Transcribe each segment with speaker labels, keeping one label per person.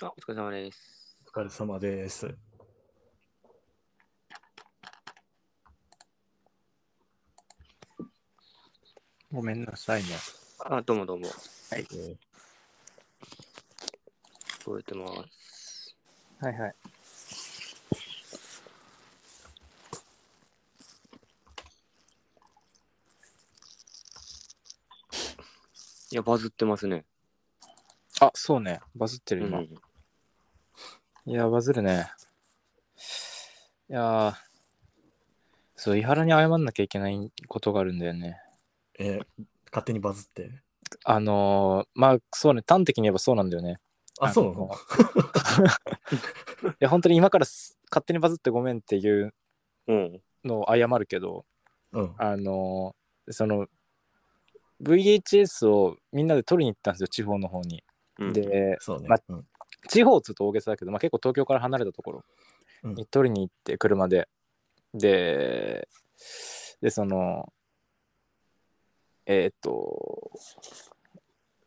Speaker 1: あ、お疲れ様です。
Speaker 2: お疲れ様です。
Speaker 3: ごめんなさいね。
Speaker 1: あ、どうもどうも。
Speaker 3: はい。
Speaker 1: 聞こえてます。
Speaker 3: はいはい。
Speaker 1: いや、バズってますね。
Speaker 3: あ、そうね。バズって
Speaker 1: う
Speaker 3: る今。
Speaker 1: ん。
Speaker 3: いや、バズるね。いやーそう、伊原に謝んなきゃいけないことがあるんだよね。
Speaker 2: えー勝手にバズって。
Speaker 3: あのー、まあ、そうね。端的に言えばそうなんだよね。
Speaker 2: あ、
Speaker 3: の
Speaker 2: そうなの
Speaker 3: いや、本当に今からす勝手にバズってごめんっていう
Speaker 1: うん。
Speaker 3: のを謝るけど、
Speaker 2: うん。
Speaker 3: あのー、その、VHS をみんなで撮りに行ったんですよ、地方の方に。
Speaker 1: うん、
Speaker 3: で、
Speaker 2: そうね
Speaker 3: ま。
Speaker 2: うん
Speaker 3: 地方っつうと大げさだけど、まあ、結構東京から離れたところ
Speaker 2: うん
Speaker 3: に取りに行って車で、ででそのえーっ、と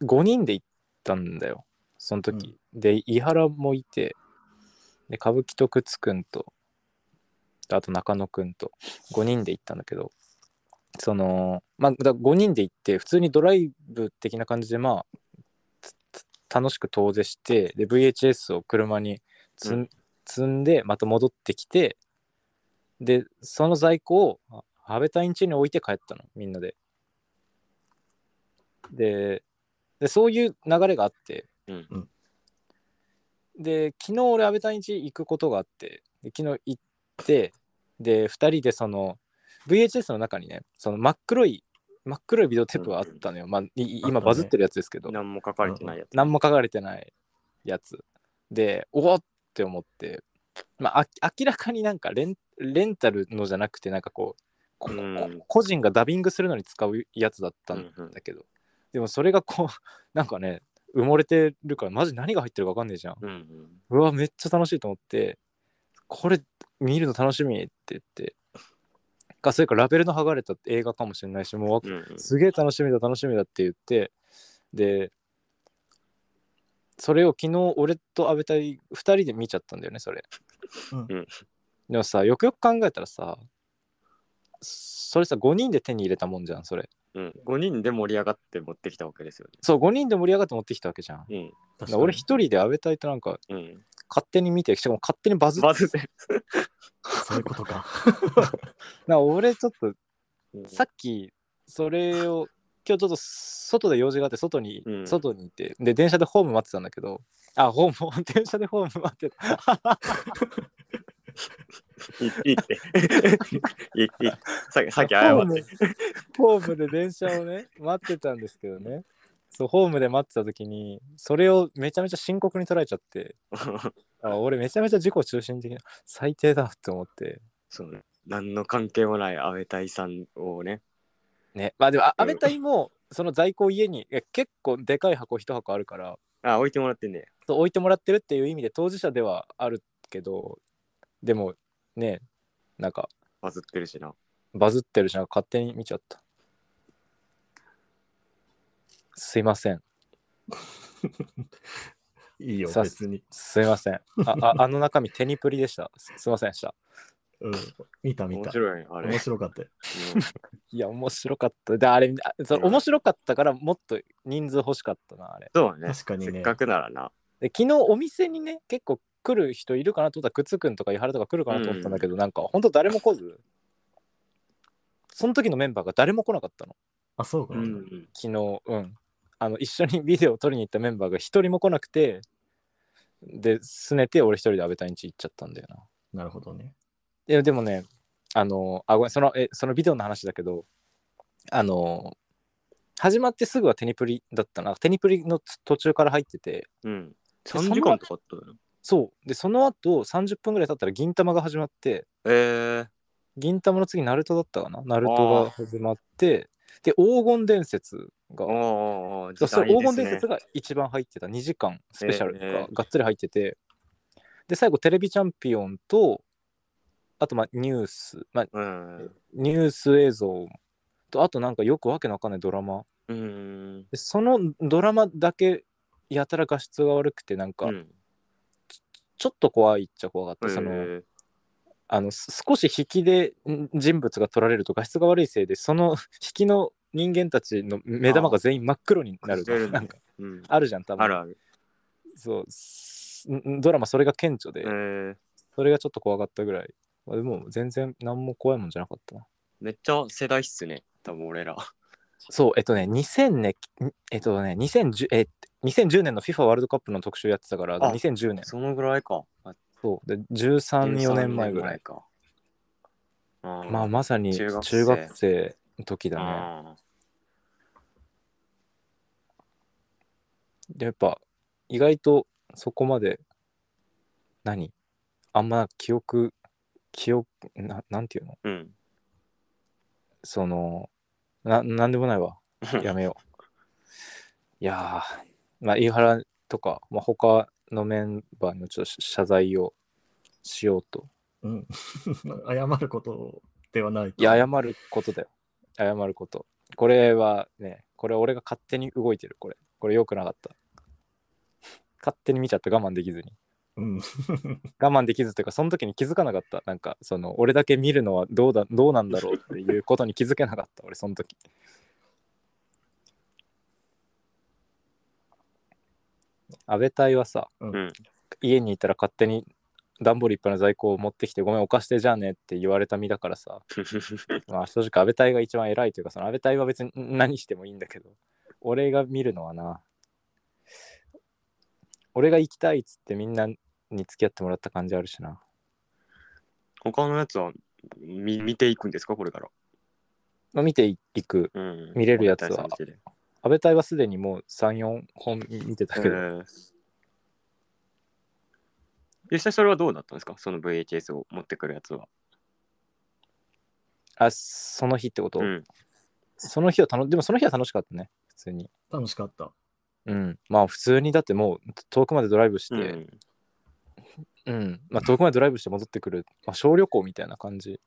Speaker 3: 5人で行ったんだよその時、で伊原もいてで歌舞伎とくつくんとあと中野くんと5人で行ったんだけどそのまあだ5人で行って普通にドライブ的な感じでまあつつ楽しく遠出してで VHS を車に積ん,、
Speaker 1: う
Speaker 3: 積んでまた戻ってきてでその在庫をあ安倍隊員家に置いて帰ったのみんなで。ででそういう流れがあって、
Speaker 1: うん
Speaker 2: うん
Speaker 3: で昨日俺安倍隊員家行くことがあってで昨日行ってで2人でその VHS の中にねその真っ黒い真っ黒いビデオテープがあったのよ、まあ、いい今バズってるやつですけど、
Speaker 1: 何も書かれてないやつ。
Speaker 3: 何も書かれてないやつでおおって思って、まあ、あ明らかになんかレンレンタルのじゃなくてなんかこうこ
Speaker 1: うん
Speaker 3: こ個人がダビングするのに使うやつだったん
Speaker 1: うんうん
Speaker 3: だけど、でもそれがこう なんかね埋もれてるからマジ何が入ってるか分かんねえじゃん
Speaker 1: うんうん。
Speaker 3: うわめっちゃ楽しいと思ってこれ見るの楽しみって言ってかそれかラベルの剥がれた映画かもしれないしもうわ
Speaker 1: うんうん
Speaker 3: すげえ楽しみだ楽しみだって言ってでそれを昨日俺と安倍隊2人で見ちゃったんだよねそれ、
Speaker 2: うん
Speaker 1: うん
Speaker 3: でもさよくよく考えたらさそれさ5人で手に入れたもんじゃんそれ
Speaker 1: うん、5人で盛り上がって持ってきたわけですよ
Speaker 3: そう5人で盛り上がって持ってきたわけじゃんだか
Speaker 1: ね。
Speaker 3: ら俺1人で安倍隊となんか
Speaker 1: うん。うん、
Speaker 3: 勝手に見てしかも勝手にバズって
Speaker 1: バズって。
Speaker 2: そういうこと か。
Speaker 3: なんか俺ちょっと
Speaker 1: うん
Speaker 3: さっきそれを今日ちょっと外で用事があって外に、
Speaker 1: うん
Speaker 3: 外にいてで電車でホーム待ってたんだけどあホーム 電車でホーム待ってた
Speaker 1: いいいいって。いいいいさっきさっき謝
Speaker 3: ホー
Speaker 1: っ
Speaker 3: ム
Speaker 1: て。
Speaker 3: ホームで電車をね待ってたんですけどねそうホームで待ってた時にそれをめちゃめちゃ深刻に捉えちゃってあ俺めちゃめちゃ自己中心的な最低だって思って
Speaker 1: そうね。何の関係もない安倍隊さんをね。
Speaker 3: ねまあでもあ
Speaker 1: うん
Speaker 3: 安倍隊もその在庫を家にいや結構でかい箱一箱あるから
Speaker 1: あ、置いてもらってんね。
Speaker 3: そう置いてもらってるっていう意味で当事者ではあるけどでもねなんか
Speaker 1: バズってるしな。
Speaker 3: バズってるしなんか勝手に見ちゃったすいません
Speaker 2: いいよ、
Speaker 3: さ
Speaker 2: 別に。
Speaker 3: すいませんあああの中身テニプリでしたすすいませんでした
Speaker 2: うん。見た見
Speaker 1: 面
Speaker 2: た。
Speaker 1: 白いね、あれ
Speaker 2: 面。白かったよ。
Speaker 3: いや面白かったであれあそれ
Speaker 1: うん
Speaker 3: 面白かったからもっと人数欲しかったなあれ
Speaker 1: そうね。
Speaker 2: 確かにね
Speaker 1: せっかくならな。
Speaker 3: で昨日お店にね結構来る人いるかなと思ったらくつくんとか伊原とか来るかなと思ったんだけど、なんかほんと誰も来ずその時のメンバーが誰も来なかったの
Speaker 2: あ、そうか。
Speaker 1: うん。
Speaker 3: 昨日、うん、あの一緒にビデオを撮りに行ったメンバーが一人も来なくてで拗ねて俺一人で安倍隊ん家行っちゃったんだよな
Speaker 2: なるほどね。
Speaker 3: いやでもねあのあごめんそのえそのビデオの話だけどあの始まってすぐはテニプリだったなテニプリの途中から入ってて
Speaker 1: うん。
Speaker 3: その
Speaker 1: 3時間とかあったよな。
Speaker 3: そうでその後30分ぐらい経ったら銀玉が始まって
Speaker 1: え
Speaker 3: 銀玉の次ナルトだったかなナルトが始まってで黄金伝説が
Speaker 1: ー。おーおー、
Speaker 3: そうそう黄金
Speaker 1: で
Speaker 3: 伝説が一番入ってた2時間スペシャル
Speaker 1: え
Speaker 3: ががっつり入ってて、で最後テレビチャンピオンとあとまあニュース、まあ、
Speaker 1: うん。
Speaker 3: ニュース映像とあとなんかよくわけのわかんないドラマ
Speaker 1: うん。
Speaker 3: でそのドラマだけやたら画質が悪くてなんか、
Speaker 1: うん
Speaker 3: ちょっと怖いっちゃ怖かった、
Speaker 1: え
Speaker 3: その
Speaker 1: ー
Speaker 3: あのす少し引きでん人物が取られると画質が悪いせいでその引きの人間たちの目玉が全員真っ黒になる
Speaker 1: 崩れるね
Speaker 3: なんか
Speaker 1: うん、
Speaker 3: あるじゃん多分
Speaker 1: あるある。
Speaker 3: そうすんドラマそれが顕著で、
Speaker 1: えー
Speaker 3: それがちょっと怖かったぐらいまあでも全然何も怖いもんじゃなかったな
Speaker 1: めっちゃ世代っすね、多分俺ら。
Speaker 3: そうえっとね2000年えっとね2010え2010年の FIFA ワールドカップの特集やってたから
Speaker 1: あ
Speaker 3: 2010年
Speaker 1: そのぐらいか。
Speaker 3: そうで134年前ぐらい
Speaker 1: か。あ
Speaker 3: まあまさに
Speaker 1: 中学生
Speaker 3: 中学生の時だね
Speaker 1: あ
Speaker 3: でやっぱ意外とそこまで何あんま記憶記憶ななんていうの
Speaker 1: ーうん。
Speaker 3: そのななんでもないわやめよういやーまあ飯原とか、まあ、他のメンバーのちょっと謝罪をしようと
Speaker 2: うん。 謝ることではない。
Speaker 3: いや謝ることだよ謝ることこれはねこれ俺が勝手に動いてるこれこれ良くなかった勝手に見ちゃって我慢できずに
Speaker 2: うん。
Speaker 3: 我慢できずというかその時に気づかなかったなんかその俺だけ見るのはどうだどうなんだろうっていうことに気づけなかった俺その時安倍隊はさ、
Speaker 1: うん
Speaker 3: 家にいたら勝手に段ボールいっぱいの在庫を持ってきてごめんお貸してじゃあねって言われた身だからさ、 まあ正直安倍隊が一番偉いというかその安倍隊は別にん何してもいいんだけど俺が見るのはな俺が行きたいっつってみんなに付き合ってもらった感じあるしな
Speaker 1: 他のやつは見見ていくんですか、これから。
Speaker 3: まあ見ていく
Speaker 1: うん、
Speaker 3: 見れるやつは
Speaker 1: 大体そのうちで
Speaker 3: 安倍隊はすでにもう34本見てたけど、
Speaker 1: えー実際それはどうだったんですかその VHS を持ってくるやつは。
Speaker 3: あその日ってこと、
Speaker 1: うん。
Speaker 3: その日は楽でもその日は楽しかったね普通に
Speaker 2: 楽しかった。
Speaker 3: うんまあ普通にだってもう遠くまでドライブし
Speaker 1: う
Speaker 3: て
Speaker 1: ん
Speaker 3: うん、まあ遠くまでドライブして戻ってくる、まあ、小旅行みたいな感じ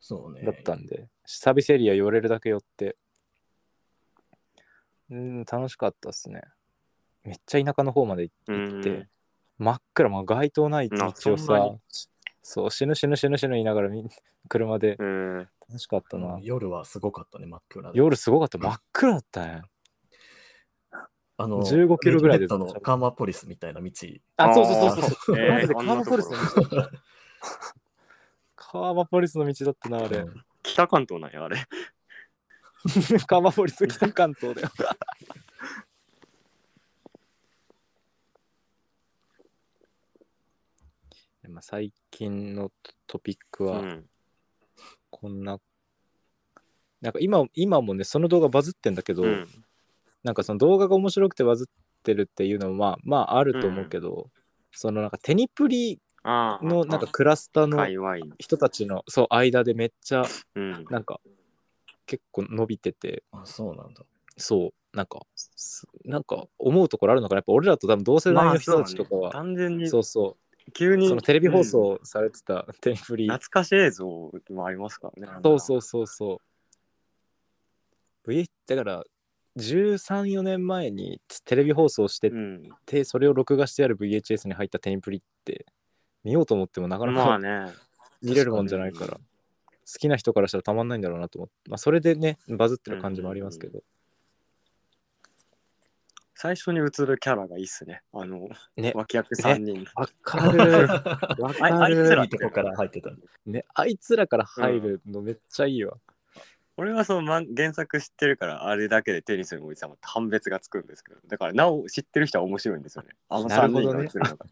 Speaker 2: そうね。
Speaker 3: だったんで、サービスエリア寄れるだけ寄って、うん、楽しかったっすね。めっちゃ田舎の方まで行って、
Speaker 1: うん
Speaker 3: 真っ暗、もう街灯ない道
Speaker 1: あそ
Speaker 3: を
Speaker 1: んな
Speaker 3: さ
Speaker 1: に、
Speaker 3: そう、死ぬ死ぬ死ぬ死ぬ言いながらみん、 車で
Speaker 1: えー
Speaker 3: 楽しかった
Speaker 2: う
Speaker 3: な。
Speaker 2: ん夜はすごかったね、真っ暗で。
Speaker 3: 夜すごかった、真っ暗だったね。
Speaker 2: あの、
Speaker 3: 15キロぐらい
Speaker 2: レ
Speaker 3: で
Speaker 2: ッドのカーマポリスみたいな道。
Speaker 3: あ、そうそうそう
Speaker 1: あ
Speaker 3: そう。
Speaker 1: ーえー
Speaker 3: マジでカ
Speaker 1: あん
Speaker 3: ー
Speaker 1: な
Speaker 3: マ
Speaker 1: と
Speaker 3: ポ
Speaker 1: こ
Speaker 3: リ
Speaker 1: ろ
Speaker 3: スの道だった。 カーマポリスの道だったな、あれ
Speaker 2: う。ん
Speaker 1: 北関東なんや、あれ。
Speaker 3: カーマポリス北関東だよ。 まあ最近のトトピック
Speaker 1: う
Speaker 3: は
Speaker 1: ん。
Speaker 3: こんな、なんか今今もねその動画バズってんだけど、
Speaker 1: うん
Speaker 3: なんかその動画が面白くてバズってるっていうのもまあまああると思うけど、そのなんかテニプリ
Speaker 1: あー
Speaker 3: のなんか、クラスター
Speaker 1: あー
Speaker 3: の
Speaker 1: 界隈。
Speaker 3: 人たちのそう間でめっちゃ
Speaker 1: うん。
Speaker 3: なんか結構伸びてて
Speaker 2: あ、そうなんだ。
Speaker 3: そう、なんか、すなんか思うところあるのかな、やっぱ俺らと多分同世代の人たちとか
Speaker 1: ま
Speaker 3: は、
Speaker 1: あそうだね単純に
Speaker 3: そうそ
Speaker 1: 急
Speaker 3: う、
Speaker 1: に
Speaker 3: そのテレビ放送されてた テン
Speaker 1: う
Speaker 3: プ
Speaker 1: ん
Speaker 3: リ、
Speaker 1: 懐かしい映像もありますからね。。
Speaker 3: そうそううそうそう。VH だから、13、4年前にテレビ放送して
Speaker 1: うん、
Speaker 3: て、それを録画してある VHS に入ったテンプリって、見ようと思ってもなかな
Speaker 1: まあ
Speaker 3: か
Speaker 1: ね。
Speaker 3: 見れるもんじゃないから、好きな人からしたらたまんないんだろうなと思って、まあ、それでね、バズってる感じもありますけど、
Speaker 1: 最初に映るキャラがいいっすね。あの、
Speaker 3: ね
Speaker 1: 脇役3人。
Speaker 3: わかる。わ
Speaker 1: あいあい つら
Speaker 2: いいとこから入ってた。
Speaker 3: ね、あいつらから入るのめっちゃいいわ。
Speaker 1: 俺はその漫原作知ってるからあれだけでテニスのおじさんは判別がつくんですけどだからなお知ってる人は面白いんですよねあの
Speaker 3: な
Speaker 1: 3
Speaker 3: るほ
Speaker 1: 人
Speaker 3: ど
Speaker 1: が映
Speaker 3: ね
Speaker 1: るのが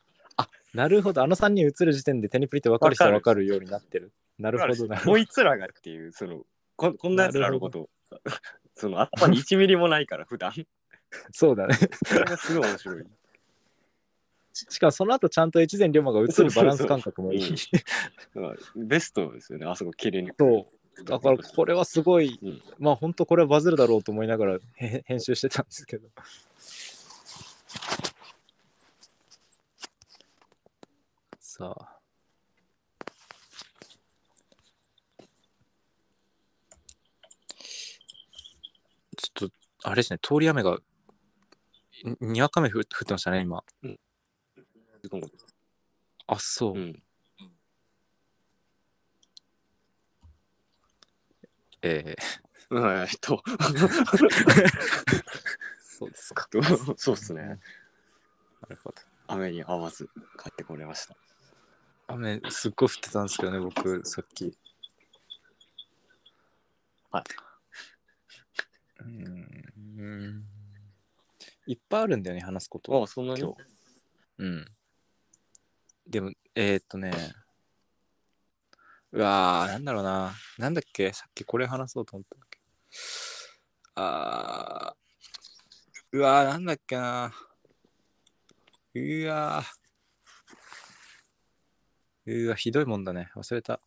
Speaker 3: なるほど、あの3人映る時点でテニプリって分かる人は分かるようになってる。なるほど、な るほ
Speaker 1: こ
Speaker 3: ど。
Speaker 1: いつらがっていうそのここんなやつらの ことをその頭に1ミリもないから普段
Speaker 3: そうだね。
Speaker 1: それがすごい面白い
Speaker 3: しかもその後ちゃんと越前龍馬が映るバランス感覚もいい。
Speaker 1: そうだからベストですよねあそこ切り抜く
Speaker 3: そう。だからこれはすごい、
Speaker 1: うん
Speaker 3: まあ本当これはバズるだろうと思いながらへ編集してたんですけど。さあ。ちょっと、あれですね、通り雨が、ににわか雨ふ降ってましたね、今。あそう、
Speaker 1: うん
Speaker 3: えー、
Speaker 1: うんえっと
Speaker 3: そうですか
Speaker 1: そうっすね
Speaker 3: なるほど
Speaker 1: 雨に合わず買ってこれました
Speaker 3: 雨すっごい降ってたんですけどね僕さっき
Speaker 1: はいう
Speaker 3: ーんいっぱいあるんだよね話すこと
Speaker 1: あそんなに
Speaker 3: 今日うん。でも、えー、っとね、うわー、なんだろうな。なんだっけさっきこれ話そうと思ったんだっけあー、うわー、なんだっけな。うわー。うわ、ひどいもんだね。忘れた。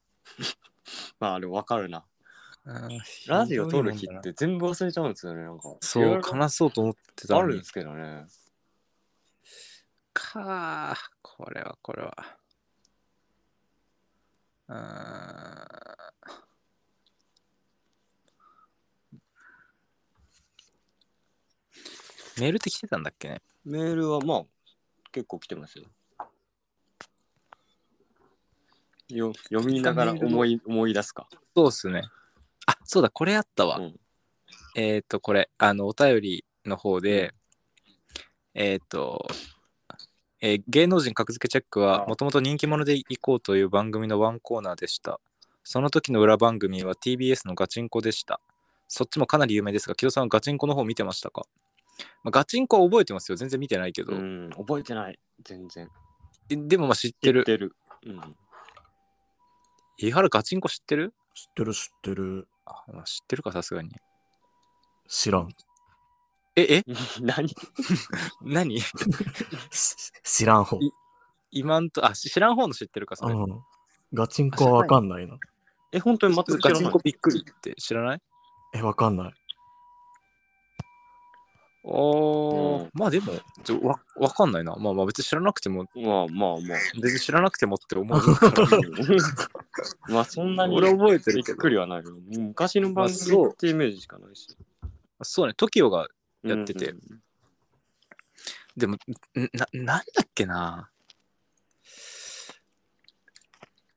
Speaker 1: まあでも分かるな
Speaker 3: あー
Speaker 1: ラジオ撮る日
Speaker 3: ひどい
Speaker 1: っ
Speaker 3: もんだ
Speaker 1: て
Speaker 3: な
Speaker 1: 全部忘れちゃうんですよねなんか
Speaker 3: そう、
Speaker 1: か
Speaker 3: 話そうと思ってた
Speaker 1: あ
Speaker 3: の
Speaker 1: るん
Speaker 3: に
Speaker 1: ですけどね
Speaker 3: かーこれはこれはあーメールって来てたんだっけね
Speaker 1: メールはまあ結構来てますよよ読みながら思い思い出すか
Speaker 3: そうっすねあそうだこれあったわ、
Speaker 1: うん
Speaker 3: えっ、とこれあのお便りの方で、えっ、とえー芸能人格付けチェックは
Speaker 1: あ
Speaker 3: もともと人気者でいこうという番組のワンコーナーでした。その時の裏番組は TBS のガチンコでした。そっちもかなり有名ですが、木戸さんはガチンコの方見てましたか、まあ、ガチンコは覚えてますよ。全然見てないけど。
Speaker 1: うん覚えてない全然
Speaker 3: ででもまあ知ってる。
Speaker 1: 出るうん
Speaker 3: 伊原ガチンコ知ってる
Speaker 2: 知ってる知ってる。
Speaker 3: あまあ知ってるか、さすがに。
Speaker 2: 知らん。
Speaker 3: え、え
Speaker 1: 何
Speaker 3: 何
Speaker 2: し 知らん方。
Speaker 3: い今んと、あ、知らん方の知ってるか、それ。
Speaker 2: うん。ガチンコはわかんないな。
Speaker 1: え本当に全く知
Speaker 3: ガ
Speaker 1: ら
Speaker 3: チ
Speaker 1: な
Speaker 3: ン
Speaker 1: い
Speaker 3: コびっくりって知らない
Speaker 2: え、わかんない。
Speaker 3: あー、
Speaker 1: うん
Speaker 3: まあでもちょわ、わかんないな。まあまあ別に知らなくても、
Speaker 1: まあまあ まあ
Speaker 3: 別に知らなくてもって思うから。
Speaker 1: まあそんなに
Speaker 3: 俺覚えて
Speaker 1: び
Speaker 3: る
Speaker 1: っ
Speaker 3: けど。
Speaker 1: くりはないけど昔の番組ってイメージしかないし、
Speaker 3: そうね、TOKIO が、やってて
Speaker 1: うんうん
Speaker 3: でも、んな、なんだっけな。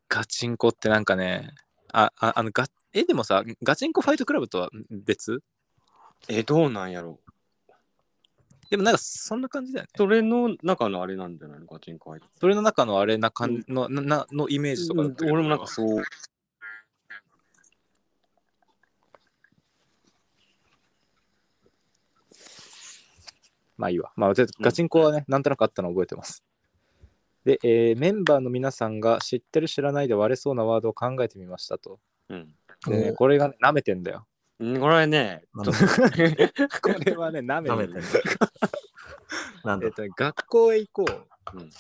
Speaker 3: ガチンコってなんかね、あ、ああの、ガえ、でもさ、ガチンコファイトクラブとは別
Speaker 1: えどうなんやろう
Speaker 3: でもなんかそんな感じだよね。
Speaker 1: それの中のあれなんじゃないのガチンコ入って
Speaker 3: それの中のあれな感じの、ななのイメージとかだったけど
Speaker 1: 俺もなんかそう
Speaker 3: まあいいわ。まあ、とりあえずガチンコはね、なんとなくあったのを覚えてます。で、えーメンバーの皆さんが知ってる知らないで割れそうなワードを考えてみましたと。
Speaker 1: うん
Speaker 3: でね
Speaker 2: お
Speaker 3: これがね、舐めてんだよ。
Speaker 1: うんこれね
Speaker 2: なん
Speaker 1: ちょ
Speaker 2: だ
Speaker 1: っ
Speaker 3: これはね、舐め
Speaker 2: 舐
Speaker 3: て
Speaker 2: め
Speaker 3: ん
Speaker 2: て
Speaker 3: だ
Speaker 2: る
Speaker 3: よ。。
Speaker 2: なん
Speaker 3: え
Speaker 2: だ
Speaker 3: っとね、学校へ行こう。
Speaker 1: とうん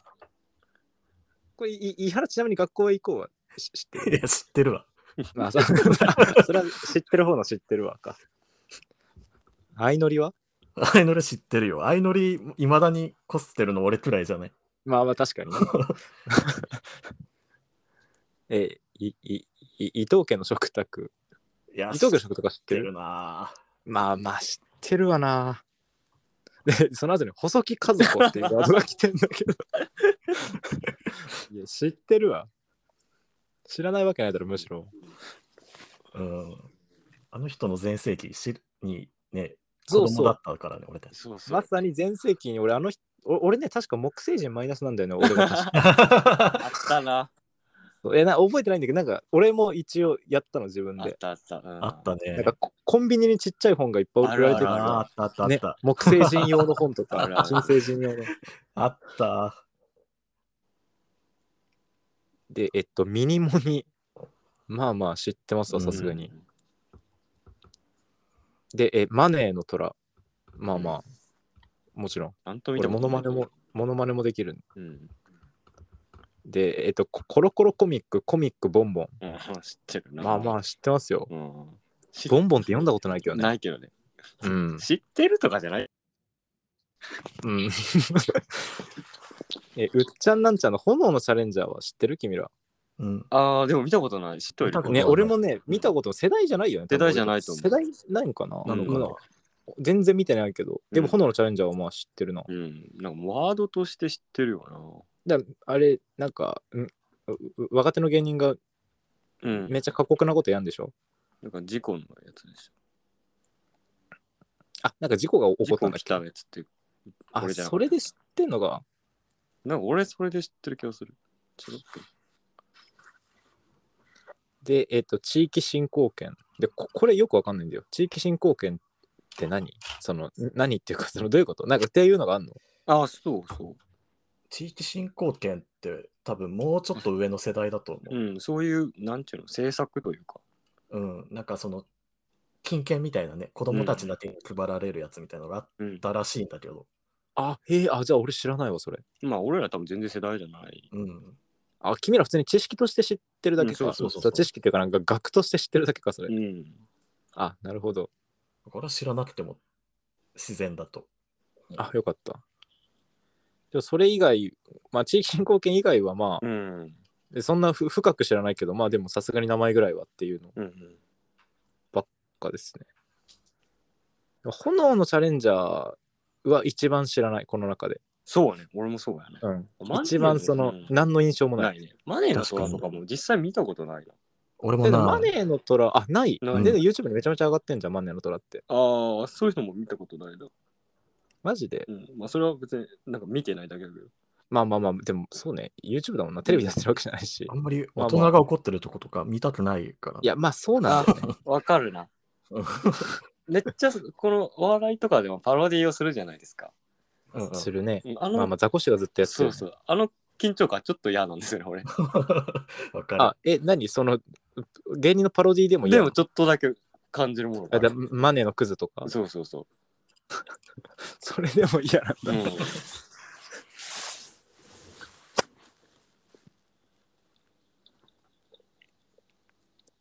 Speaker 3: これ、いい井原ちなみに学校へ行こうはし知 ってる。
Speaker 2: いや、知ってるわ。
Speaker 3: まあ、そ それは知ってる方の知ってるわか。相乗りは
Speaker 2: 相乗り知ってるよ。相乗り、いまだにこすってるの俺くらいじゃない。
Speaker 3: まあまあ確かにね。えーいいい伊藤家の食卓。
Speaker 2: いや、
Speaker 3: 伊藤家
Speaker 2: 知
Speaker 3: の
Speaker 2: っ
Speaker 3: 食卓は知って
Speaker 2: て
Speaker 3: る
Speaker 2: るな
Speaker 3: まあまあ知ってるわな。 で、その後に細木和子っていうワードが来てんだけ ど。いや、知ってるわ。知らないわけないだろ、むしろ。
Speaker 2: うん。あの人の全盛期知るにね、
Speaker 3: そ
Speaker 2: 子
Speaker 3: う
Speaker 2: 供
Speaker 3: そ
Speaker 2: だ
Speaker 3: う
Speaker 2: っ。たからね、俺 たち。
Speaker 1: そうそう
Speaker 3: まさに全盛期に俺、あの人、お俺ね、確か木星人マイナスなんだよね、俺が確か
Speaker 1: あったな
Speaker 3: えな。覚えてないんだけど、なんか俺も一応やったの、自分
Speaker 1: あっ
Speaker 3: で。
Speaker 1: たあった、うん
Speaker 2: あった
Speaker 3: なん
Speaker 2: ね。
Speaker 3: かココンビニにちっちゃい本がいっぱい送られてる
Speaker 1: ある
Speaker 2: あーあったあったあっ
Speaker 3: ね
Speaker 2: た。、
Speaker 3: 木星人用の本と
Speaker 1: あ
Speaker 3: か
Speaker 1: るあ、る
Speaker 3: 新成人用の。
Speaker 2: あった。
Speaker 3: で、えっと、ミニモニ。まあまあ知ってますわ、さすがに。
Speaker 1: うん
Speaker 3: で、え、マネーの虎。まあまあ、もちろん。
Speaker 1: なんと見て
Speaker 3: 俺、モノマネも、モノマネもできるん
Speaker 1: うん、
Speaker 3: で、えっと、ココロコロコミック、コミック、ボンボン。
Speaker 1: うん、 知ってるな
Speaker 3: まあまあ、知ってますよ。
Speaker 1: うん、知っ
Speaker 3: ボンボンって読んだことないけどね。
Speaker 1: ないけどね
Speaker 3: うん。
Speaker 1: 知ってるとかじゃない
Speaker 3: うん。 え、うっちゃんなんちゃんの炎のチャレンジャーは知ってる君ら。
Speaker 2: うん。
Speaker 1: ああでも見たことない知っとい
Speaker 2: 見たことない
Speaker 3: ね、俺もね、見たこと、世代じゃないよね。多
Speaker 1: 世
Speaker 3: 分
Speaker 1: 代じゃないと思う
Speaker 3: 世代ないんかな
Speaker 2: なのか
Speaker 3: う
Speaker 2: なん
Speaker 3: 全然見てないけど、でも炎のチャレンジャーはまあ知ってるな。
Speaker 1: うんなんかワードとして知ってるよ
Speaker 3: だあれ、なんか、んうう若手の芸人が
Speaker 1: うん。
Speaker 3: めっちゃ過酷なことやんでしょ、
Speaker 1: なんか事故のやつでし
Speaker 3: あ、なんか事故が
Speaker 1: ょ。
Speaker 3: 起こ
Speaker 1: 事故
Speaker 3: ったんだっ
Speaker 1: 来
Speaker 3: け
Speaker 1: たやつって。
Speaker 3: あ、
Speaker 1: 俺じゃん
Speaker 3: それで知ってんのが、
Speaker 1: なんか俺それで知ってる気がする。ちょっと
Speaker 3: で、えっ、と、地域振興券。でこ、これよくわかんないんだよ。地域振興券って何その、ん何っていうか、その、どういうことなんかっていうのがあんの
Speaker 1: ああ、そうそ
Speaker 2: 地域振興券って多分もうちょっと上の世代だと思
Speaker 1: う。うん、そういう、なんていうの、政策というか。
Speaker 2: う。うん、なんかその、金券みたいなね、子供たちだけに配られるやつみたいなのがあっ
Speaker 1: うん。
Speaker 2: たらしいんだけど、
Speaker 3: あ、へえ、あ、じゃあ俺知らないわ、それ。
Speaker 1: まあ、俺ら多分全然世代じゃない。
Speaker 2: うん、
Speaker 3: あ、君ら普通に知識として知ってるだけか。
Speaker 1: うん
Speaker 2: そうそうそう
Speaker 3: 知識っていうか、なんか学として知ってるだけか、それ。
Speaker 1: うん。
Speaker 3: あ、なるほど。
Speaker 2: これは知らなくても自然だと。
Speaker 3: あ、よかった。じゃあそれ以外、まあ、地域振興券以外は、まあ
Speaker 1: うん。、
Speaker 3: でそんなふ深く知らないけど、まあ、でもさすがに名前ぐらいはっていうの
Speaker 1: うん。
Speaker 3: かですね。炎のチャレンジャーは一番知らない、この中で。
Speaker 1: そうやね。俺もそうやね。
Speaker 3: うん
Speaker 1: マ。ジで
Speaker 3: 一番その
Speaker 1: うん、
Speaker 3: 何の印象もな。
Speaker 1: ないいね。マネーの虎とかも実際見たことないな。
Speaker 2: 俺も
Speaker 3: で
Speaker 2: な、
Speaker 3: マネーの虎、あ、ない。
Speaker 1: ない
Speaker 3: で、YouTube にめちゃめちゃ上がってんじゃん、マネーの虎って。
Speaker 1: ああ、そういうのも見たことないな。
Speaker 3: マジで。
Speaker 1: うん。まあ、それは別になんか見てないだけだけど。
Speaker 3: まあまあまあ、でもそうね、YouTube だもんな、テレビでやってるわけじゃないし
Speaker 2: あ。んまり
Speaker 3: まあ
Speaker 2: 大人が怒ってるとことか見たくないから。
Speaker 3: いや、まあそうなんだよね。
Speaker 1: わかるな。めっちゃ、このお笑いとかでもパロディをするじゃないですか。
Speaker 2: うんうん
Speaker 3: するね。
Speaker 1: あの、
Speaker 3: まあまあ、ザコシがずっとやって
Speaker 1: そ
Speaker 3: るよ
Speaker 1: う
Speaker 3: ね。
Speaker 1: そう。あの緊張感ちょっと嫌なんですよね、俺。
Speaker 2: わか
Speaker 3: あ、え、何その、芸人のパロディでもいい
Speaker 1: でもちょっとだけ感じるものがあ
Speaker 3: だ
Speaker 1: る
Speaker 3: マネーのクズとか。
Speaker 1: そうそうそ
Speaker 3: そ れでも嫌なん
Speaker 1: う。う
Speaker 3: だ。
Speaker 1: ん、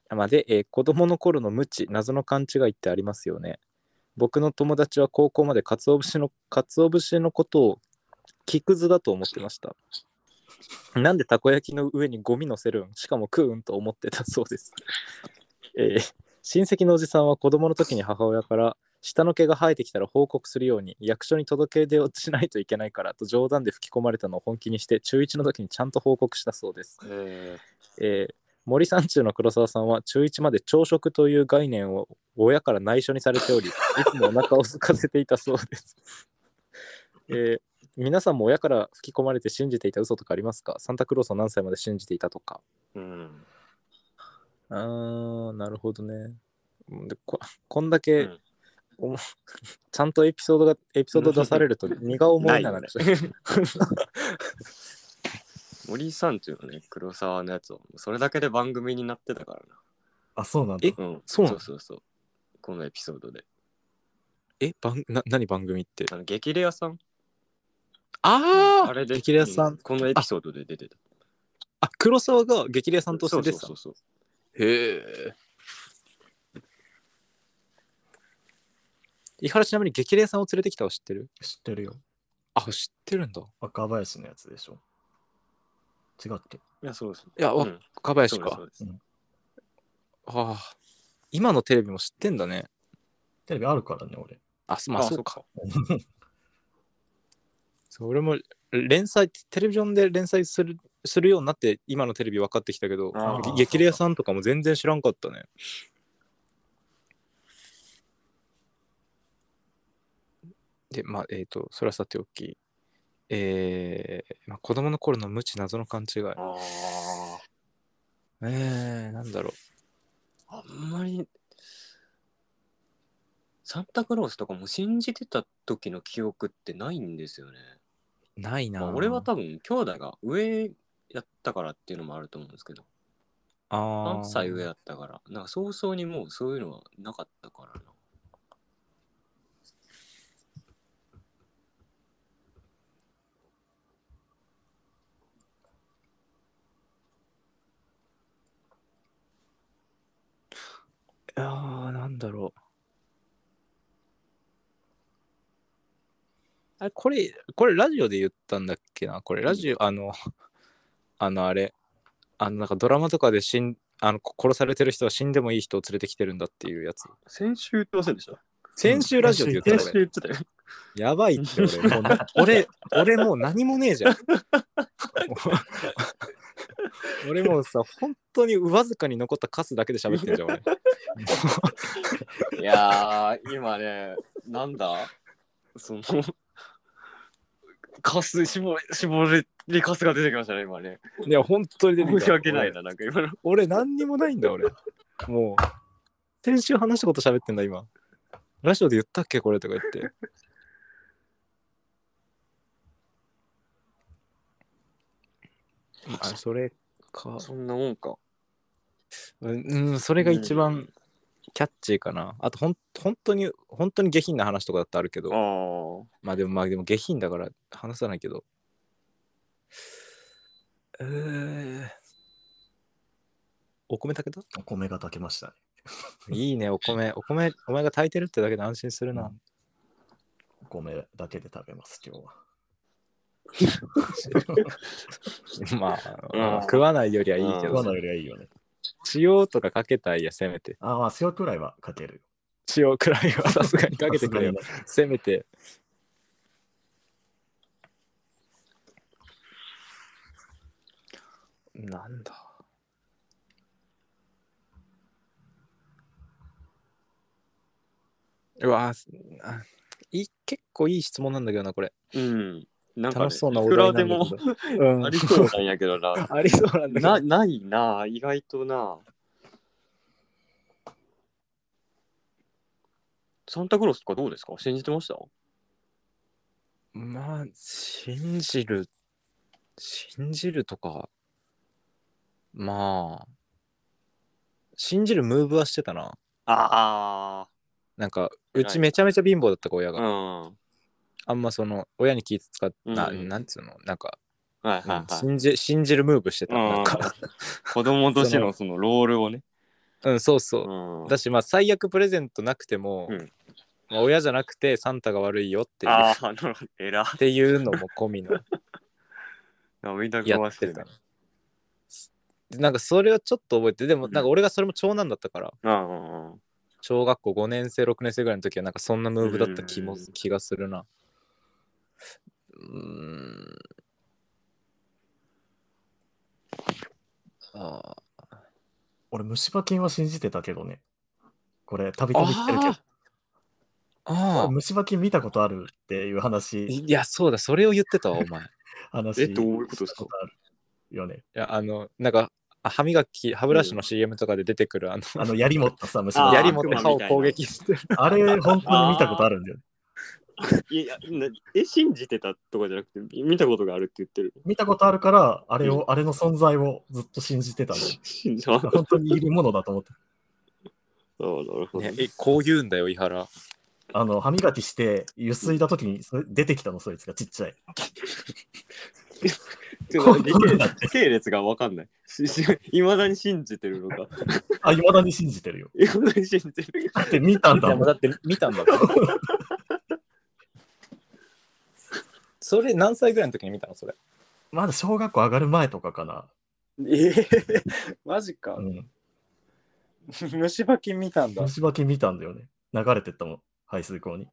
Speaker 3: まあで、えー子供の頃の無知、謎の勘違いってありますよね。僕の友達は高校まで鰹節の、鰹節のことを木くずだと思ってました。なんでたこ焼きの上にゴミ乗せるんしかも食うんと思ってたそうです。 えー親戚のおじさんは子供の時に母親から下の毛が生えてきたら報告するように役所に届け出をしないといけないからと冗談で吹き込まれたのを本気にして中1の時にちゃんと報告したそうです。
Speaker 1: え
Speaker 3: えー森三中の黒沢さんは中1まで朝食という概念を親から内緒にされておりいつもお腹を空かせていたそうです、 えー皆さんも親から吹き込まれて信じていた嘘とかありますかサンタクロースを何歳まで信じていたとか
Speaker 1: ーうん。
Speaker 3: あーなるほどねうんでここんだけ、
Speaker 1: うん
Speaker 3: おもちゃんとエピソードがエピソード出されると荷が重いな
Speaker 1: な
Speaker 3: ないん
Speaker 1: よ
Speaker 3: かちょっ
Speaker 1: 森さんっていうのね、黒沢のやつは、それだけで番組になってたから
Speaker 2: あ、そうなんだ
Speaker 3: え。
Speaker 1: な。うん。
Speaker 3: そうな
Speaker 1: そ
Speaker 3: の
Speaker 1: うそうそう。このエピソードで。
Speaker 3: と え番な何番組って
Speaker 1: あの激レアさん
Speaker 3: あー
Speaker 1: あれで
Speaker 3: 激レアさ
Speaker 1: うんこのエピソードで出てた。
Speaker 3: あ黒沢が激レアさんとして出てたの
Speaker 1: そうそうそうそ
Speaker 3: へえ。伊原ちなみに激励さんを連れてきたの知ってる
Speaker 2: 知ってるよ。
Speaker 3: あ、知ってるんだ。
Speaker 2: 赤林のやつでしょ。違うっけ
Speaker 1: う。いや、そうそう。
Speaker 3: いや、
Speaker 1: う
Speaker 3: 若
Speaker 1: ん、
Speaker 3: 林
Speaker 1: そうですそ
Speaker 3: か。
Speaker 1: うです
Speaker 2: うん
Speaker 3: ああ。今のテレビも知ってんだね。
Speaker 2: テレビあるからね、俺。
Speaker 3: あ、そまあ、
Speaker 1: あ
Speaker 3: そう
Speaker 1: そ
Speaker 3: か。 そう俺も連載、テレビジョンで連載するするようになって、今のテレビ分かってきたけど
Speaker 1: あ
Speaker 2: ー、
Speaker 3: 激励さんとかも全然知らんかったね。で、まあ、えっ、と、それはさておき、えーまあ、子供の頃の無知謎の勘違い。
Speaker 1: ああ。
Speaker 3: えー、なんだろ
Speaker 1: あんまりサンタクロースとかも信じてた時の記憶ってないんですよね。
Speaker 3: う。ない
Speaker 1: ま
Speaker 3: な
Speaker 1: あ、
Speaker 3: ぁ。
Speaker 1: 俺は多分兄弟が上やったからっていうのもあると思うんですけど
Speaker 3: あ
Speaker 1: 3
Speaker 3: ー
Speaker 1: 歳上やったからなんか早々にもうそういうのはなかったからな。
Speaker 3: いやー、なんだろう。あれ、これ、これラジオで言ったんだっけなこれラジオ、あの、 あのあれ、あのなんかドラマとかで死ん、あのこ殺されてる人は死んでもいい人を連れてきてるんだっていうやつ。
Speaker 1: 先週言ってませんでした
Speaker 3: 先週ラジオで言った
Speaker 1: 先
Speaker 3: の
Speaker 1: 週
Speaker 3: 俺。
Speaker 1: 言ってたよ。
Speaker 3: やばいって俺。もうな俺、俺もう何もねえじゃん。俺もうさ、本当にわずかに残ったカスだけで喋ってんじゃん、 俺。
Speaker 1: いやー、今ね、なんだその、カス、絞り、絞りカスが出てきましたね、今ね。
Speaker 3: いや、本当に出てき
Speaker 1: 申
Speaker 3: た
Speaker 1: し訳ないな、なんか今の。
Speaker 3: 俺。俺、何にもないんだ、俺。もう、先週話したこと喋ってんだ、今。ラジオで言ったっけ、これとか言 って。あ、それか。
Speaker 1: そんなもんか。
Speaker 3: うんうん、それが一番キャッチーかな。あとほん、本当に、本当に下品な話とかだってあるけど、
Speaker 1: ああ。
Speaker 3: まあでも、まあでも下品だから話さないけど。えー、お米炊けた
Speaker 2: お米が炊けましたね。
Speaker 3: いいね、お米。お米、お前が炊いてるってだけで安心するな。
Speaker 2: お米だけで食べます、今日は。
Speaker 3: まあ、
Speaker 1: うん
Speaker 3: 食わないよりはいいけ
Speaker 2: 食わ
Speaker 3: ど
Speaker 2: ないよりはいいよね。
Speaker 3: 塩とかかけたいや、せめて。
Speaker 2: ああ、塩くらいはかける。
Speaker 3: 塩くらいはさすがにかけてく れよ。
Speaker 2: さすがにね
Speaker 3: せめて。なんだ。うわすあいい結構いい質問なんだけどなこれ
Speaker 1: うん。なんか、ね、
Speaker 3: 楽しそうないお
Speaker 1: く
Speaker 3: 題な
Speaker 1: ら
Speaker 3: んだ
Speaker 1: で
Speaker 3: けど
Speaker 1: もあり
Speaker 3: う、
Speaker 1: そうんなんやけど な。
Speaker 3: ありそうなんだけど
Speaker 1: な、ないな、意外とな。サンタクロースとかどうですか信じてました
Speaker 3: まあ、信じる、信じるとか、まあ、信じるムーブはしてたな。
Speaker 1: あ
Speaker 3: なんか、
Speaker 1: 偉
Speaker 3: う
Speaker 1: い
Speaker 3: ちめちゃめちゃ貧乏だったか、親
Speaker 1: あ。
Speaker 3: が。
Speaker 1: うん。は
Speaker 3: あんまその、親に気使っな、
Speaker 1: うんうん
Speaker 3: なんつうの、なんか、
Speaker 1: いはい
Speaker 3: うん
Speaker 1: はい。
Speaker 3: 信じ、信じるムーブしてた。なんか、
Speaker 1: 子供としてのそのロールをね。
Speaker 3: うん、そうそう。
Speaker 1: うん。
Speaker 3: だし、まあ、最悪プレゼントなくても、
Speaker 1: うん
Speaker 3: まあ、親じゃなくて、サンタが悪いよっていう、
Speaker 1: あ
Speaker 3: っ
Speaker 1: あ、なるほど。えら。
Speaker 3: ていうのも込みの。
Speaker 1: 涙
Speaker 3: や
Speaker 1: 壊
Speaker 3: っ
Speaker 1: して
Speaker 3: て
Speaker 1: る
Speaker 3: た。なんかそれをちょっと覚えてでもなんか俺がそれも長男だったから
Speaker 1: うんうんうん。
Speaker 3: 小学校5年生6年生ぐらいの時はなんかそんなムーブだった気も
Speaker 1: うん
Speaker 3: 気がするなうーんあー
Speaker 2: 俺、虫歯菌は信じてたけどね。これ、たびたび言ってるけど
Speaker 3: あーあ
Speaker 2: 俺、虫歯菌見たことあるっていう
Speaker 3: ー
Speaker 2: 話、
Speaker 3: いやそうだそれを言ってたわお前い
Speaker 2: 話。
Speaker 1: えどういうことですか
Speaker 2: あるよね。
Speaker 3: やあのなんかあ歯磨き歯ブラシの CM とかで出てくるあの
Speaker 2: あの、槍持ったさ、虫
Speaker 1: あ
Speaker 2: 歯
Speaker 1: ー
Speaker 3: やり
Speaker 2: 菌。
Speaker 3: 持って
Speaker 1: 悪魔み
Speaker 3: 歯を
Speaker 1: たいな
Speaker 3: 攻撃してる
Speaker 2: あれ、本当に見たことあるんだよね。
Speaker 1: いや、なえ、信じてたとかじゃなくて、み見たことがあるって言ってる。
Speaker 2: 見たことあるから、あれを、あれの存在をずっと信じてたの。
Speaker 1: 信じた。なる
Speaker 2: 本当にいるものだと思って。
Speaker 1: ほど。
Speaker 3: ねえこう言うんだよ伊原
Speaker 2: あの、歯磨きして、ゆすいだ時にそれ出てきたの、そいつがちっちゃい。
Speaker 1: ちょっと時系時系列がわかんない。いまだに信じてるの か。
Speaker 2: あ、いまだに信じてるよ。
Speaker 1: いまだに信じてる
Speaker 2: だって見たん
Speaker 3: い
Speaker 2: だ
Speaker 3: や
Speaker 2: も。
Speaker 3: もうんだって見たんだ もんそれ何歳ぐらいの時に見たのそれ
Speaker 2: まだ小学校上がる前とかかな。
Speaker 3: ええマジか
Speaker 2: うん。
Speaker 3: 虫歯菌見たん
Speaker 2: 虫歯菌見たんだよね。流れてったもん、排水口に。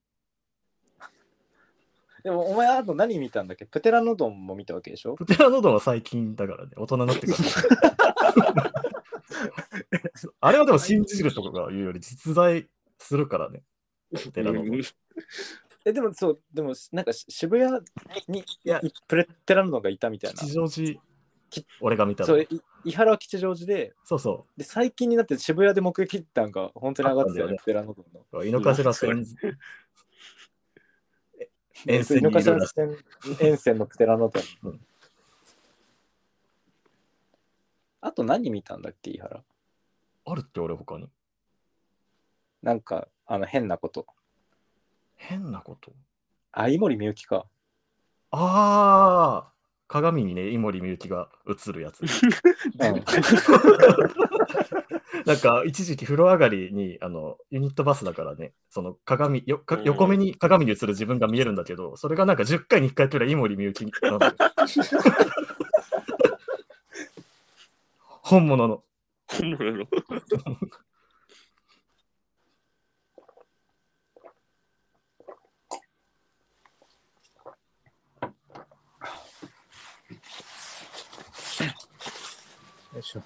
Speaker 3: でもお前あと何見たんだっけプテラノドンも見たわけでしょ
Speaker 2: プテラノドンは最近だからね、大人になってから。 あれはでも信じるとかいうより実在するからね。プテラノドン。い
Speaker 3: えでもそうでもなんかし渋谷に
Speaker 2: や、
Speaker 3: プテラノドンがいたみたいな
Speaker 2: 吉祥寺
Speaker 3: き、
Speaker 2: 俺が見たの
Speaker 3: そうい伊原は吉祥寺で
Speaker 2: そうそ
Speaker 3: で最近になって渋谷で目撃談が本当に上がってたよね
Speaker 2: あっ
Speaker 3: プテラノドンの
Speaker 2: う。井の頭線沿線
Speaker 3: 井
Speaker 2: に
Speaker 3: の
Speaker 2: いるらしい
Speaker 3: 頭線沿線のプテラノドン、
Speaker 2: うん
Speaker 3: あと何見たんだっけ伊原
Speaker 2: あるって俺他に。
Speaker 3: なんかあの変なこと
Speaker 2: 変なこと。
Speaker 3: あ井森美幸か
Speaker 2: ああ鏡にね、井森美幸が映るやつ。なんか、一時期風呂上がりに、あの、ユニットバスだからね、その鏡、よか
Speaker 1: うん
Speaker 2: 横目に鏡に映る自分が見えるんだけど、それがなんか10回に1回くらい井森美幸なのよ本物の。
Speaker 1: 本物の。
Speaker 3: いしょ。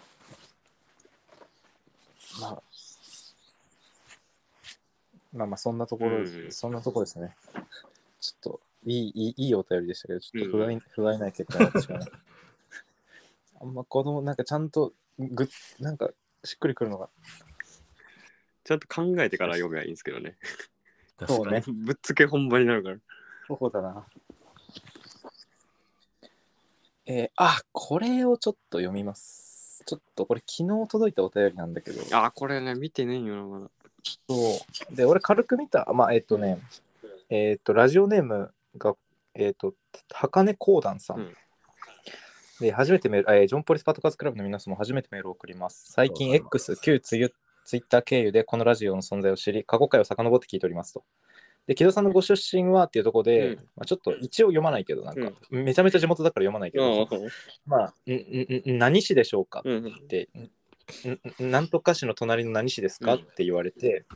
Speaker 3: まあ、まあまあ、そんなところ、
Speaker 1: うん
Speaker 3: そんなところですね。ちょっと、いい、いい、いいお便りでしたけど、ちょっと不甲
Speaker 1: う
Speaker 3: 斐、不甲斐ない結果になってしまう。あんま子供、なんかちゃんと、ぐ、なんか、しっくりくるのが。
Speaker 1: ちゃんと考えてから読めばいいんですけどね。
Speaker 2: 確かに。
Speaker 1: ぶっつけ本番になるから。
Speaker 3: そうだな。えーあ、これをちょっと読みます。ちょっとこれ昨日届いたお便りなんだけど。
Speaker 1: あー、これね、見てねえよな、まだ。
Speaker 3: そう。で、俺軽く見た。まあ、えっ、とね、えっ、と、ラジオネームが、えっ、と、高根光壇さん。
Speaker 1: うん
Speaker 3: で、初めてメール、えージョンポリスパトカーズクラブの皆様、初めてメールを送ります。最近
Speaker 2: ありがとうござ
Speaker 3: X、旧ツイツイッター経由でこのラジオの存在を知り、過去回を遡って聞いておりますと。で、木戸さんのご出身はっていうところで、
Speaker 1: うん
Speaker 3: まあ、ちょっと一応読まないけど、なんか、めちゃめちゃ地元だから読まないけど、まあ、んんん何市でしょうか
Speaker 1: うんうん。
Speaker 3: ってんんなんとか市の隣の何市ですか?」
Speaker 1: うん
Speaker 3: って言われて、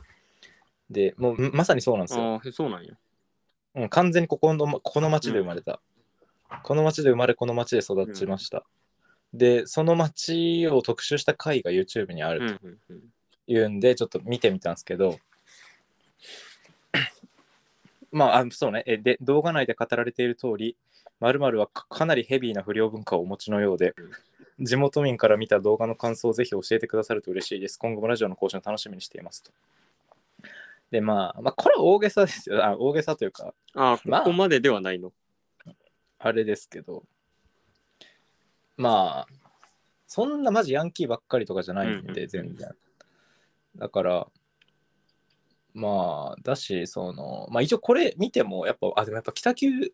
Speaker 3: でもうんまさにそうなんですよ、
Speaker 1: ああ、そうなんや。
Speaker 3: うん、完全にここのこの町で生まれた、この町で生まれこの町で育ちました、でその町を特集した回が YouTube にあ
Speaker 1: うん
Speaker 3: る
Speaker 1: うんうん。
Speaker 3: というんで、ちょっと見てみたんですけど まああそうねえで動画内で語られている通り〇〇はかかなりヘビーな不良文化をお持ちのようで地元民から見た動画の感想をぜひ教えてくださると嬉しいです。今後もラジオの更新を楽しみにしていますと。で、まあ、まあ、これは大げさですよ。あ大げさというか、
Speaker 1: あ
Speaker 3: ま
Speaker 1: あ、
Speaker 3: あ
Speaker 1: ここまでではないの。
Speaker 3: あれですけど、まあ、そんなマジヤンキーばっかりとかじゃないん
Speaker 1: うんうんう
Speaker 3: で、
Speaker 1: ん
Speaker 3: 全然。だから、まあ、だし、その、まあ一応これ見ても、やっぱ、あ、でもやっぱ北九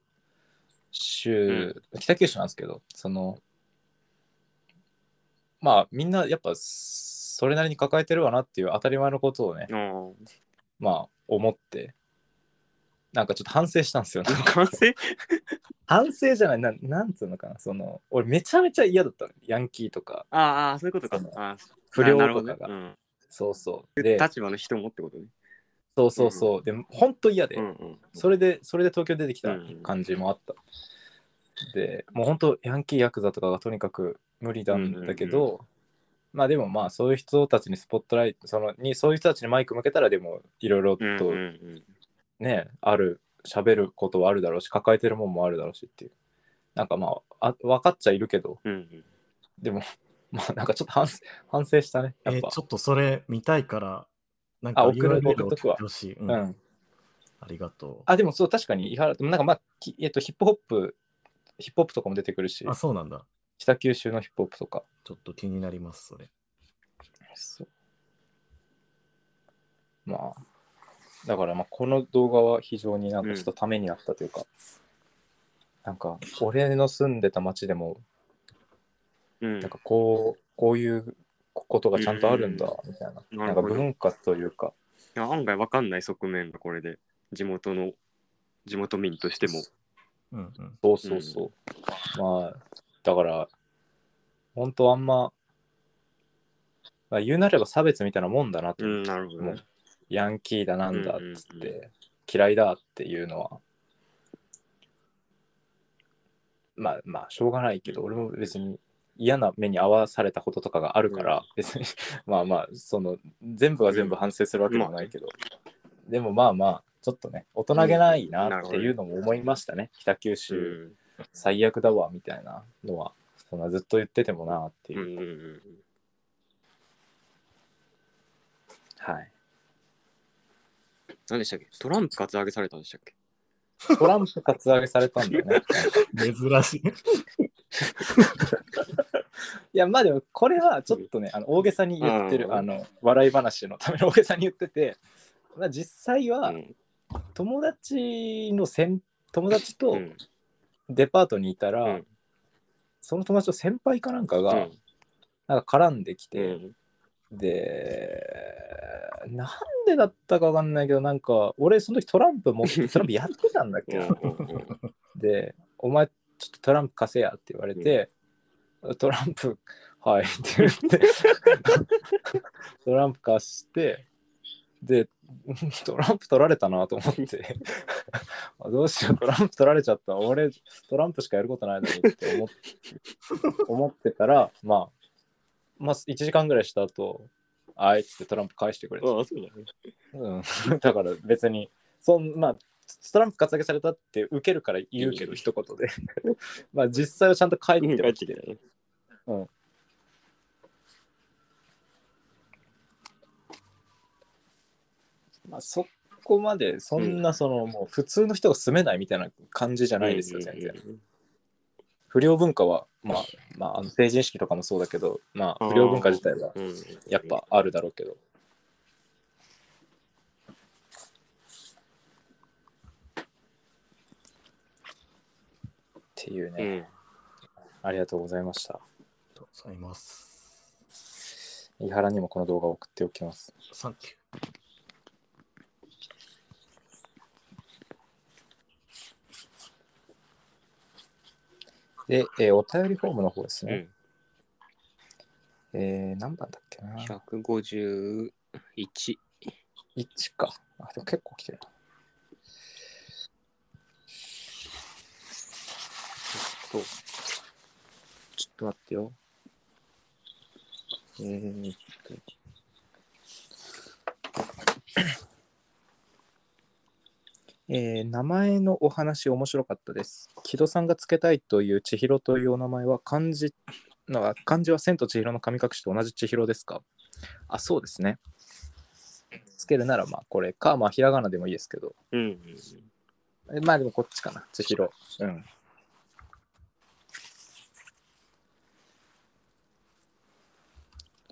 Speaker 3: 州、北九州なんですけど、その、まあみんなやっぱそれなりに抱えてるわなっていう当たり前のことをね、
Speaker 1: あ
Speaker 3: まあ思って、なんかちょっと反省したんですよ。なん
Speaker 1: あ。
Speaker 3: か
Speaker 1: 完成
Speaker 3: 反省じゃないなんなんつうのかなその俺めちゃめちゃ嫌だったのヤンキーとか
Speaker 1: ああああ、そういうことか
Speaker 3: そ。の
Speaker 1: ああ
Speaker 3: 不良と
Speaker 1: な
Speaker 3: か
Speaker 1: るほ
Speaker 3: が、
Speaker 1: どね
Speaker 3: そうそう
Speaker 1: う
Speaker 3: で
Speaker 1: ん、立場の人もってことね。
Speaker 3: そうそうそうで本当嫌で、
Speaker 1: うんうん。
Speaker 3: それでそれで東京出てきた
Speaker 1: うん
Speaker 3: 感じもあった、でもう本当ヤンキーヤクザとかがとにかく無理なんだけど、
Speaker 1: うん
Speaker 3: まあでもまあそういう人たちにスポットライトそのにそういう人たちにマイク向けたらでもいろいろと
Speaker 1: う
Speaker 3: ね、
Speaker 1: んうんうん
Speaker 3: ある喋ることはあるだろうし抱えてるもんもあるだろうしっていうなんかまああ分かっちゃいるけど
Speaker 1: うんうん。
Speaker 3: でも、 まあなんかちょっと反省反省したね。
Speaker 2: え
Speaker 3: やっぱ
Speaker 2: ー、ちょっとそれ見たいから、なんか
Speaker 3: あ送る
Speaker 2: URL
Speaker 3: 送っとく
Speaker 2: 送
Speaker 3: わ
Speaker 2: ってほしい。う
Speaker 3: うんん、
Speaker 2: ありがとう。
Speaker 3: あ、でもそう、確かに、井原、でもなんかまあ、きえっと、ヒップホップ、ヒップホップとかも出てくるし
Speaker 2: あ、、そうなんだ。
Speaker 3: 北九州のヒップホップとか。
Speaker 2: ちょっと気になります、それ。
Speaker 3: そうまあ、だからまあ、この動画は非常になんかちょっとためになったというか、なんか、俺の住んでた町でも、
Speaker 1: うん
Speaker 3: なんかこう、こういうことがちゃんとあるんだ、みたいな。
Speaker 1: うん
Speaker 3: なんか文化というか、
Speaker 1: いや案外わかんない側面がこれで地元の地元民としても
Speaker 2: うん うん。
Speaker 3: そうそうそう。まあ、だから、本当あんま、まあ、言うなれば差別みたいなもんだなと、
Speaker 1: うんなるほど
Speaker 3: もう
Speaker 1: ね
Speaker 3: ヤンキーだなんだっつって、
Speaker 1: うんうん
Speaker 3: 嫌いだっていうのは、まあまあ、しょうがないけど、俺も別に嫌な目に遭わされたこととかがあるから、
Speaker 1: うん
Speaker 3: 別に、 まあまあ、その、全部は全部反省するわけでもないけど、でもまあまあ、ちょっとね、大人げないなっていうのも思いましたね、北九
Speaker 1: う
Speaker 3: 州。
Speaker 1: ん
Speaker 3: 最悪だわみたいなのはそんなずっと言っててもなっていうう、
Speaker 1: んうんうん
Speaker 3: はい
Speaker 1: 何でしたっけトランプカツアゲされたんでしたっけ
Speaker 3: トランプカツアゲされたんだよね
Speaker 2: 珍しい。
Speaker 3: いやまあでもこれはちょっとねあの大げさに言って
Speaker 1: う
Speaker 3: る
Speaker 1: ん
Speaker 3: あの笑い話のための大げさに言ってて、まあ、実際は
Speaker 1: うん
Speaker 3: 友達の先友達
Speaker 1: う
Speaker 3: と
Speaker 1: ん
Speaker 3: デパートにいたら、
Speaker 1: うん
Speaker 3: その友達の先輩かなんか
Speaker 1: う
Speaker 3: が、
Speaker 1: ん
Speaker 3: なんか絡んでき
Speaker 1: う
Speaker 3: て、
Speaker 1: ん
Speaker 3: でなんでだったかわかんないけどなんか俺その時トランプ持ってトランプやってたんだっけ
Speaker 1: う
Speaker 3: ど
Speaker 1: ん
Speaker 3: で、お前、ちょっとトランプ稼いやって言われて、トランプ、はいって言って、トランプ貸して、で、トランプ取られたなと思って、あどうしよう、トランプ取られちゃった。俺、トランプしかやることないのにって思っ思ってたら、まあ、まあ、1時間ぐらいした後、あいっつってトランプ返してくれて。
Speaker 1: ああ、そうだね。
Speaker 3: うん、 だから別にそんまあトランプ活躍されたって受けるから言うけ
Speaker 1: う
Speaker 3: ど
Speaker 1: ん
Speaker 3: 一言で まあ実際はちゃんと帰って
Speaker 1: 帰
Speaker 3: は
Speaker 1: っ
Speaker 3: き
Speaker 1: て
Speaker 3: て
Speaker 1: き
Speaker 3: る
Speaker 1: たね。
Speaker 3: まあ、そこまでそんなその、もう普通の人が住めないみたいな感じじゃないですよ全然、
Speaker 1: うん
Speaker 3: 不良文化はまあまああの成人式とかもそうだけどまあ
Speaker 1: あー
Speaker 3: 不良文化自体は
Speaker 1: うん。
Speaker 3: やっぱあるだろうけどっていうね、
Speaker 1: うん。
Speaker 3: ありがとうございました。
Speaker 2: とうございます。
Speaker 3: 伊原にもこの動画を送っておきます。
Speaker 2: サンキュー。
Speaker 3: で、えーお便りフォームの方です
Speaker 1: う
Speaker 3: ね。
Speaker 1: ん。
Speaker 3: えー何番だっけな ?1
Speaker 1: 151。
Speaker 3: か。あ、でも結構来てるな。
Speaker 1: そう。
Speaker 3: ちょっと待ってよ。えーっと。えー名前のお話面白かったです。木戸さんがつけたいという千尋というお名前は漢字のは漢字は千と千尋の神隠しと同じ千尋ですかあ、そうですね。つけるならまあこれか、まあひらがなでもいいですけど。
Speaker 1: うん。
Speaker 3: えまあでもこっちかな、千尋。うん。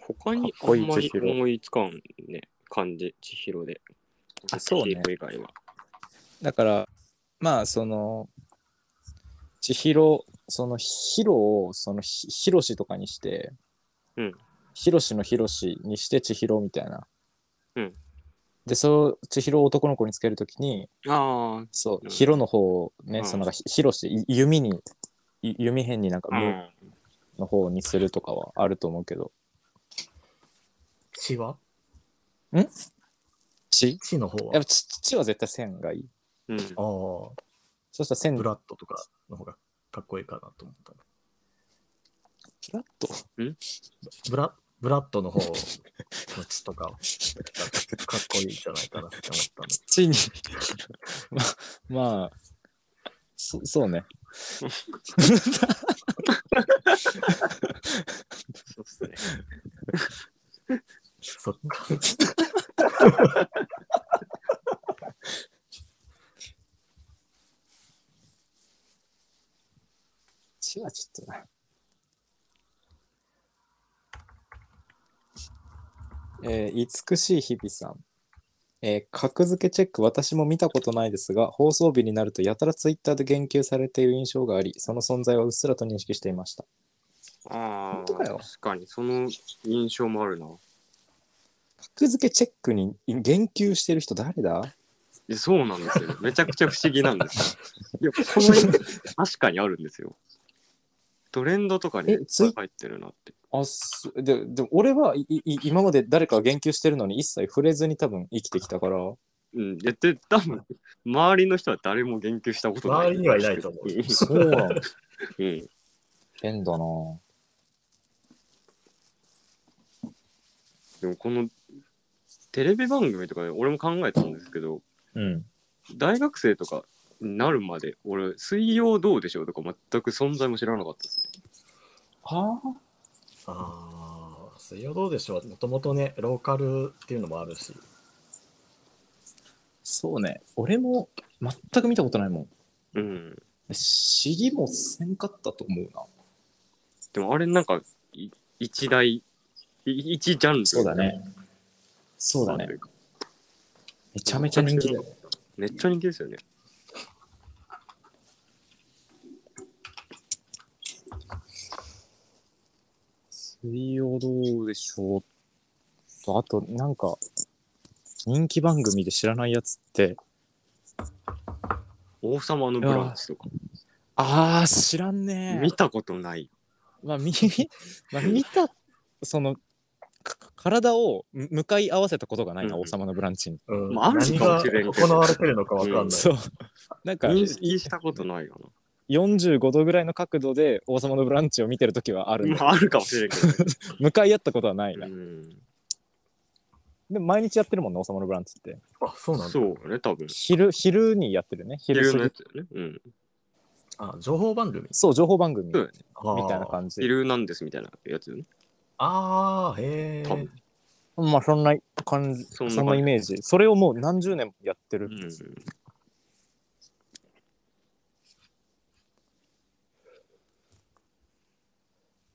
Speaker 1: 他に
Speaker 3: かっ
Speaker 1: あ
Speaker 3: こい
Speaker 1: ん
Speaker 3: い
Speaker 1: まり
Speaker 3: 千尋
Speaker 1: 思いつかんね。感じ、千尋で。
Speaker 3: あそうね
Speaker 1: 千尋以外は。
Speaker 3: だからまあその千尋そのヒロをそのひひろしとかにして、
Speaker 1: うん
Speaker 3: ひろしのひろしにして千尋みたいな、
Speaker 1: うん
Speaker 3: でその千尋を男の子につけるときに
Speaker 1: ああ。
Speaker 3: そううんヒロの方をね、
Speaker 1: うん
Speaker 3: そのなんかひひろしい弓にい弓辺になんか
Speaker 1: う
Speaker 3: 無
Speaker 1: ん。
Speaker 3: の方にするとかはあると思うけど、
Speaker 2: 血は
Speaker 3: 血
Speaker 2: 血の方
Speaker 3: や
Speaker 2: は
Speaker 3: っぱ血血は絶対線がいい
Speaker 1: うん。
Speaker 2: ああ、
Speaker 3: そしたら線
Speaker 2: ブ
Speaker 3: ブ
Speaker 2: ラッドとかの方がかっこいいかなと思った。
Speaker 3: ラッと
Speaker 2: ブラブラッドの方の血とかはかっこいいんじゃないかなって思ったの。
Speaker 3: 土に ままあそそうね
Speaker 1: そうっすね。
Speaker 2: そっか。
Speaker 3: 血はちょっとなえー、慈しい日々さんえー格付けチェック私も見たことないですが放送日になるとやたらツイッターで言及されている印象がありその存在はうっすらと認識していました
Speaker 1: あ
Speaker 3: 本
Speaker 1: あ。
Speaker 3: 当かよ
Speaker 1: 確かに、その印象もあるな。
Speaker 3: 格付けチェックに言及してる人誰だ
Speaker 1: いやそうなんですよ。めちゃくちゃ不思議なんです よ。いや、この絵、確かにあるんですよ。トレンドとかに
Speaker 3: え
Speaker 1: いっぱい入ってるなって。
Speaker 3: あすででも俺はいいい今まで誰かが言及してるのに一切触れずに多分生きてきたから
Speaker 1: うん。で、で多分周りの人は誰も言及したことない。
Speaker 2: 周りにはいないと思う
Speaker 3: そうなの
Speaker 1: うん。うん
Speaker 3: 変だなぁ
Speaker 1: でも、このテレビ番組とかで俺も考えたんですけど、
Speaker 3: うん
Speaker 1: 大学生とかになるまで、俺、水曜どうでしょうとか全く存在も知らなかったですね。
Speaker 3: は
Speaker 2: ああ、水曜どうでしょう。もともとね、ローカルっていうのもあるし。
Speaker 3: そうね俺も全く見たことないも
Speaker 1: うん。
Speaker 3: ん知りもせんかったと思うな
Speaker 1: でも、あれなんか、い一大、い一ジャンル。
Speaker 3: そうだね
Speaker 1: なんていか。
Speaker 3: めちゃめちゃ人気だよ
Speaker 1: めっちゃ人気ですよね。
Speaker 3: 水曜どうでしょうとあとなんか人気番組で知らないやつって
Speaker 1: 王様のブランチとか
Speaker 3: ああ知らんねえ
Speaker 1: 見たことない。
Speaker 3: まあ、見 まあ見たそのか体をむ向かい合わせたことがないな、
Speaker 1: うん
Speaker 3: 王様のブランチに、
Speaker 2: うん
Speaker 1: まああるかもしれんけど
Speaker 2: 何が行われてるのかわかんない。
Speaker 3: そうなんか
Speaker 1: 認識したことないよ
Speaker 3: 45度ぐらいの角度で「王様のブランチ」を見てる時はあるんだよ
Speaker 1: まあ、あるかもしれんけどね、
Speaker 3: 向かい合ったことはないな、
Speaker 1: うん
Speaker 3: でも毎日やってるもんね「王様のブランチ」って
Speaker 2: あ、そうなんだ。
Speaker 1: そうね、多分。
Speaker 3: 昼昼にやってるね昼
Speaker 1: 昼
Speaker 3: 過
Speaker 1: のや
Speaker 3: ぎ
Speaker 1: つだよね。うん。
Speaker 2: あ、情報番組
Speaker 3: そう情報番組
Speaker 1: そうだ
Speaker 3: み
Speaker 1: よね。
Speaker 3: たいな感じ
Speaker 1: 昼なんですみたいなやつよね。
Speaker 2: あーあー、へ
Speaker 1: 多
Speaker 2: え
Speaker 1: 分。。
Speaker 3: まあそんな感じ
Speaker 1: そ
Speaker 3: そ
Speaker 1: ん
Speaker 3: ん
Speaker 1: な感じ
Speaker 3: なイメージそれをもう何十年もやって
Speaker 1: う
Speaker 3: る、
Speaker 1: ん。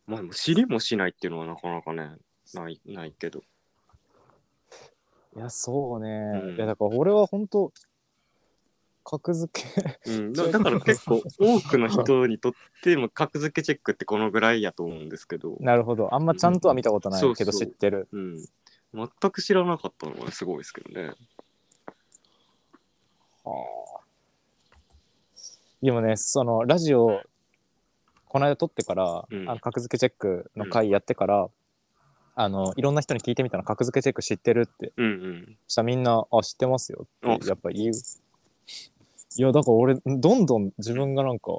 Speaker 1: まあでも知りもしないっていうのはなかなかね、ないないけど。
Speaker 3: いやそうね、
Speaker 1: うん
Speaker 3: いやだから俺は本当格付け
Speaker 1: うん、だだから結構多くの人にとっても格付けチェックってこのぐらいやと思うんですけど、
Speaker 3: なるほどあんまちゃんとは見たことない
Speaker 1: うん
Speaker 3: けど
Speaker 1: そうそ
Speaker 3: 知
Speaker 1: う
Speaker 3: ってる、
Speaker 1: うん、全く知らなかったのがすごいですけどね。
Speaker 3: はあでもねそのラジオこの間撮ってから、
Speaker 1: うん
Speaker 3: あの格付けチェックの回やってから、あのいろんな人に聞いてみたら格付けチェック知ってるって
Speaker 1: うんうん。
Speaker 3: したらみんな「あ知ってますよ」
Speaker 1: あ
Speaker 3: ってやっぱ言ういやだから俺どんどん自分がなんか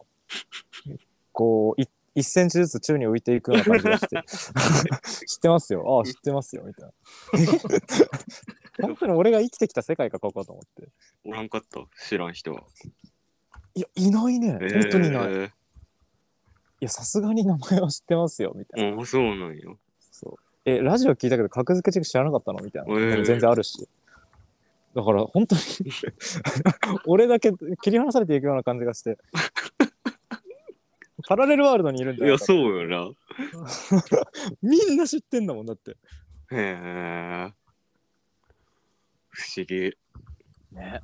Speaker 3: こうい1センチずつ宙に浮いていくような感じがして 知ってますよああ知ってますよみ たいな本当に俺が生きてきた世界かここと思って
Speaker 1: おらんかった、知らん人は。
Speaker 3: いやいないね本当にいない、い
Speaker 1: え
Speaker 3: やさすがに名前は知ってますよみたいな、
Speaker 1: ー、あそうなんよ。
Speaker 3: そうえラジオ聞いたけど格付けチェック知らなかったのみたいな、
Speaker 1: ええ
Speaker 3: 全然あるしだから本当に 俺だけ切り離されていくような感じが してパラレルワールドにいるん
Speaker 1: い
Speaker 3: だよ
Speaker 1: や、そうよな。
Speaker 3: みんな知ってんだもんだって
Speaker 1: へえ。不思議。
Speaker 3: ね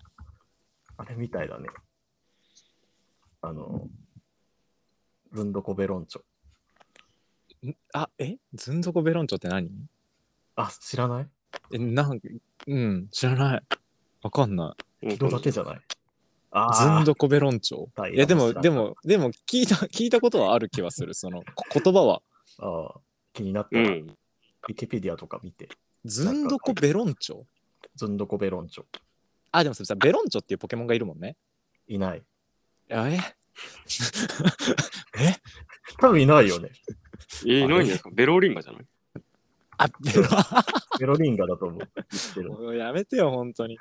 Speaker 2: あれみたいだね。あの、ブンドコベロンチョ。
Speaker 3: あえズンドコベロンチョって何
Speaker 2: あ、知らない
Speaker 3: えなんうん知らないわかんな
Speaker 2: 人だけじゃない。あ
Speaker 3: い
Speaker 2: あ。
Speaker 3: ズンドコベロンチョ
Speaker 2: はい
Speaker 3: いやで
Speaker 2: 知
Speaker 3: も
Speaker 2: らな
Speaker 3: でもでも聞いた 聞いたことはある気はするそのこ言葉 は
Speaker 2: ああ。気になった
Speaker 1: う
Speaker 2: ら、ウ
Speaker 1: ん。
Speaker 2: ィキペディアとか見て、
Speaker 3: ズンドコベロンチョ
Speaker 2: ズンドコベロンチョ。
Speaker 3: あでもそれさベロンチョっていうポケモンがいるもんね
Speaker 2: いない。
Speaker 3: あえ
Speaker 2: 多分いないよね。
Speaker 1: えいないんですかベロリンガじゃない
Speaker 3: あベロ
Speaker 2: ベロリンガだと思う。言って る。
Speaker 3: もう やめてよ、本当に。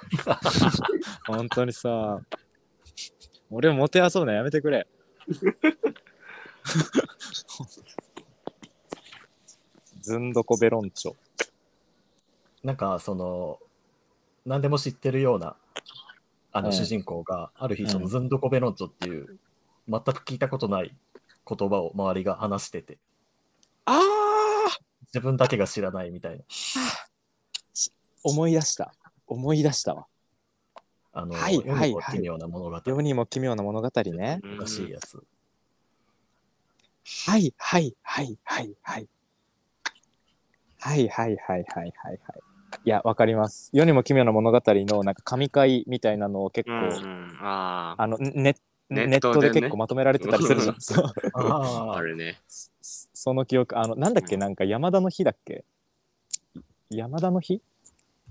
Speaker 3: 本当にさ。俺をもてあそうなやめてく れ。ずんどこベロンチョ。
Speaker 2: なんかその何でも知ってるようなあ
Speaker 3: う
Speaker 2: の
Speaker 3: ん
Speaker 2: 主人公が、ある日そうの
Speaker 3: ん
Speaker 2: ズンドコベロンチョっていう全く聞いたことない言葉を周りが話してて
Speaker 3: ああ
Speaker 2: 自分だけが知らないみたいな
Speaker 3: 思い出した。思い出したわ。
Speaker 2: あの、
Speaker 3: はい
Speaker 2: 世にも
Speaker 3: はいはい
Speaker 2: 奇妙な物語
Speaker 3: 世にも奇妙な物語ね。
Speaker 1: うん
Speaker 2: らしいやつ、
Speaker 3: はいはいはいはいはい。はいはいはいはいはいはい。いや、わかります。世にも奇妙な物語のなんか神回みたいなのを結
Speaker 1: う
Speaker 3: 構、
Speaker 1: んうん。ああ。
Speaker 3: あのネ
Speaker 1: ネ
Speaker 3: ネ
Speaker 1: ッ
Speaker 3: ッ
Speaker 1: ト
Speaker 3: ト
Speaker 1: で
Speaker 3: で
Speaker 1: ね
Speaker 3: 結構まとめられてたりするじゃん。そう
Speaker 2: ああ
Speaker 1: あれね。
Speaker 3: そその記憶、あの、なんだっけ、なんか山田の日だっけ山田の日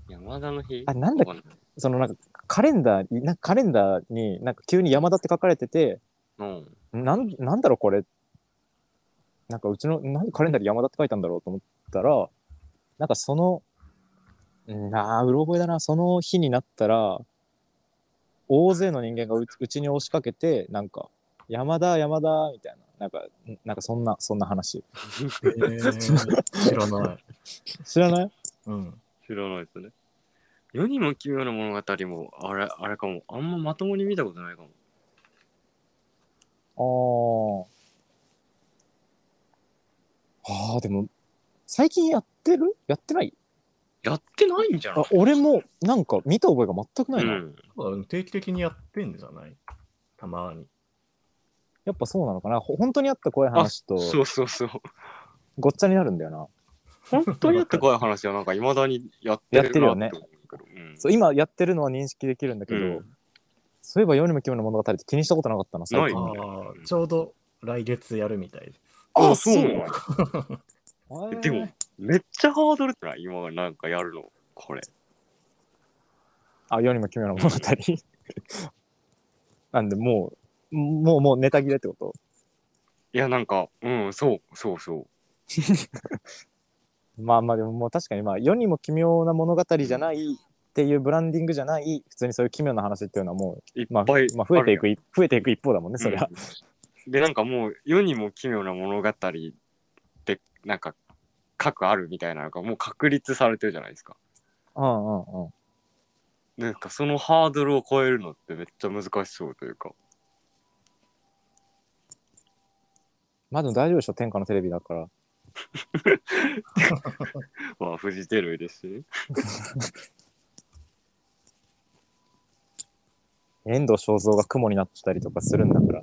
Speaker 1: 山田の日
Speaker 3: あなんだっ
Speaker 1: わかんない
Speaker 3: そのなんかカレンダーに、なんかカレンダーになんか急に山田って書かれてて、
Speaker 1: うん。
Speaker 3: なんなんだろうこれ。なんかうちの、なんでカレンダーに山田って書いたんだろうと思ったら、なんかその、うんなあ、うろ覚えだな、その日になったら、大勢の人間がううちに押しかけて、なんか、山田、山田、みたいな、なんか、んなんかそんな、そんな話。
Speaker 2: へー知らない、
Speaker 3: 知らない
Speaker 2: うん、
Speaker 1: 知らないですね。世にも奇妙な物語も、あれ、あれかも。あんままともに見たことないかも。
Speaker 3: あーあーでも最近やってるやってない
Speaker 1: やってないんじゃな
Speaker 3: あ
Speaker 1: い
Speaker 3: 俺もなんか見た覚えが全くな
Speaker 1: う
Speaker 3: いな、
Speaker 1: ん。
Speaker 2: そうだ定期的にやってんじゃないたまに
Speaker 3: やっぱそうなのかなほ本当にあった怖い話と
Speaker 1: そうそうそう。
Speaker 3: ごっちゃになるんだよな
Speaker 1: 本当にやって怖い話は、 なんかいまだにやってるな
Speaker 3: やってるよね
Speaker 1: て思うけど。うん
Speaker 3: そう今やってるのは認識できるんだけど、
Speaker 1: うん
Speaker 3: そういえば世にも奇妙な物語って気にしたことなかったな最
Speaker 1: う
Speaker 3: 近
Speaker 1: ん
Speaker 2: あ
Speaker 1: ない
Speaker 2: あちょうど来月やるみたい
Speaker 1: あそうなの
Speaker 3: そう
Speaker 1: でもめっちゃハードルってない今なんかやるのこれ
Speaker 3: あ世にも奇妙な物語なんでもうもう、もうネタ切れってこと
Speaker 1: いや、なんか、うん、そう、そうそう。
Speaker 3: まあまあでももう確かにまあ世にも奇妙な物語じゃないっていうブランディングじゃない普通にそういう奇妙な話っていうのはも
Speaker 1: いっ
Speaker 3: う、まあ、
Speaker 1: ぱい、
Speaker 3: まあ増えていくい増えていく一方だもんね それは、
Speaker 1: うんでなんかもう世にも奇妙な物語ってなんか核あるみたいなのがもう確立されてるじゃないですか。
Speaker 3: うんうんうん
Speaker 1: なんかそのハードルを超えるのってめっちゃ難しそうというか。
Speaker 3: まあでも大丈夫でしょ天下のテレビだから
Speaker 1: まあフジテレビですしね。
Speaker 3: 遠藤正造が雲になったりとかするんだから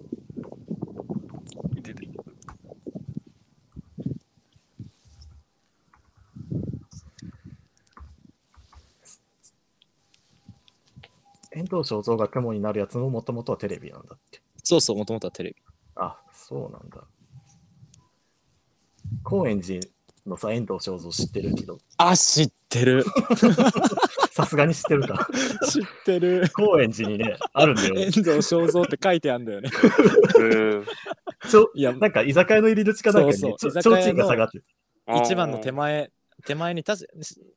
Speaker 1: 出て
Speaker 2: 遠藤正造が雲になるやつももともとはテレビなんだって。
Speaker 3: そうそうもともとはテレビ
Speaker 2: あ、そうなんだ。高円寺のさ、遠藤正造知ってるけど、
Speaker 3: あ知ってる
Speaker 2: さすがに知ってるか。
Speaker 3: 知ってる
Speaker 2: 高円寺にね、あるんだよ。
Speaker 3: 藤正造って書いてあるんだよね
Speaker 1: る
Speaker 2: ちょ
Speaker 3: いや
Speaker 2: なんか居酒屋の入り口かなんかに、
Speaker 3: そうそう
Speaker 2: ちょ
Speaker 3: 居酒屋
Speaker 2: 提
Speaker 3: の
Speaker 2: 灯が下がってる。
Speaker 3: 一番の手。前手前に確か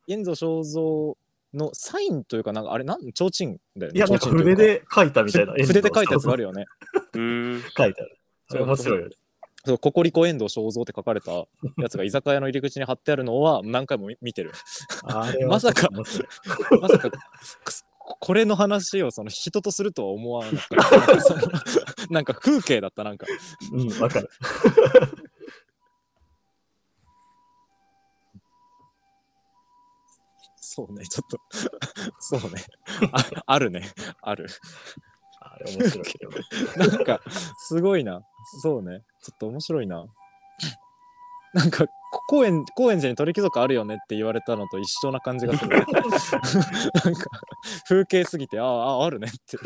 Speaker 3: 遠藤正造のサインというかなんかあれなん提灯だよね
Speaker 2: いや、なんか筆で書いたみたいな。
Speaker 3: 筆で書いたやつがあ
Speaker 2: る。
Speaker 3: るよね
Speaker 1: うーん。
Speaker 2: 書いてある。それ面白いよね。
Speaker 3: そう、ココリコ遠藤正造って書かれたやつが居酒屋の入り口に貼ってあるのは何回も見てる。
Speaker 2: あれ
Speaker 3: まさ
Speaker 2: ちょっ
Speaker 3: か
Speaker 2: と面白い
Speaker 3: まさか、くすこれの話をその人とするとは思わなかった。 そのなんか風景だった、なんか。
Speaker 2: うん、わかる。
Speaker 3: そうね、ちょっと。 そうね。ああるね。ある。
Speaker 2: あれ面白いよね。
Speaker 3: なんか、すごいな。そうね。ちょっと面白いな。なんか、高円高円寺に鳥貴族あるよねって言われたのと一緒な感じがする。なんか、風景すぎて、ああ、ああるねって。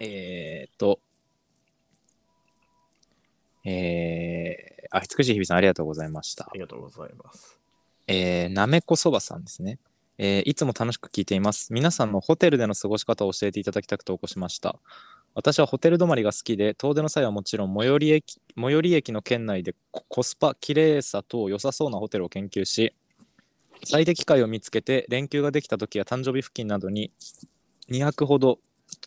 Speaker 3: えー、っと、えー、あ、美しい日々さん、ありがとうございました
Speaker 2: あ。りがとうございます。
Speaker 3: えー、なめこそばさんですね。えーいつも楽しく聞いています。皆さんのホテルでの過ごし方を教えていただきたく投稿しました。私はホテル泊まりが好きで、遠出の際はもちろん最寄り駅、最寄り駅の県内でココスパ、綺麗さ等良さそうなホテルを研究し、最適解を見つけて、連休ができた時や誕生日付近などに2泊ほど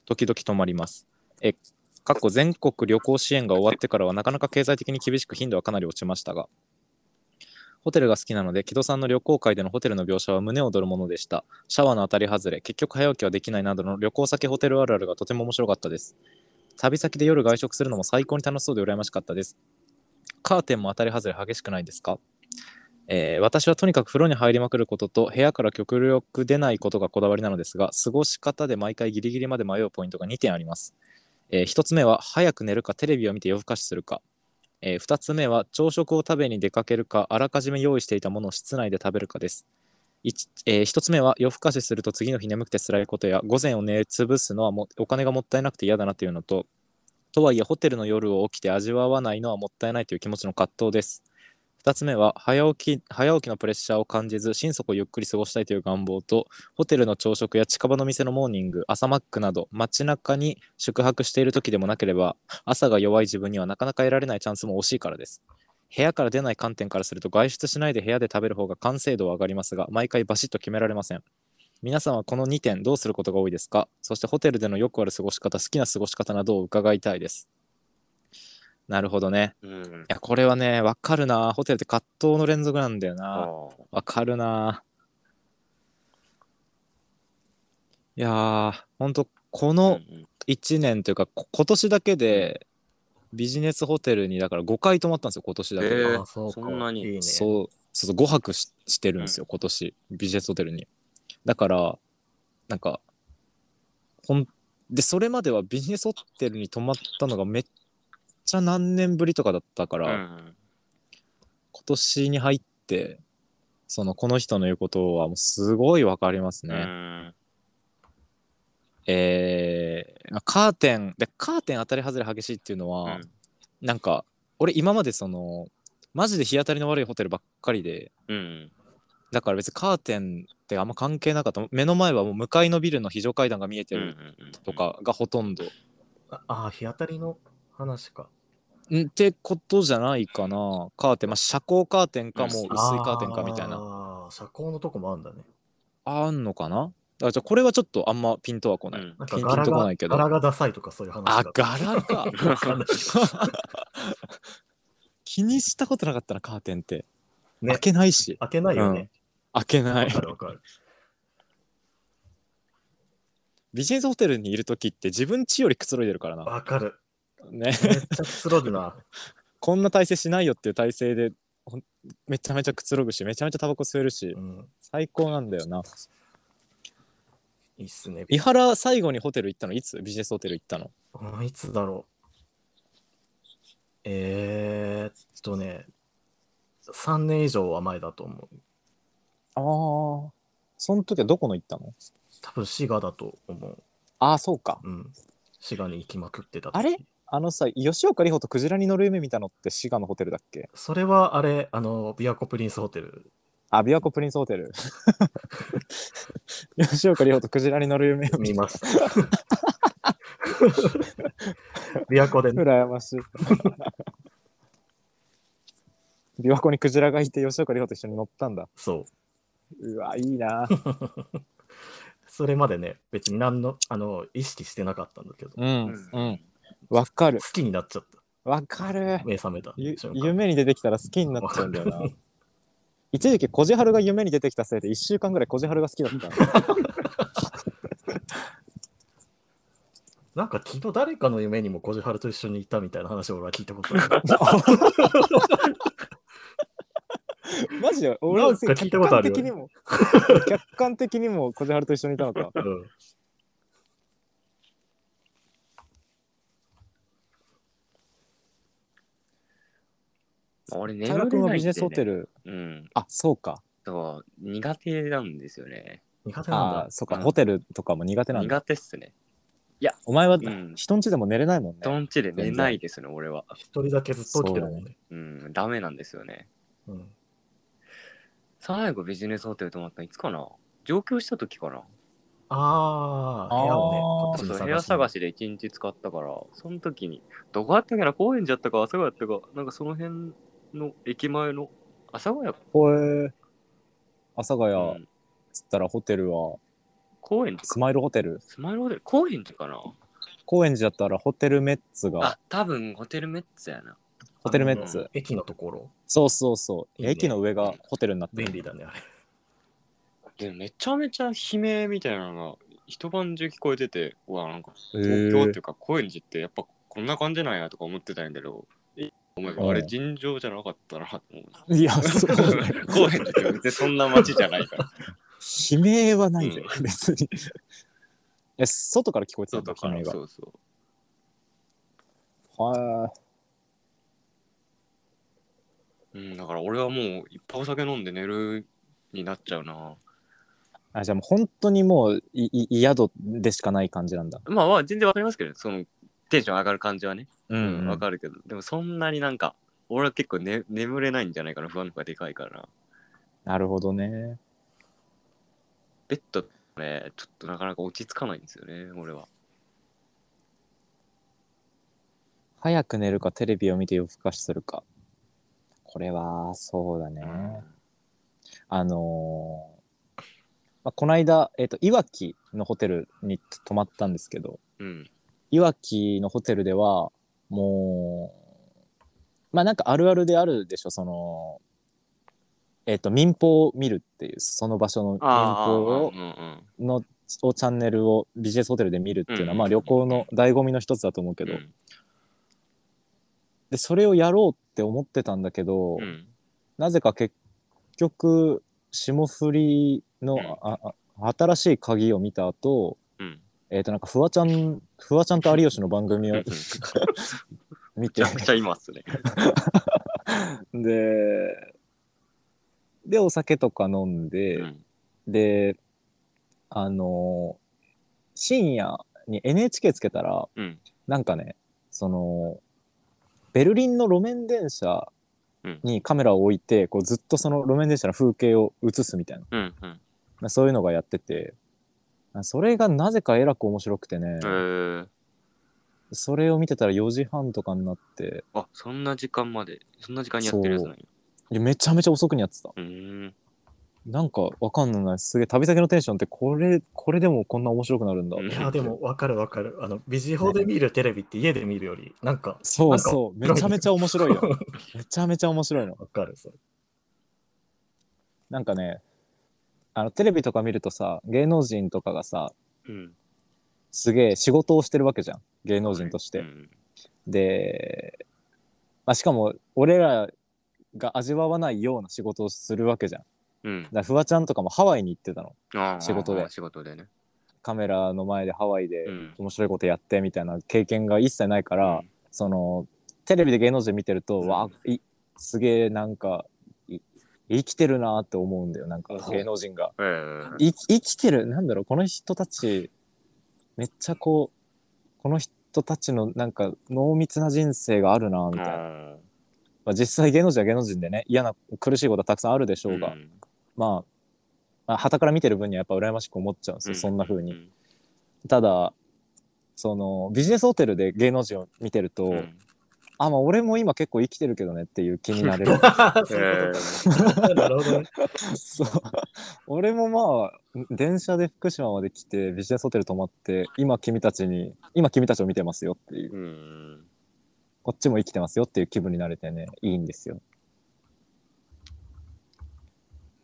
Speaker 3: 時々泊まります。えー、かっこ全国旅行支援が終わってからはなかなか経済的に厳しく頻度はかなり落ちましたが、ホテルが好きなので、木戸さんの旅行会でのホテルの描写は胸躍るものでした。シャワーの当たり外れ、結局早起きはできないなどの旅行先ホテルあるあるがとても面白かったです。旅先で夜外食するのも最高に楽しそうで羨ましかったです。カーテンも当たり外れ激しくないですか、えー私はとにかく風呂に入りまくることと部屋から極力出ないことがこだわりなのですが、過ごし方で毎回ギリギリまで迷うポイントが2点あります。え1つ目は早く寝るかテレビを見て夜更かしするか。えー、2つ目は朝食を食べに出かけるかあらかじめ用意していたものを室内で食べるかです。一えー、1つ目は夜更かしすると次の日眠くて辛いことや午前を寝潰すのはもお金がもったいなくて嫌だなというのととはいえホテルの夜を起きて味わわないのはもったいないという気持ちの葛藤です。2つ目は早起き早起きのプレッシャーを感じず心底ゆっくり過ごしたいという願望とホテルの朝食や近場の店のモーニング朝マックなど街中に宿泊している時でもなければ朝が弱い自分にはなかなか得られないチャンスも惜しいからです。部屋から出ない観点からすると外出しないで部屋で食べる方が完成度は上がりますが、毎回バシッと決められません。皆さんはこの2点どうすることが多いですかそしてホテルでのよくある過ごし方、好きな過ごし方などを伺いたいです。なるほどね。
Speaker 1: うん
Speaker 3: い。や、これはね、わかるな。ホテルって葛藤の連続なんだよ
Speaker 1: あ
Speaker 3: な。
Speaker 1: ー
Speaker 3: わかるなぁ。いやー、ほんと、こ
Speaker 1: うん
Speaker 3: の
Speaker 1: うん
Speaker 3: 1年というかこ今年だけでビジネスホテルにだから5回泊まったんですよ今年だけで、
Speaker 1: えー
Speaker 2: あそうか
Speaker 1: そんなに
Speaker 2: いいね。
Speaker 3: そうそうそう5泊ししてるんですよ、今年ビジネスホテルにだからなんかほんでそれまではビジネスホテルに泊まったのがめっちゃ何年ぶりとかだったから、
Speaker 1: うん
Speaker 3: 今年に入ってそのこの人の言うことはもうすごいわかります
Speaker 1: う
Speaker 3: ね、
Speaker 1: ん
Speaker 3: えーまあカーテンでカーテン当たり外れ激しいっていうの
Speaker 1: う
Speaker 3: は、
Speaker 1: ん
Speaker 3: なんか俺今までそのマジで日当たりの悪いホテルばっかりで
Speaker 1: うん。
Speaker 3: だから別にカーテンってあんま関係なかった目の前はもう向かいのビルの非常階段が見えて
Speaker 1: うんう
Speaker 3: る
Speaker 1: んうん
Speaker 3: と。かがほとんど、
Speaker 2: ああー、日当たりの話か。
Speaker 3: んってことじゃないかなカーテンまあ遮光カーテンかもう薄い
Speaker 1: うん
Speaker 3: カーテンかみたいな
Speaker 2: ああ、遮光のとこもあるんだね。
Speaker 3: あんのかなだからじゃあこれはちょっとあんまピンとは来ない、
Speaker 1: うん
Speaker 2: なんか
Speaker 3: ピン
Speaker 2: 柄
Speaker 3: ピンとこ
Speaker 2: が
Speaker 3: ないけど
Speaker 2: 柄がダサいとかそういう話
Speaker 3: あ
Speaker 2: が
Speaker 3: 柄か
Speaker 2: わかんない
Speaker 3: 気にしたことなかったなカーテンって、
Speaker 2: ね
Speaker 3: 開けないし
Speaker 2: 開けないよね。
Speaker 3: 開けな
Speaker 2: わ
Speaker 3: い
Speaker 2: かるわかる。
Speaker 3: ビジネスホテルにいる時って自分ちよりくつろいでるからな
Speaker 2: わかる。
Speaker 3: ね
Speaker 2: めっちゃくつろぐ な。
Speaker 3: こんな体勢しないよっていう体勢でほんめちゃめちゃくつろぐしめちゃめちゃタバコ吸えるし
Speaker 2: うん。
Speaker 3: 最高なんだよない
Speaker 2: いっすね。
Speaker 3: 伊原最後にホテル行ったのいつビジネスホテル行ったの
Speaker 2: うんいつだろう。えー、っとね、3年以上は前だと思う。
Speaker 3: ああその時はどこの行ったの
Speaker 2: 多分滋賀だと思う。
Speaker 3: ああそうか
Speaker 2: うん。滋賀に行きまくってた時。
Speaker 3: あれあのさ吉岡里帆とクジラに乗る夢見たのって滋賀のホテルだっけ
Speaker 2: それはあれ、あの、琵琶湖プリンスホテル。
Speaker 3: あ琵琶湖プリンスホテ ル吉岡里帆とクジラに乗る夢を見
Speaker 2: 見ました。琵琶湖でね、
Speaker 3: 羨ましい。 琵琶湖にクジラがいて吉岡里帆と一緒に乗ったんだ。
Speaker 2: そう。
Speaker 3: うわ、いいな。
Speaker 2: それまでね、別に何の、あの、意識してなかったんだけど、
Speaker 3: う、
Speaker 1: うんん
Speaker 3: うん。わかる
Speaker 2: 好。きになっちゃっ
Speaker 3: わかる
Speaker 2: た。。目覚めた
Speaker 3: ゆ
Speaker 2: 瞬間。
Speaker 3: 夢に出てきたら好きになっちゃうんだよな。 一時期、こじはるが夢に出てきたせいで、1週間ぐらいこじはるが好きだった。
Speaker 2: なんか昨日誰かの夢にも小じはると一緒にいたみたいな話を俺は聞いたことある。
Speaker 3: マジで、俺は
Speaker 2: なんか聞いたことあるよ
Speaker 3: 客観的にも、客観的にもこじはると一緒にいたのか。
Speaker 2: うん
Speaker 1: 俺
Speaker 3: 茶
Speaker 1: 眠
Speaker 3: 楽
Speaker 1: れ
Speaker 3: 君は
Speaker 1: ないん
Speaker 3: ビジ
Speaker 1: で
Speaker 3: ネスホテ
Speaker 1: ね。
Speaker 3: ル。
Speaker 1: うん。
Speaker 3: あ、そうか。
Speaker 1: そう苦手なんですよね。
Speaker 2: 苦手なん
Speaker 3: あ
Speaker 2: だ
Speaker 3: ー、。そうか。
Speaker 1: うん
Speaker 3: ホテルとかも苦手なんだ。
Speaker 1: 苦手っすね。
Speaker 3: お前は
Speaker 1: うん
Speaker 3: 人んちでも寝れないもんね。
Speaker 1: どんちで寝ないですね、俺は。
Speaker 2: 一人だけずっと起きてるもんね。
Speaker 1: うん、ダメなんですよね。
Speaker 2: うん
Speaker 1: 最後ビジネスホテル泊まったのいつかな上京した時かな
Speaker 2: ああ、部屋をね、
Speaker 3: あ
Speaker 2: こっち
Speaker 1: そう
Speaker 2: に
Speaker 1: 部屋
Speaker 2: 探
Speaker 1: 探
Speaker 2: し
Speaker 1: しで一日使ったから、その時に、どこやったっけな、高円寺やったか、阿佐ヶ谷やったか、なんかその辺の駅前の、阿佐ヶ谷か、
Speaker 3: ほえ。阿佐ヶ
Speaker 1: う
Speaker 3: 谷
Speaker 1: ん、
Speaker 3: つったらホテルは、
Speaker 1: 高円寺
Speaker 3: ス
Speaker 1: か、
Speaker 3: マイルホテル。
Speaker 1: スマイルホテル、高円寺かな
Speaker 3: 高円寺だったらホテルメッツが
Speaker 1: あ、、多分ホテルメッツやな。
Speaker 3: ホテルメッツ
Speaker 2: あの駅のところ、
Speaker 3: そうそうそう。
Speaker 2: いいね
Speaker 3: 駅の上がホテルになって
Speaker 2: 便
Speaker 3: る。
Speaker 2: 利だね、あれ。
Speaker 1: で、めちゃめちゃ悲鳴みたいなのが、一晩中聞こえてて、うわ、なんか、
Speaker 3: へ
Speaker 1: 東京ってい
Speaker 3: ー
Speaker 1: うか、高円寺ってやっぱこんな感じなんやとか思ってたんやけど、え思え
Speaker 3: うん
Speaker 1: ばあれ尋常じゃなかった なと思う。
Speaker 3: いや、そうだね。
Speaker 1: 高円寺って全然そんな街じゃないから。
Speaker 3: 悲鳴はないぜ
Speaker 1: う、
Speaker 3: 別に。え、外から聞こえてた
Speaker 1: そ
Speaker 3: ん
Speaker 1: うだから、
Speaker 3: だ、悲鳴が
Speaker 1: そ。うそう。
Speaker 3: は
Speaker 1: うん、だから俺はもういっぱいお酒飲んで寝るになっちゃうな。
Speaker 3: あ、じゃあもう本当にもう、いいい宿でしかない感じなんだ。
Speaker 1: まあまあ全然わかりますけど、ね、そのテンション上がる感じはね。
Speaker 3: う
Speaker 1: うん、わかるけど、でもそんなになんか、俺は結構、ね、眠れないんじゃないかな、不安の方がでかいからな。
Speaker 3: なるほどね。
Speaker 1: ベッドね、ちょっとなかなか落ち着かないんですよね、俺は。
Speaker 3: 早く寝るかテレビを見て夜更かしするかこれはそうだね、あのーまあ、この間、えっといわきのホテルに泊まったんですけど
Speaker 1: うん。
Speaker 3: いわきのホテルではもうまあなんかあるあるであるでしょそのえっ、と民放を見るっていうその場所の民
Speaker 1: ああ、
Speaker 3: 放を
Speaker 1: うんうん。
Speaker 3: のをチャンネルをビジネスホテルで見るっていうのは、
Speaker 1: うん
Speaker 3: まあ旅行の醍醐味の一つだと思うけど、
Speaker 1: うん
Speaker 3: でそれをやろうって思ってたんだけど、
Speaker 1: うん。
Speaker 3: なぜか結局霜降りの、
Speaker 1: うん
Speaker 3: ああ新しい鍵を見た後
Speaker 1: うん。
Speaker 3: えっ、となんかフワちゃんフワちゃんと有吉の番組
Speaker 1: うんう
Speaker 3: を
Speaker 1: ん
Speaker 3: 見て
Speaker 1: めちゃくちゃ今っすね。
Speaker 3: ででお酒とか飲んで、
Speaker 1: うん。
Speaker 3: であの深夜に NHK つけたら、
Speaker 1: うん
Speaker 3: なんかねそのベルリンの路面電車にカメラを置いてこうずっとその路面電車の風景を映すみたいな
Speaker 1: うんうん
Speaker 3: まあそういうのがやっててそれがなぜかえらく面白くてね、
Speaker 1: えー、
Speaker 3: それを見てたら4時半とかになって
Speaker 1: あそんな時間までそんな時間にやってるやつなんや
Speaker 3: いやめちゃめちゃ遅くにやってた
Speaker 1: うーん
Speaker 3: なんかわかんないすげえ旅先のテンションってこれこれでもこんな面白くなるんだ、
Speaker 1: うん
Speaker 2: いや、でも分かる分かる。あの、ビジホで見るテレビって家で見るより、なんか、
Speaker 3: そうそう
Speaker 2: なんか
Speaker 3: めちゃめちゃ 面白いよめちゃめちゃ面白いの
Speaker 2: 分かる、 それ。
Speaker 3: なんかねあのテレビとか見るとさ芸能人とかがさ
Speaker 1: うん
Speaker 3: すげえ仕事をしてるわけじゃん芸能人として、
Speaker 1: うん
Speaker 3: で、まあ、しかも俺らが味わわないような仕事をするわけじゃんだか
Speaker 1: うん
Speaker 3: らフワちゃんとかもハワイに行ってたの
Speaker 1: あー
Speaker 3: 仕事で
Speaker 1: 仕事でね
Speaker 3: カメラの前でハワイで
Speaker 1: うん
Speaker 3: 面白いことやってみたいな経験が一切ないから、そのテレビで芸能人見てると、
Speaker 1: うん
Speaker 3: わあいすげえなんかい生きてるなって思うんだよなんか
Speaker 1: ほう
Speaker 3: 芸能人が。
Speaker 1: えー、
Speaker 3: い生きてるなんだろうこの人たちめっちゃこうこの人たちのなんか濃密な人生があるなみたいな、
Speaker 1: あー
Speaker 3: まあ、実際芸能人は芸能人でね嫌な苦しいことはたくさんあるでしょうが、
Speaker 1: ん
Speaker 3: まあまあ傍から見てる分にはやっぱ羨ましく思っちゃうんですよ、そんな風に、
Speaker 1: うん
Speaker 3: ただそのビジネスホテルで芸能人を見てると、
Speaker 1: うん
Speaker 3: あまあ俺も今結構生きてるけどねっていう気にな れる
Speaker 1: え
Speaker 2: そうい うこ
Speaker 1: ー
Speaker 2: とか なるほどね。
Speaker 3: そう 俺もまあ電車で福島まで来てビジネスホテル泊まって今君たちに今君たちを見てますよっていう
Speaker 1: うん
Speaker 3: こっちも生きてますよっていう気分になれてねいいんですよ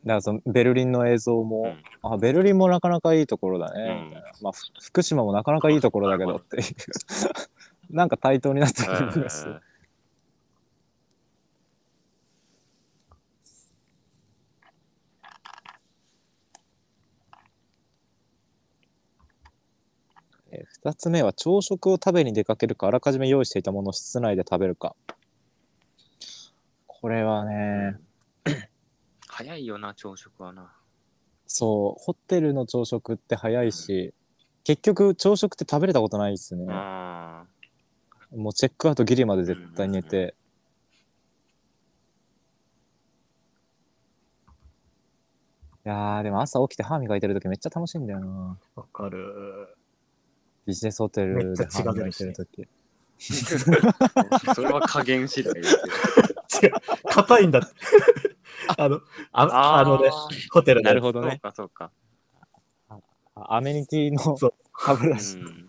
Speaker 3: だからそのベルリンの映像も、あベルリンもなかなかいいところだね、
Speaker 1: うん
Speaker 3: みたいなまあふ福島もなかなかいいところだけどっていう なんか対等になってる気がするえー2つ目は朝食を食べに出かけるかあらかじめ用意していたものを室内で食べるかこれはね
Speaker 1: 早いよな朝食はな
Speaker 3: そうホテルの朝食って早いし結局朝食って食べれたことないですね
Speaker 1: あ
Speaker 3: もうチェックアウトギリまで絶対寝ていやーでも朝起きて歯磨いてる時めっちゃ楽しいんだよな
Speaker 2: 分かる。
Speaker 3: ビジネスホテ
Speaker 2: め
Speaker 3: ル
Speaker 2: っち
Speaker 3: で
Speaker 2: ゃ血
Speaker 3: 歯
Speaker 2: が出
Speaker 3: 磨
Speaker 2: る
Speaker 3: い
Speaker 2: して
Speaker 3: る時
Speaker 1: ーそれは加減次第ですけど
Speaker 2: 違う、硬いんだって。あの、ああのね、ホテルの
Speaker 3: なるほど
Speaker 1: そう
Speaker 3: ね
Speaker 1: かそうか
Speaker 3: あアメニティの
Speaker 2: そう
Speaker 3: 歯ブ
Speaker 1: う
Speaker 3: ラシ
Speaker 1: ん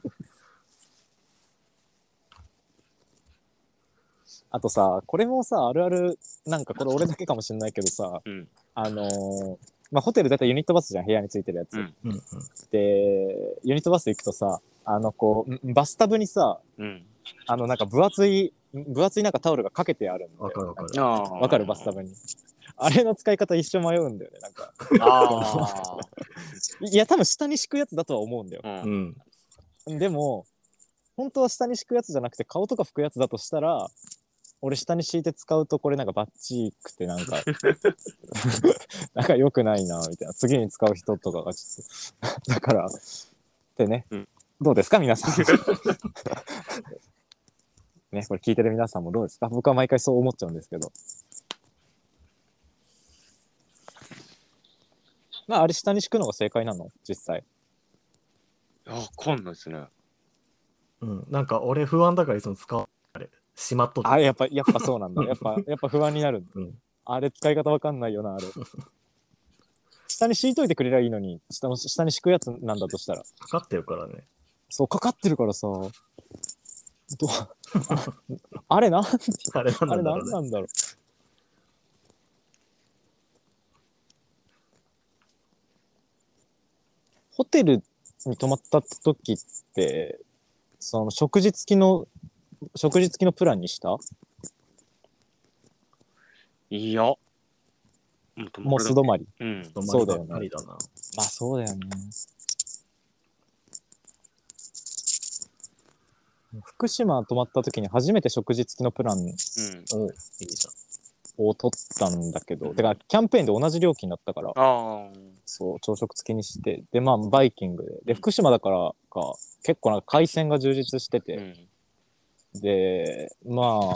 Speaker 3: あとさ、これもさ、あるある、なんかこれ俺だけかもしんないけどさ、
Speaker 1: うん
Speaker 3: あのーまあ、ホテルだいたいユニットバスじゃん、部屋についてるやつ。
Speaker 1: うん
Speaker 2: うんうん。
Speaker 3: で、ユニットバス行くとさ、あの、こう、んバスタブにさ、
Speaker 1: うん
Speaker 3: あの、なんか分厚い、ん分厚いなんかタオルがかけてあるんで。
Speaker 2: 分かる分かる。
Speaker 3: わ
Speaker 1: わ
Speaker 3: かる、バスタブに。あれの使い方一生迷うんだよね、なんか。
Speaker 1: あ
Speaker 3: いや、多分下に敷くやつだとは思うんだよ。
Speaker 1: あ、う、
Speaker 2: うんん。
Speaker 3: でも、本当は下に敷くやつじゃなくて、顔とか拭くやつだとしたら、俺下に敷いて使うとこれなんかバッチーくてなん か、なんか良くないな、みたいな。次に使う人とかがちょっと、 だから、ってね、
Speaker 1: うん
Speaker 3: どうですか皆 さん。ね、これ聞いてる皆さんもどうですか僕は毎回そう思っちゃうんですけど。まあ、あれ下に敷くのが正解なの実際。
Speaker 1: わかんないですね。
Speaker 2: うん、なんか俺不安だからいつも使われしまっとって
Speaker 3: あ、やっぱ、やっぱそうなんだ。やっ ぱ、やっぱ不安になるんだ
Speaker 2: うん
Speaker 3: あれ使い方わかんないよな、あ れ。下に敷いといてくれりゃいいのに、下の下に敷くやつなんだとしたら。
Speaker 2: かかってるからね。
Speaker 3: そう、かかってるからさ。どう あれなん、
Speaker 2: あれなんな
Speaker 3: あれ
Speaker 2: んだろ
Speaker 3: なん
Speaker 2: う
Speaker 3: な
Speaker 2: ね。
Speaker 3: んだろう。ホテルに泊まった時って、その食事付きの、食事付きのプランにした
Speaker 1: いや。もう
Speaker 3: もう素泊まり。
Speaker 1: うん。
Speaker 3: そうだよね
Speaker 2: ありだな。
Speaker 3: まあそうだよね。福島泊まった時に初めて食事付きのプラン
Speaker 1: うん。
Speaker 2: おういいじ
Speaker 3: を取ったんだけ
Speaker 1: う
Speaker 3: ど、
Speaker 1: ん
Speaker 3: てかキャンペーンで同じ料金だったから、
Speaker 1: ああ。
Speaker 3: そう、朝食付きにして、で、まあバイキングで。で、福島だからか結構なんか回線が充実してて、
Speaker 1: うん
Speaker 3: でまあ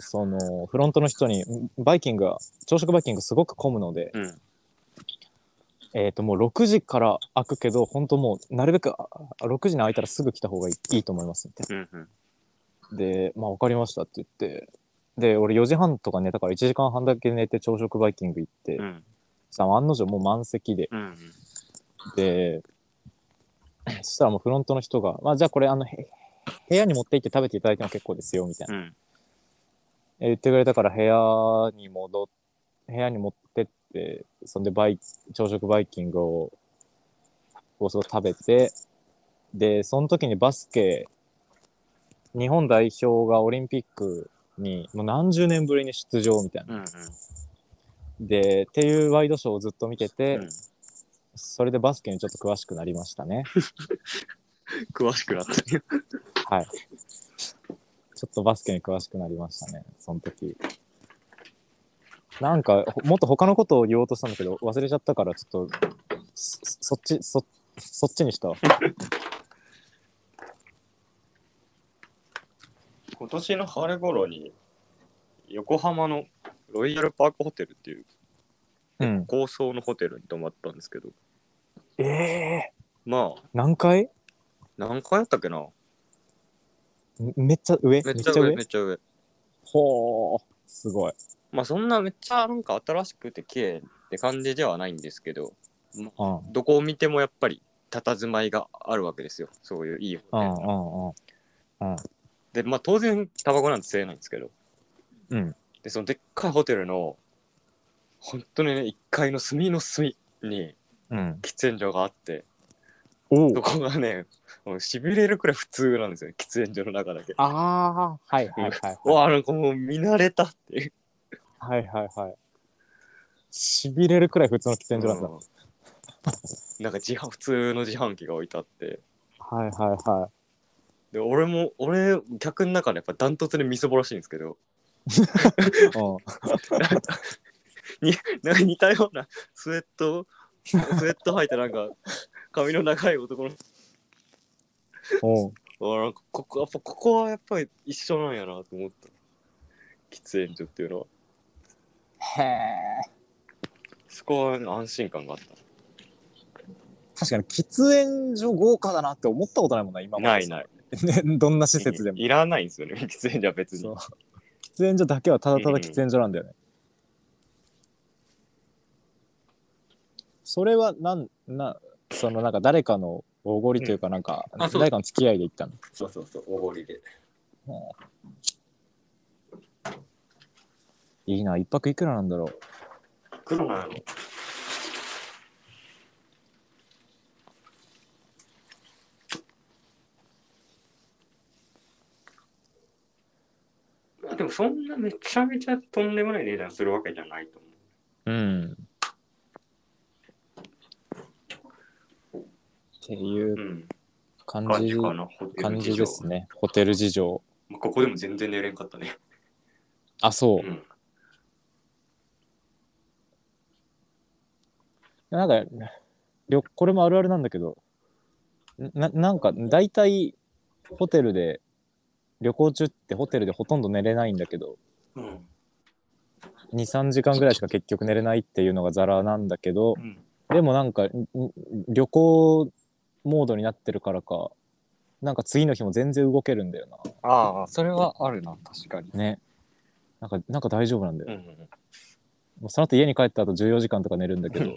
Speaker 3: そのフロントの人にバイキングが朝食バイキングすごく混むので、
Speaker 1: うん
Speaker 3: えっ、ともう6時から開くけど本当もうなるべくあ6時に開いたらすぐ来た方がいいいいと思いますみたい
Speaker 1: うんうん
Speaker 3: なでまあ分かりましたって言ってで俺4時半とか寝たから1時間半だけ寝て朝食バイキング行って、
Speaker 1: うん
Speaker 3: さ案の定もう満席で
Speaker 1: うん
Speaker 3: でそしたらもうフロントの人が「まあじゃあこれあのへ部屋に持って行って食べていただいても結構ですよ」みたいな。
Speaker 1: うん
Speaker 3: えー言ってくれたから部屋に戻っ部屋に持ってってそんでバイ朝食バイキングををそう食べてでその時にバスケ日本代表がオリンピックにもう何十年ぶりに出場みたいな。
Speaker 1: うんうん
Speaker 3: でっていうワイドショーをずっと見てて、
Speaker 1: うん
Speaker 3: それでバスケにちょっと詳しくなりましたね。
Speaker 1: 詳しくなったね
Speaker 3: はい。ちょっとバスケに詳しくなりましたね、その時。なんか、ほもっと他のことを言おうとしたんだけど、忘れちゃったから、ちょっと、そそっち、そ、そっちにしたわ。
Speaker 1: 今年の春頃に横浜のロイヤルパークホテルっていう
Speaker 3: うん。
Speaker 1: 高層のホテルに泊まったんですけど
Speaker 3: ええ
Speaker 1: まあ
Speaker 3: 何階
Speaker 1: 何回やったっけな
Speaker 3: めめっちゃ上
Speaker 1: めっちゃ上めっちゃ上
Speaker 3: ほー。すごい。
Speaker 1: まあそんなめっちゃなんか新しくて綺麗って感じではないんですけど
Speaker 3: うん。
Speaker 1: どこを見てもやっぱり佇まいがあるわけですよそういういいホテ
Speaker 3: う
Speaker 1: ル
Speaker 3: んうんうん。
Speaker 1: でまあ当然タバコなんて吸えないんですけど
Speaker 3: うん。
Speaker 1: でそのでっかいホテルの本当にね1階の隅の隅に
Speaker 3: うん。
Speaker 1: 喫煙所があって
Speaker 3: お
Speaker 1: そこがねもうしびれるくらい普通なんですよ喫煙所の中だけ
Speaker 3: ああ、はいはいはい、
Speaker 1: う
Speaker 3: はい。
Speaker 1: わあなんかもう見慣れたっていう
Speaker 3: はいはいはい。しびれるくらい普通の喫煙所なんだ。
Speaker 1: うんなんか自販普通の自販機が置いてあって
Speaker 3: はいはいはい。
Speaker 1: で俺も俺客の中でやっぱダントツでみそぼらしいんですけど
Speaker 3: うん
Speaker 1: なんか似たようなスウェットスウェット履いてなんか髪の長い男の
Speaker 3: おう
Speaker 1: あなんかここやっぱここはやっぱり一緒なんやなと思った喫煙所っていうのは
Speaker 3: へえ。
Speaker 1: そこは安心感があった
Speaker 3: 確かに喫煙所豪華だなって思ったことないもんな、今まで。
Speaker 1: ないない
Speaker 3: ね、どんな施設でも。
Speaker 1: いいらないんですよね 喫煙所は別
Speaker 3: そう
Speaker 1: に
Speaker 3: 喫煙所だけはただただ喫煙所なんだよね。それはなん、な、そのなんか誰かのおごりというかなんか、
Speaker 1: んあそう
Speaker 3: 誰かの付き合いで行ったの。
Speaker 1: そうそうそうおごりで
Speaker 3: いいな、一泊いくらなんだろう。
Speaker 1: 黒なのまあでもそんなめちゃめちゃとんでもない値段するわけじゃないと思う
Speaker 3: うん。っていう
Speaker 1: うん
Speaker 3: 感
Speaker 1: 感
Speaker 3: じ
Speaker 1: じ、かなホテル
Speaker 3: 感
Speaker 1: 事
Speaker 3: じ
Speaker 1: 情
Speaker 3: ですね。ホテル事情。
Speaker 1: まあここでも全然寝れんかったね
Speaker 3: あ、そう。
Speaker 1: うん
Speaker 3: なんか、旅これもあるあるなんだけど、ななんか、大体、ホテルで、旅行中ってホテルでほとんど寝れないんだけど、
Speaker 1: うん
Speaker 3: 2、3時間ぐらいしか結局寝れないっていうのがザラなんだけど
Speaker 1: う、ん
Speaker 3: でもなんか、んん旅行モードになってるからか、なんか次の日も全然動けるんだよ
Speaker 1: ああ、それはあるな、確かに。
Speaker 3: な。ね。なんか、なんか大丈夫なんだよ。
Speaker 1: うん
Speaker 3: もうその後家に帰った後14時間とか寝るんだけど、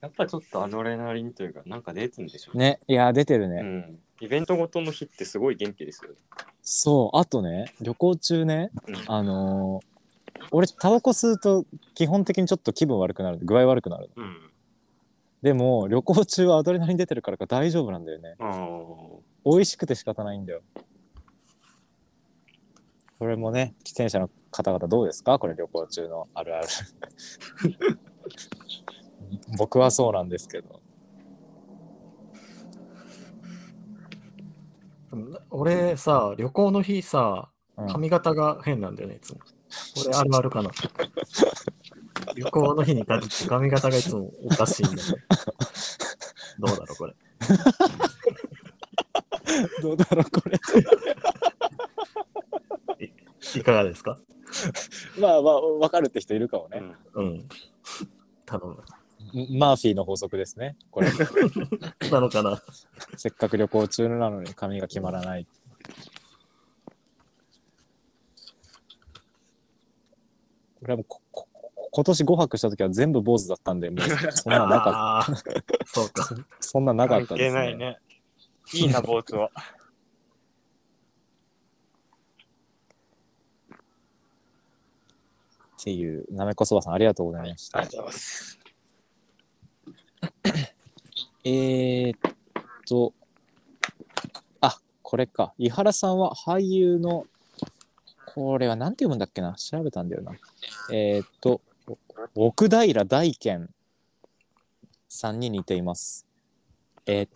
Speaker 1: やっぱちょっとアドレナリンというか、なんか出てるんでしょうね。
Speaker 3: ね。いや、出てるね。
Speaker 1: うん。イベントごとの日ってすごい元気ですよね。
Speaker 3: そう、あとね、旅行中ね、
Speaker 1: うん
Speaker 3: あのー俺、タバコ吸うと基本的にちょっと気分悪くなる、具合悪くなるの。
Speaker 1: うん。
Speaker 3: でも、旅行中はアドレナリン出てるからか大丈夫なんだよね。
Speaker 1: ああ。
Speaker 3: 美味しくて仕方ないんだよ。これもね、喫煙者の方々どうですかこれ旅行中のあるある。 僕はそうなんですけど。
Speaker 2: 俺さ、旅行の日さ、
Speaker 3: うん
Speaker 2: 髪型が変なんだよね、いつも。俺、あるあ るかな。旅行の日に限って髪型がいつもおかしいんだよね。どうだろう、これ。
Speaker 3: どうだろう、これ。
Speaker 2: いかがですか
Speaker 3: まあまあ、わかるって人いるかも
Speaker 1: う
Speaker 3: ね。
Speaker 1: ん
Speaker 2: うん。頼む。
Speaker 3: マーフィーの法則ですね。これ。
Speaker 2: なのかな
Speaker 3: せっかく旅行中なのに髪が決まらない。これはもうこここ今年5泊した時は全部坊主だったんで、もうそんななかっ
Speaker 2: ああー、そうか。
Speaker 3: たそんななかった
Speaker 1: 関
Speaker 3: で
Speaker 1: 係
Speaker 3: す
Speaker 1: ない
Speaker 3: ね。
Speaker 1: ね。いいな、坊主は。
Speaker 3: っていう、なめこそばさんありがとうございまし
Speaker 1: ありが。と
Speaker 3: た
Speaker 1: うございます。
Speaker 3: えー、っと、あこれか。伊原さんは俳優の、これはなんて読むんだっけな調べたんだよな。えー、っと、お奥平大賢さんに似ています。えー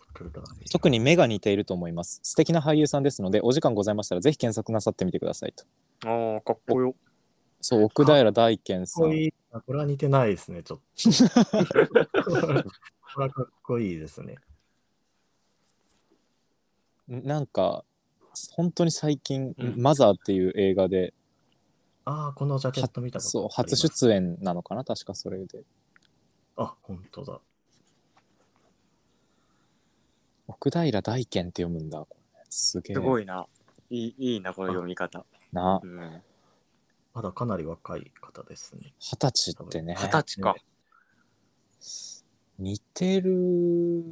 Speaker 3: 特に目が似ていると思います。素敵な俳優さんですので、お時間ございましたらぜひ検索なさってみてくださいと。
Speaker 1: ああ、かっこよ。
Speaker 3: そう、奥平大賢さ
Speaker 2: こ
Speaker 3: ん。
Speaker 2: いいあこれは似てないですね、ちょっと。これはかっこいいですね。
Speaker 3: なんか、本当に最近、
Speaker 1: うん
Speaker 3: マザーっていう映画で、
Speaker 2: ああ、このジャケット見たこと
Speaker 3: そう、
Speaker 2: ありま
Speaker 3: 初
Speaker 2: す
Speaker 3: 出演なのかな確かそれで。
Speaker 2: あ、本当だ。
Speaker 3: 奥平大賢って読むんだ。これすげえ
Speaker 1: すごいな。いいいいな、この読み方。
Speaker 3: な
Speaker 1: う。ん
Speaker 2: まだかなり若い方ですね。
Speaker 3: 二十歳ってね。
Speaker 1: 二十歳か。
Speaker 3: 似てる。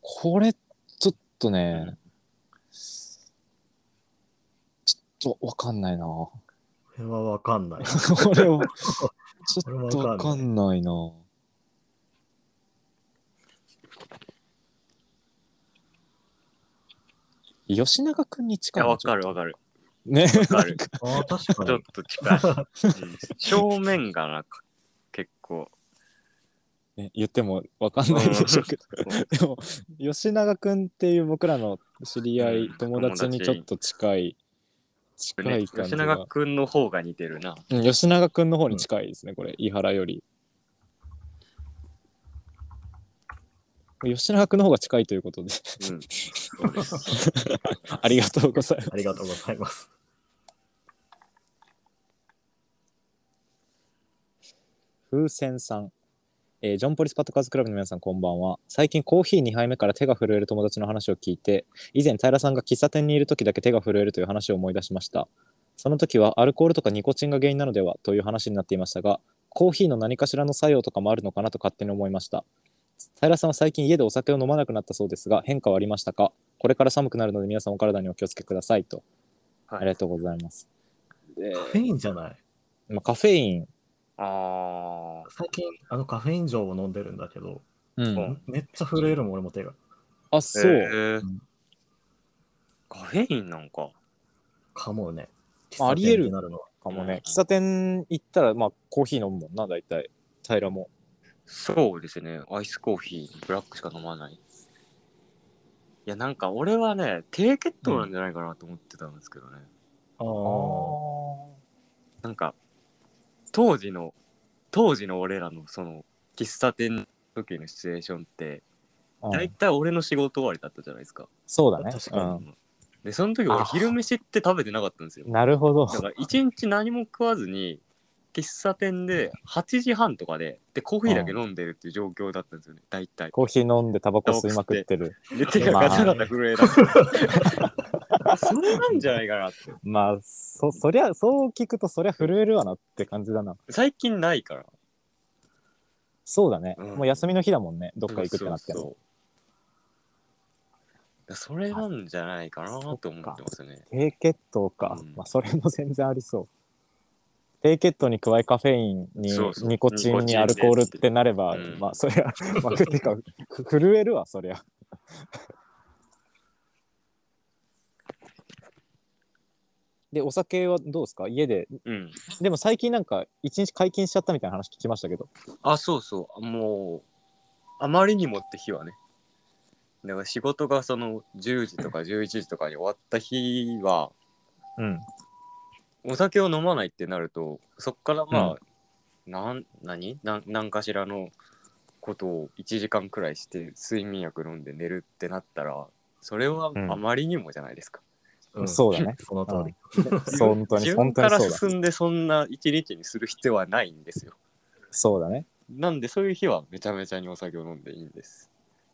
Speaker 3: これ、ちょっとね、
Speaker 1: うん
Speaker 3: ちょっとわかんないな。
Speaker 2: こ
Speaker 3: こ
Speaker 2: れはわかん ない。
Speaker 3: れは、ち
Speaker 2: これ
Speaker 3: ょ
Speaker 2: は
Speaker 3: っとわ
Speaker 2: わ
Speaker 3: か
Speaker 2: か
Speaker 3: んないな。吉永くんに
Speaker 1: い
Speaker 3: 近い
Speaker 1: や、
Speaker 3: な
Speaker 1: わかるわかる。
Speaker 3: ね、
Speaker 1: かる
Speaker 2: ああ、確か
Speaker 1: ちょっ
Speaker 2: に。
Speaker 1: と 近い。うん正面がなんか結構。
Speaker 3: ね言ってもわかんないでしょうけど、でも吉永くんっていう僕らの知り合い、
Speaker 1: うん
Speaker 3: 友達にちょっと近い近
Speaker 1: ね
Speaker 3: い感じ
Speaker 1: 吉
Speaker 3: が、
Speaker 1: 永くんの方が似てるな。
Speaker 3: うん吉永くんの方に近いですね、これ伊原より吉永くんの方が近いということで
Speaker 1: うん。そうです。
Speaker 3: ありがとうございます
Speaker 2: ありがとうございます。
Speaker 3: 風船さん、えージョンポリスパッドカーズクラブの皆さんこんばんは最近コーヒー2杯目から手が震える友達の話を聞いて以前平さんが喫茶店にいる時だけ手が震えるという話を思い出しましたその時はアルコールとかニコチンが原因なのではという話になっていましたがコーヒーの何かしらの作用とかもあるのかなと勝手に思いました平さんは最近家でお酒を飲まなくなったそうですが変化はありましたかこれから寒くなるので皆さんお体にお気をつけくださいと、
Speaker 1: はい
Speaker 3: ありがとうございます、で
Speaker 2: カフェインじゃない。
Speaker 3: まあ、カフェイン、
Speaker 1: あ
Speaker 2: 最近、あのカフェイン錠を飲んでるんだけど、
Speaker 3: うん
Speaker 1: うん
Speaker 2: めっちゃ震えるもん、俺も手が。
Speaker 3: あ
Speaker 1: あ。
Speaker 3: そう、
Speaker 1: へーカフェインなんか。
Speaker 2: かもね。
Speaker 3: まあありえる
Speaker 2: 喫茶店になるのは。
Speaker 3: かもね、
Speaker 1: うん
Speaker 3: 喫茶店行ったらまあコーヒー飲むもんな大体平も
Speaker 1: そうですね。アイスコーヒー、ブラックしか飲まない。いや、なんか俺はね、低血糖なんじゃないかなと思ってたんですけどね。
Speaker 2: あ
Speaker 1: なんか、当時の、当時の俺らのその、喫茶店の時のシチュエーションって、
Speaker 3: うん
Speaker 1: 大体俺の仕事終わりだったじゃないですか。
Speaker 3: そうだね
Speaker 2: 確か
Speaker 3: うん
Speaker 1: で、その時俺
Speaker 3: あー
Speaker 1: 昼飯って食べてなかったんですよ。
Speaker 3: なるほど
Speaker 1: だから一日何も食わずに、喫茶店で8時半とかで、で、コーヒーだけ飲んでるっていう状況だったんですよね、大体。
Speaker 3: コーヒー飲んでタバコ吸いまくってる
Speaker 1: で、手がガタガタ震えだした。 それなんじゃないかなって。
Speaker 3: まあそそりゃそう聞くとそりゃ震えるわなって感じだな
Speaker 1: 最近ないから。
Speaker 3: そうだね、
Speaker 1: うん
Speaker 3: もう休みの日だもんねどっか行くってなって
Speaker 1: そうそう
Speaker 3: も
Speaker 1: そうそれなんじゃないかなと思ってますね。
Speaker 3: 低血糖か、
Speaker 1: うん
Speaker 3: まあそれも全然ありそう低血糖に加えカフェインに
Speaker 1: そうそう
Speaker 3: ニコチン
Speaker 1: ニコチン
Speaker 3: に
Speaker 1: で
Speaker 3: アルコールってなれば、
Speaker 1: うん
Speaker 3: まあそり ゃ、まあ、てかふ震えるわそりゃ でお酒はどうですか家で
Speaker 1: うん。
Speaker 3: でも最近なんか一日解禁しちゃったみたいな話聞きましたけど
Speaker 1: あ、そうそう。もう、あまりにもって日はね。だから仕事がその10時とか11時とかに終わった日は、
Speaker 3: うん
Speaker 1: お酒を飲まないってなると、そっからまあ、
Speaker 3: う
Speaker 1: なん、何なん何かしらのことを1時間くらいして睡眠薬飲んで寝るってなったらそれはあまりにもじゃないですか、
Speaker 2: うん
Speaker 3: そう だね。
Speaker 2: その通り。
Speaker 3: そう本当に
Speaker 1: 自
Speaker 3: 本
Speaker 1: 分
Speaker 3: 当
Speaker 1: か
Speaker 3: に
Speaker 1: ら
Speaker 3: そうだ。
Speaker 1: 進んでそんな一日にする必要はないんですよ
Speaker 3: そうだね。
Speaker 1: なんでそういう日はめちゃめちゃにお酒を飲んでいいんです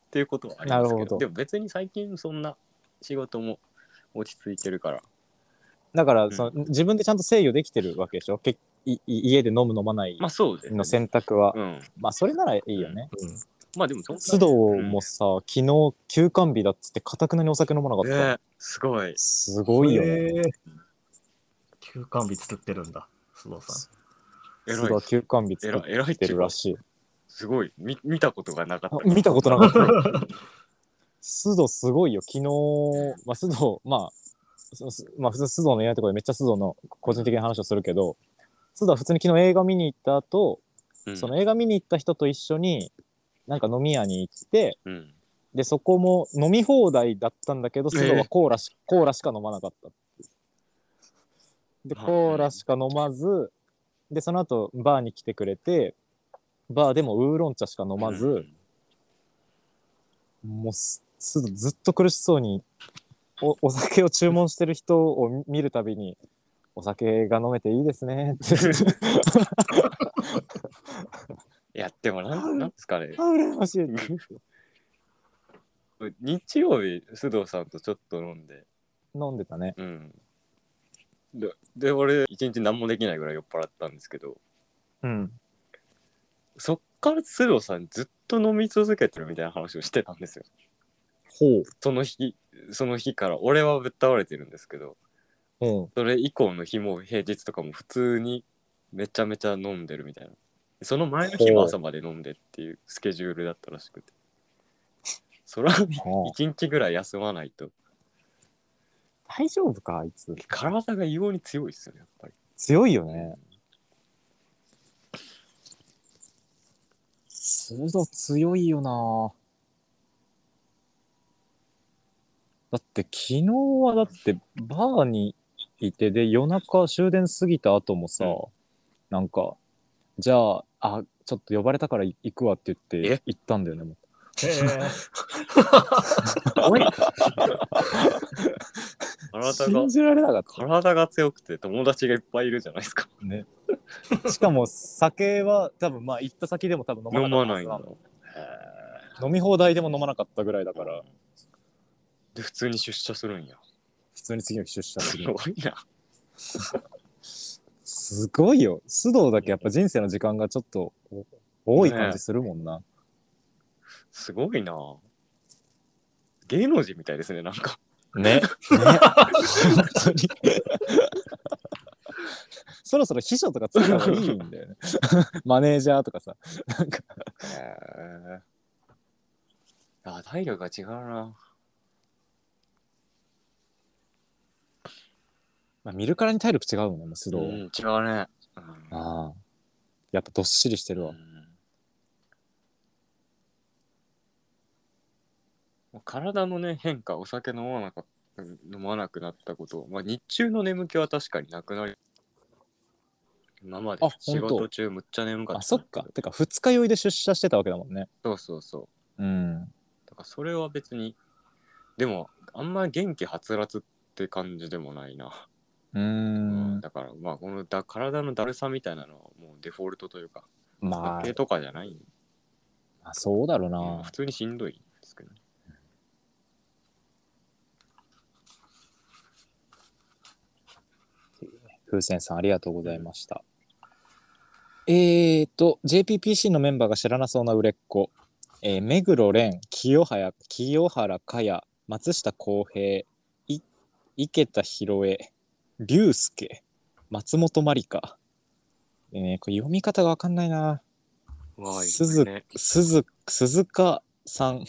Speaker 1: っていうことはあります
Speaker 3: な
Speaker 1: け
Speaker 3: るほ
Speaker 1: ど
Speaker 3: ど
Speaker 1: でも別に最近そんな仕事も落ち着いてるから
Speaker 3: だから
Speaker 1: ん
Speaker 3: その、自分でちゃんと制御できてるわけでしょ。けいい家で飲む飲まない
Speaker 1: まあそうですね
Speaker 3: の選択は。
Speaker 1: うん
Speaker 3: まあそれならいいよね。
Speaker 2: うん
Speaker 1: まあでもそんな
Speaker 3: 須藤もさ、昨日休館日だっつってかたくなにお酒飲まなか
Speaker 1: ね
Speaker 3: った。
Speaker 1: えすごい
Speaker 3: すごいよね。
Speaker 2: へー休館日作ってるんだ、須藤さ。
Speaker 1: え
Speaker 3: 須
Speaker 1: らい
Speaker 3: 藤休館日
Speaker 1: え
Speaker 3: 作
Speaker 1: ら
Speaker 3: っ
Speaker 1: えらいって
Speaker 3: て
Speaker 1: い
Speaker 3: る
Speaker 1: うから
Speaker 3: しい。
Speaker 1: すごい見見たことがなかった
Speaker 3: あ見たことな かった。須藤すごいよ。昨日、まあ、須藤、まあ、そすまあ、普通須藤のいないところでめっちゃ須藤の個人的な話をするけど、須藤は普通に昨日映画見に行った後、
Speaker 1: うん
Speaker 3: その映画見に行った人と一緒に、なんか飲み屋に行って、
Speaker 1: うん
Speaker 3: で、そこも飲み放題だったんだけど、須藤はコーラし、コーラしか飲まなかったっていう。で、
Speaker 1: はい
Speaker 3: コーラしか飲まず、で、その後、バーに来てくれて、バーでもウーロン茶しか飲まず、
Speaker 1: うん
Speaker 3: もうすすずっと苦しそうにおお酒を注文してる人を見るたびに「お酒が飲めていいですね」って「
Speaker 1: いやでもなんなんですかね
Speaker 3: あ羨ましい」
Speaker 1: 日曜日須藤さんとちょっと飲んで
Speaker 3: 飲んでたね
Speaker 1: うんでで俺一日何もできないぐらい酔っ払ったんですけど
Speaker 3: うん
Speaker 1: そっから須藤さんずっと飲み続けてるみたいな話をしてたんですよ
Speaker 3: ほう
Speaker 1: その日その日から俺はぶっ倒れてるんですけど
Speaker 3: うん
Speaker 1: それ以降の日も平日とかも普通にめちゃめちゃ飲んでるみたいなその前の日も朝まで飲んでっていうスケジュールだったらしくてそれは
Speaker 3: はあ
Speaker 1: 一日ぐらい休まないと
Speaker 3: 大丈夫かあいつ
Speaker 1: 体が異様に強いですよねやっぱり
Speaker 3: 強いよね須藤強いよなだって昨日はだってバーにいてで夜中終電過ぎた後もさ、
Speaker 1: うん
Speaker 3: なんかじゃああちょっと呼ばれたから行くわって言って
Speaker 1: え
Speaker 3: 行ったんだよねもうん
Speaker 2: へー
Speaker 1: 体が
Speaker 3: 信じられなかっ
Speaker 1: 体が強くて友達がいっぱいいるじゃないですか
Speaker 3: たねしかも酒は多分まあ行った先でも多分飲
Speaker 1: 飲
Speaker 3: ま
Speaker 1: ま
Speaker 3: なかった
Speaker 1: ないんだ
Speaker 3: はずなの飲み放題でも飲まなかったぐらいだから
Speaker 1: で普通に出社するんや
Speaker 3: 普通に次の日出社す
Speaker 1: す
Speaker 3: る
Speaker 1: ごいな
Speaker 3: すごいよ。須藤だけやっぱ人生の時間がちょっとお多い感じするもんな。
Speaker 1: すごいな芸能人みたいですねなんか
Speaker 3: ね。ね。本当に。 そろそろ秘書とかつけた方がいいんだよね。 マネージャーとかさ。なんか、
Speaker 1: あ体力が違うな
Speaker 3: まあ、見るからに体力違うもんね、もう須藤
Speaker 1: う
Speaker 3: は。
Speaker 1: ん違うねうん
Speaker 3: ああ。やっぱどっしりしてるわ。
Speaker 1: うん体のね変化お酒飲まなかった飲まなくなったこと、まあ、日中の眠気は確かになくなり今まで
Speaker 3: あ
Speaker 1: 仕
Speaker 3: ほん
Speaker 1: 事
Speaker 3: と
Speaker 1: 中むっちゃ眠かった
Speaker 3: あ、そっか。てか、二日酔いで出社してたわけだもんね。
Speaker 1: そうそうそう
Speaker 3: うん。
Speaker 1: だからそれは別にでもあんま元気はつらつって感じでもないな、
Speaker 3: うー
Speaker 1: うん
Speaker 3: ん。
Speaker 1: だからまあこのだ体のだるさみたいなのはもうデフォルトというか
Speaker 3: まあ
Speaker 1: 酒、とかじゃない、
Speaker 3: まあ、そうだろうな。
Speaker 1: うん普通にしんどいですけどね
Speaker 3: 風船さんありがとうございました。えーと、JPPC のメンバーが知らなそうな売れっ子、えー目黒蓮、清原、清原かや、松下洸平、い池田博恵、龍介、松本まりか。でね、これ読み方がわかんないな。
Speaker 1: わあいい
Speaker 3: 鈴
Speaker 1: ね
Speaker 3: 鈴鈴鹿さん、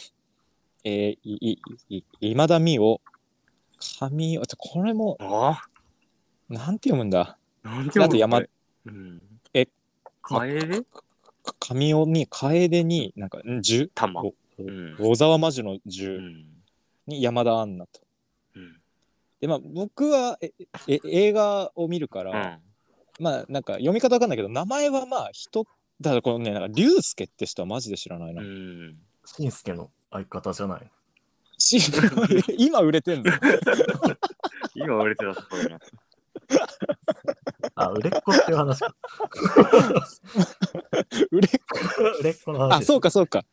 Speaker 3: えー、い、い、い、今田美桜、神尾、ちょこれも、
Speaker 1: あ
Speaker 3: なんて読むんだ
Speaker 1: なん
Speaker 3: であと山
Speaker 1: うん、
Speaker 3: え
Speaker 1: カエル
Speaker 3: か神尾に楓になんかん十
Speaker 1: 玉
Speaker 3: お
Speaker 1: うん
Speaker 3: 小沢真珠の
Speaker 1: う
Speaker 3: 十
Speaker 1: ん
Speaker 3: に山田杏奈と。
Speaker 1: うん
Speaker 3: でまあ僕はええ映画を見るから、まあなんか読み方わかんないけど名前はまあ人だからこのね、なんか、竜介って人はマジで知らないな。
Speaker 1: うん。
Speaker 2: しんすけの相方じゃない。
Speaker 3: し 今売れてん の
Speaker 1: 今売れてたところな。
Speaker 2: あ、売れっ子っていう 話か。
Speaker 3: 売れっ子
Speaker 2: 売れっ子の話。
Speaker 3: あ、そうか、そうか。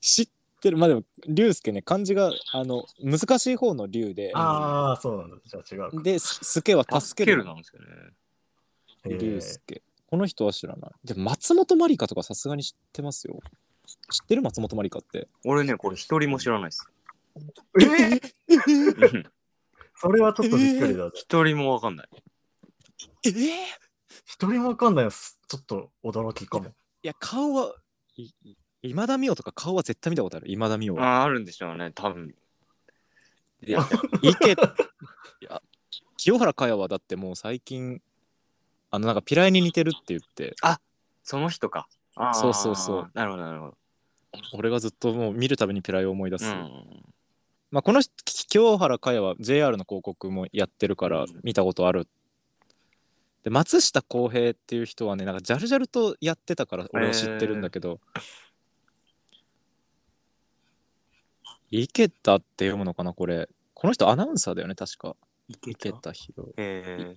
Speaker 3: 知ってる。まあでも、竜介ね、漢字が、あの、難しい方の竜で、
Speaker 2: ああ、そうなんだ。じゃあ違うか。
Speaker 3: で、す助は助ける
Speaker 1: なんですよね。
Speaker 2: へー
Speaker 3: 竜介。この人は知らない。で、松本まりかとかさすがに知ってますよ。知ってる松本まりかって。
Speaker 1: 俺ね、これ一人も知らないです。
Speaker 2: えー
Speaker 1: うん
Speaker 2: それはちょっとびっくりだ。
Speaker 1: 一人もわかんない。
Speaker 3: えー、い
Speaker 2: 一人もわかんないやつちょっと驚きかも。
Speaker 3: や、顔は、いい今田美桜とか顔は絶対見たことある。今田美桜は。
Speaker 1: ああ、あるんでしょうね、多分。いや、
Speaker 3: 池いや清原かやはだってもう最近あのなんかピライに似てるって言って
Speaker 1: その人か。あー
Speaker 3: そうそうそう。
Speaker 1: なるほど、なるほど。
Speaker 3: 俺がずっともう見るたびにピライを思い出す、
Speaker 1: うん。
Speaker 3: まあ、この人き清原かやは JR の広告もやってるから
Speaker 1: うん
Speaker 3: 見たことある、で松下洸平っていう人はねなんかジャルジャルとやってたから俺は知ってるんだけど、池田って読むのかなこれこの人アナウンサーだよね確か
Speaker 1: 池
Speaker 3: 池田博
Speaker 1: えー、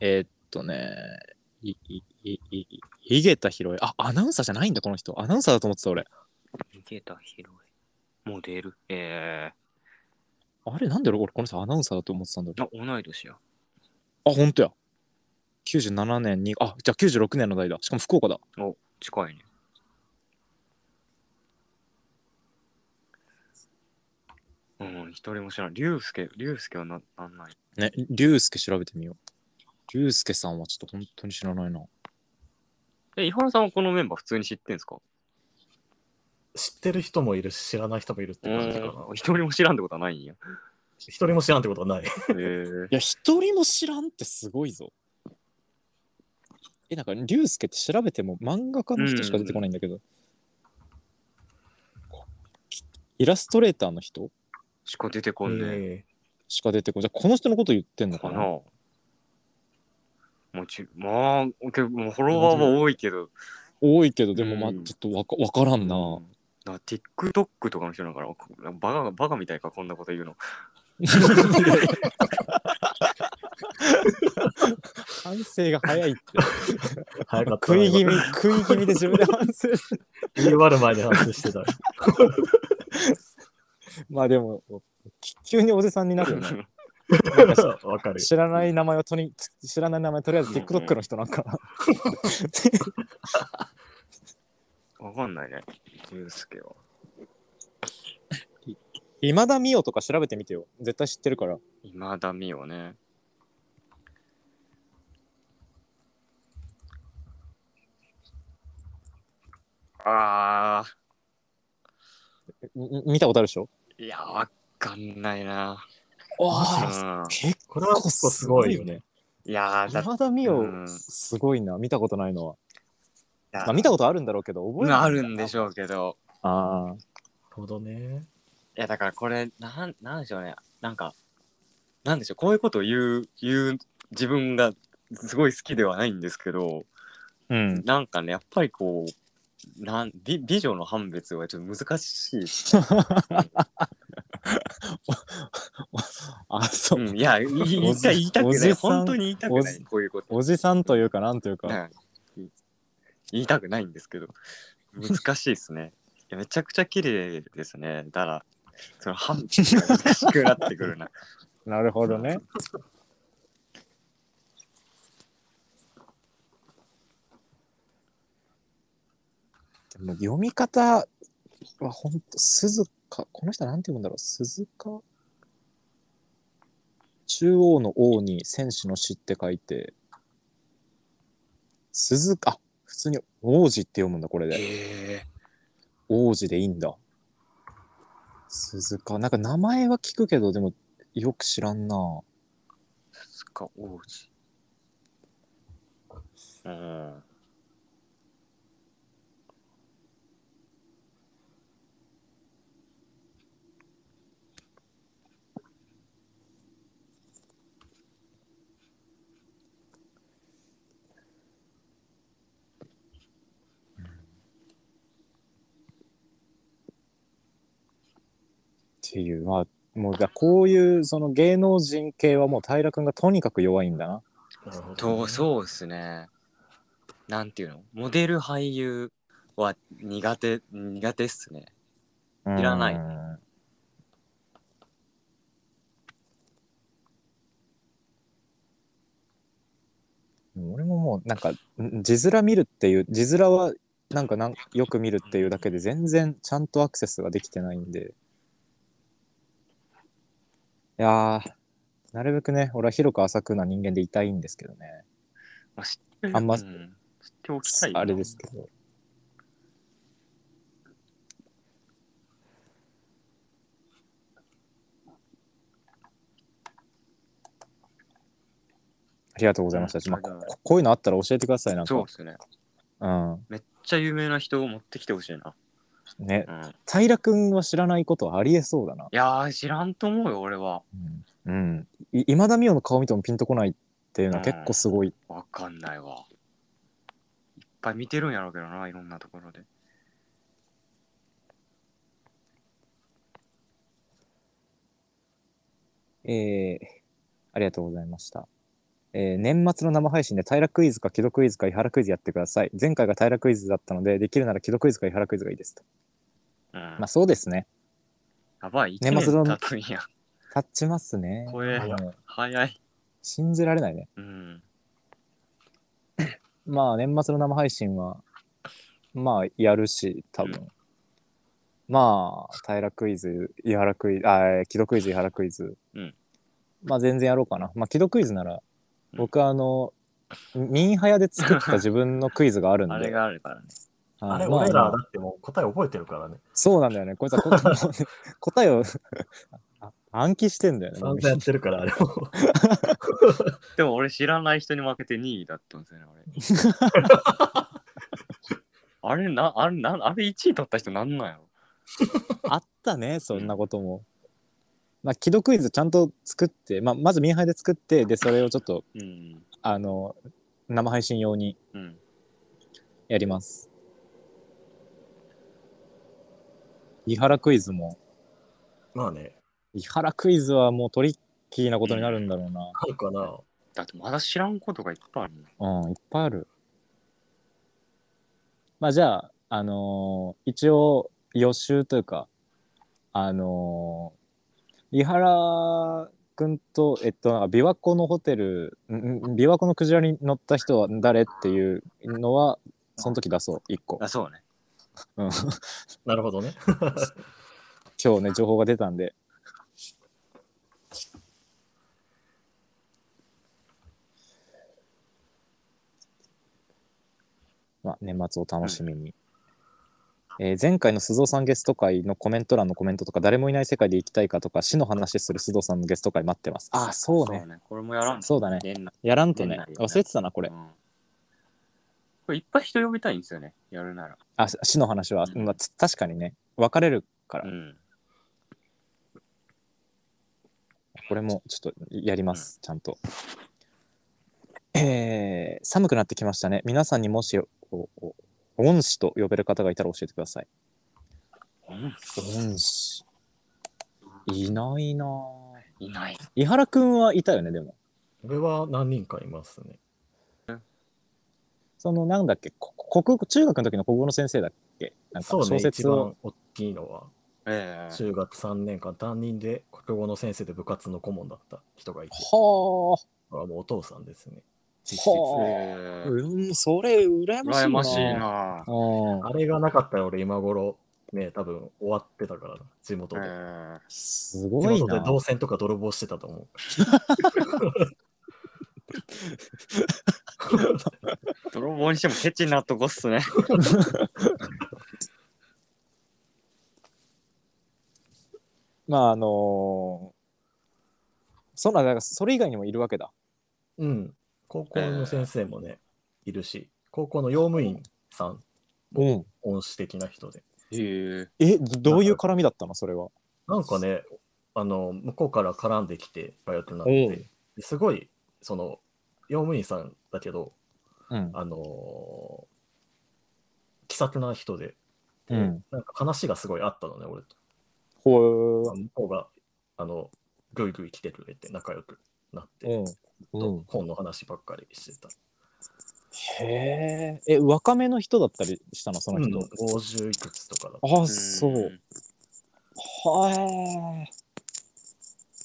Speaker 3: えーっとね、い、い、い、い、い、井桁弘恵。あ、アナウンサーじゃないんだ、この人。アナウンサーだと思ってた、俺。
Speaker 1: 池田広い。モデル。え
Speaker 3: あれ、なんで俺、この人アナウンサーだと思ってたんだ
Speaker 1: ー、
Speaker 3: ろ
Speaker 1: あ、同い年や。
Speaker 3: う。あ、ほんとや。97年に、あ、じゃあ96年の代だ。しかも福岡だ。
Speaker 1: お、近いね。うん、一人も知らない。竜介、竜介はななんない。
Speaker 3: ね、竜介調べてみよう。竜介さんはちょっと本当に知らないな。
Speaker 1: え、伊原さんはこのメンバー普通に知ってんすか
Speaker 2: 知ってる人もいるし、知らない人もいるって感じかな。
Speaker 1: うん一人も知らんってことはない んや。
Speaker 2: 一人も知らんってことはない。
Speaker 1: えー
Speaker 3: い、や、一人も知らんってすごいぞ。え、なんか、竜介って調べても漫画家の人しか出てこないんだけど。イラストレーターの人
Speaker 1: しか出てこんね
Speaker 2: え
Speaker 3: しか出てこない。じゃあこの人のこと言ってんの
Speaker 1: え
Speaker 3: か
Speaker 1: か
Speaker 3: な
Speaker 1: な。もちまあ、けもうフォロワーは多いけど。
Speaker 3: 多いけど、でもまあ
Speaker 1: う
Speaker 3: ちょ
Speaker 1: ん
Speaker 3: っとわかわからんな。
Speaker 1: な TikTok とかの人だから、バカバカみたいか、こんなこと言うの。
Speaker 3: 反省が早い って。
Speaker 2: ー早かった
Speaker 3: 食
Speaker 2: な。
Speaker 3: い気味、食い気味で自分で反省する。
Speaker 2: 言い終わる前に話 してた。
Speaker 3: まあでも、き急におじさんになるよ ね。
Speaker 2: わかる。
Speaker 3: 知らない名前をとに、知らない名前とりあえず TikTok の人なんか。
Speaker 1: わかんないね。ゆうすけは。
Speaker 3: 今田美桜とか調べてみてよ。絶対知ってるから。
Speaker 1: 今田美桜ね。あ
Speaker 3: み見たことあるでしょ
Speaker 1: ー、いや、わかんないな。
Speaker 3: ああ、
Speaker 1: うん
Speaker 3: 結
Speaker 2: これは
Speaker 3: 構
Speaker 2: 結構す
Speaker 3: す
Speaker 2: ご
Speaker 3: ご
Speaker 2: い
Speaker 3: い
Speaker 2: よ
Speaker 3: よ
Speaker 2: ね。
Speaker 3: ね。
Speaker 1: いやー、だ
Speaker 3: 今田美
Speaker 1: うん
Speaker 3: 桜、すごいな。見たことないのは。まあ
Speaker 1: だ
Speaker 3: 見たことあるんだろうけど、覚えて
Speaker 1: ま
Speaker 3: ない
Speaker 1: ああるんでしょうけど。
Speaker 3: ああ。
Speaker 2: なるほどね。
Speaker 1: いや、だからこれ、なん、なんでしょうね。なんか、なんでしょう。こういうことを言う、言う自分がすごい好きではないんですけど、
Speaker 3: うん。
Speaker 1: なんかね、やっぱりこう、なん美美女の判別はちょっと難しい。
Speaker 3: あ、そうう。
Speaker 1: ん、いや、い言いたい、言いた
Speaker 3: お
Speaker 1: く
Speaker 3: じ
Speaker 1: な
Speaker 3: さ
Speaker 1: い。
Speaker 3: ん
Speaker 1: 本当に言いたく
Speaker 3: お
Speaker 1: ない。
Speaker 3: じ
Speaker 1: こういうこと。
Speaker 3: おじさんというか、なんというか。
Speaker 1: はい言いたくないんですけど、難しいですね。いやめちゃくちゃ綺麗ですね。だから、その判別が難しくなってくる な。
Speaker 3: なるほどね。 でも読み方は本当鈴鹿。この人なんて読むんだろう。鈴鹿中央の王に戦士の死って書いて、鈴鹿、あ普通に王子って読むんだ、これで。
Speaker 1: へえ。
Speaker 3: 王子でいいんだ。鈴鹿。なんか名前は聞くけど、でもよく知らんな。
Speaker 1: 鈴鹿王子。うん。
Speaker 3: っていう、まあ、もうだこういうその芸能人系はもう平君がとにかく弱いんだな。
Speaker 2: なるほどね
Speaker 1: とそうですねなんていうのモデル俳優は苦手苦手っすね
Speaker 3: うん
Speaker 1: いらない。
Speaker 3: 俺ももうなんかん字面見るっていう字面はなんかなんよく見るっていうだけで全然ちゃんとアクセスができてないんでいやーなるべくね俺は広く浅くな人間でいたいんですけどね
Speaker 1: まあ知って
Speaker 3: あんま
Speaker 1: う知っておきたい
Speaker 3: あれですけどありがとうございました、
Speaker 1: うん
Speaker 3: まあこここういうのあったら教えてくださいなんか
Speaker 1: そうですね
Speaker 3: うん
Speaker 1: めっちゃ有名な人を持ってきてほしいな、
Speaker 3: ね
Speaker 1: うん、い
Speaker 3: 平君は知らないことはありえそうだな
Speaker 1: やー知らんと思うよ俺は
Speaker 3: うん、い今田美桜の顔見てもピンとこないっていうのは結構すごい、
Speaker 1: わかんないわいっぱい見てるんやろうけどないろんなところで
Speaker 3: えーありがとうございました、えー年末の生配信で平クイズか木戸クイズか伊原クイズやってください前回が平クイズだったのでできるなら木戸クイズか伊原クイズがいいですと
Speaker 1: うん、
Speaker 3: まあそうですね
Speaker 1: やばい1
Speaker 3: 年末の
Speaker 1: 年経つんや
Speaker 3: 立ちますね
Speaker 1: これ
Speaker 3: うん
Speaker 1: 早い
Speaker 3: 信じられないね
Speaker 1: うん
Speaker 3: まあ年末の生配信はまあやるし多分、
Speaker 1: う
Speaker 3: まあ平クイズ伊原クイズあえー木戸クイズ伊原クイズ、
Speaker 1: うん
Speaker 3: まあ全然やろうかなまあ木戸クイズなら
Speaker 1: うん
Speaker 3: 僕はあの、ミンハヤで作った自分のクイズがあるんで
Speaker 1: あれがあるからね
Speaker 3: はい
Speaker 2: あれ、
Speaker 3: ま
Speaker 2: 俺ら
Speaker 3: ま
Speaker 2: だってもう答え覚えてるからね。
Speaker 3: そうなんだよねこいつ はこ答えをあ暗記してんだよね
Speaker 2: 散々やってるから、あれも。
Speaker 1: でも俺知らない人に負けて2位だったんですよね、 俺。あれな、あれな、あれ1位取った人なんなんやろ
Speaker 3: あったねそんなことも、まあ木戸クイズちゃんと作って、まあ、まずミンハヤで作ってでそれをちょっと
Speaker 1: うん。
Speaker 3: あの生配信用に
Speaker 1: うん。
Speaker 3: やります。伊原クイズも。
Speaker 2: まあね、
Speaker 3: 伊原クイズはもうトリッキーなことになるんだろう
Speaker 2: あるかな。
Speaker 1: だってまだ知らんことがいっぱいあるもん
Speaker 3: な。うん、いっぱいある。まあじゃあ、あのー一応予習というか、あのー伊原くんと、えっと、なんか琵琶湖のホテル、んん琵琶湖のクジラに乗った人は誰っていうのは、その時出そう、一個。
Speaker 1: あ、そうね。
Speaker 3: うん
Speaker 2: なるほどね。
Speaker 3: 今日ね情報が出たんでまあ年末を楽しみに、えー前回の須藤さんゲスト会のコメント欄のコメントとか誰もいない世界で行きたいかとか死の話する須藤さんのゲスト会待ってますああそうね
Speaker 1: これもやらんと
Speaker 3: そうだね
Speaker 1: 年内
Speaker 3: やらんとね
Speaker 1: 年内ね
Speaker 3: 忘れてたなこれ
Speaker 1: うんこれいっぱい人呼びたいんですよね、やるなら。
Speaker 3: あし死の話は、
Speaker 1: うん
Speaker 3: まあ、つ確かにね分かれるから、
Speaker 1: うん。
Speaker 3: これもちょっとやります、ちゃんと。えー寒くなってきましたね。皆さんにもし、おお恩師と呼べる方がいたら教えてください。
Speaker 1: うん
Speaker 3: 恩師。いないなぁ
Speaker 1: いない。
Speaker 3: 伊原くんはいたよね、でも。
Speaker 2: 俺は何人かいますね。
Speaker 3: その、なんだっけ、こ国語、中学の時の国語の先生だっけなんか
Speaker 2: そうね、
Speaker 3: 小
Speaker 2: 一
Speaker 3: 説を
Speaker 2: 番。大きいのは、
Speaker 1: ええ
Speaker 2: 中学3年間担任で国語の先生で部活の顧問だった人がいて、
Speaker 3: は
Speaker 2: これはもうお父さんですね。実質。
Speaker 3: はあ、
Speaker 1: ええ
Speaker 3: うん、それ、羨ましいな。
Speaker 1: 羨ましいな。
Speaker 3: うん
Speaker 2: あれがなかったら俺今頃、ね、多分終わってたからな、地元
Speaker 1: え
Speaker 2: で。
Speaker 1: え
Speaker 3: す
Speaker 2: 地
Speaker 3: ごい
Speaker 2: 元で
Speaker 3: な。
Speaker 2: 動線とか泥棒してたと 思う。
Speaker 1: 泥棒にしてもケチなとこっすね。
Speaker 3: まあ、あのーそうなんだ、それ以外にもいるわけだ。
Speaker 2: うん。高校の先生もね、いるし、高校の用務員さん、
Speaker 3: うん。
Speaker 2: 恩師的な人で。
Speaker 1: ええ
Speaker 3: え、どどういう絡みだったのそれは。
Speaker 2: なんかね、あの、向こうから絡んできて、バイオとなっ
Speaker 3: おう
Speaker 2: て、ですごい、その、用務員さんだけど、
Speaker 3: うん。
Speaker 2: あのー気さくな人で、
Speaker 3: うん
Speaker 2: なんか話がすごいあったのね、俺と。
Speaker 3: ほ
Speaker 2: 向こうが、あの、ぐいぐい来てくれて仲良くなって、
Speaker 3: うん
Speaker 2: ずっ
Speaker 3: う
Speaker 2: と
Speaker 3: ん
Speaker 2: 本の話ばっかりしてた。
Speaker 3: ーへええ若めの人だったりしたのその人、
Speaker 2: 50いくつとかだった。
Speaker 3: ああそうはえ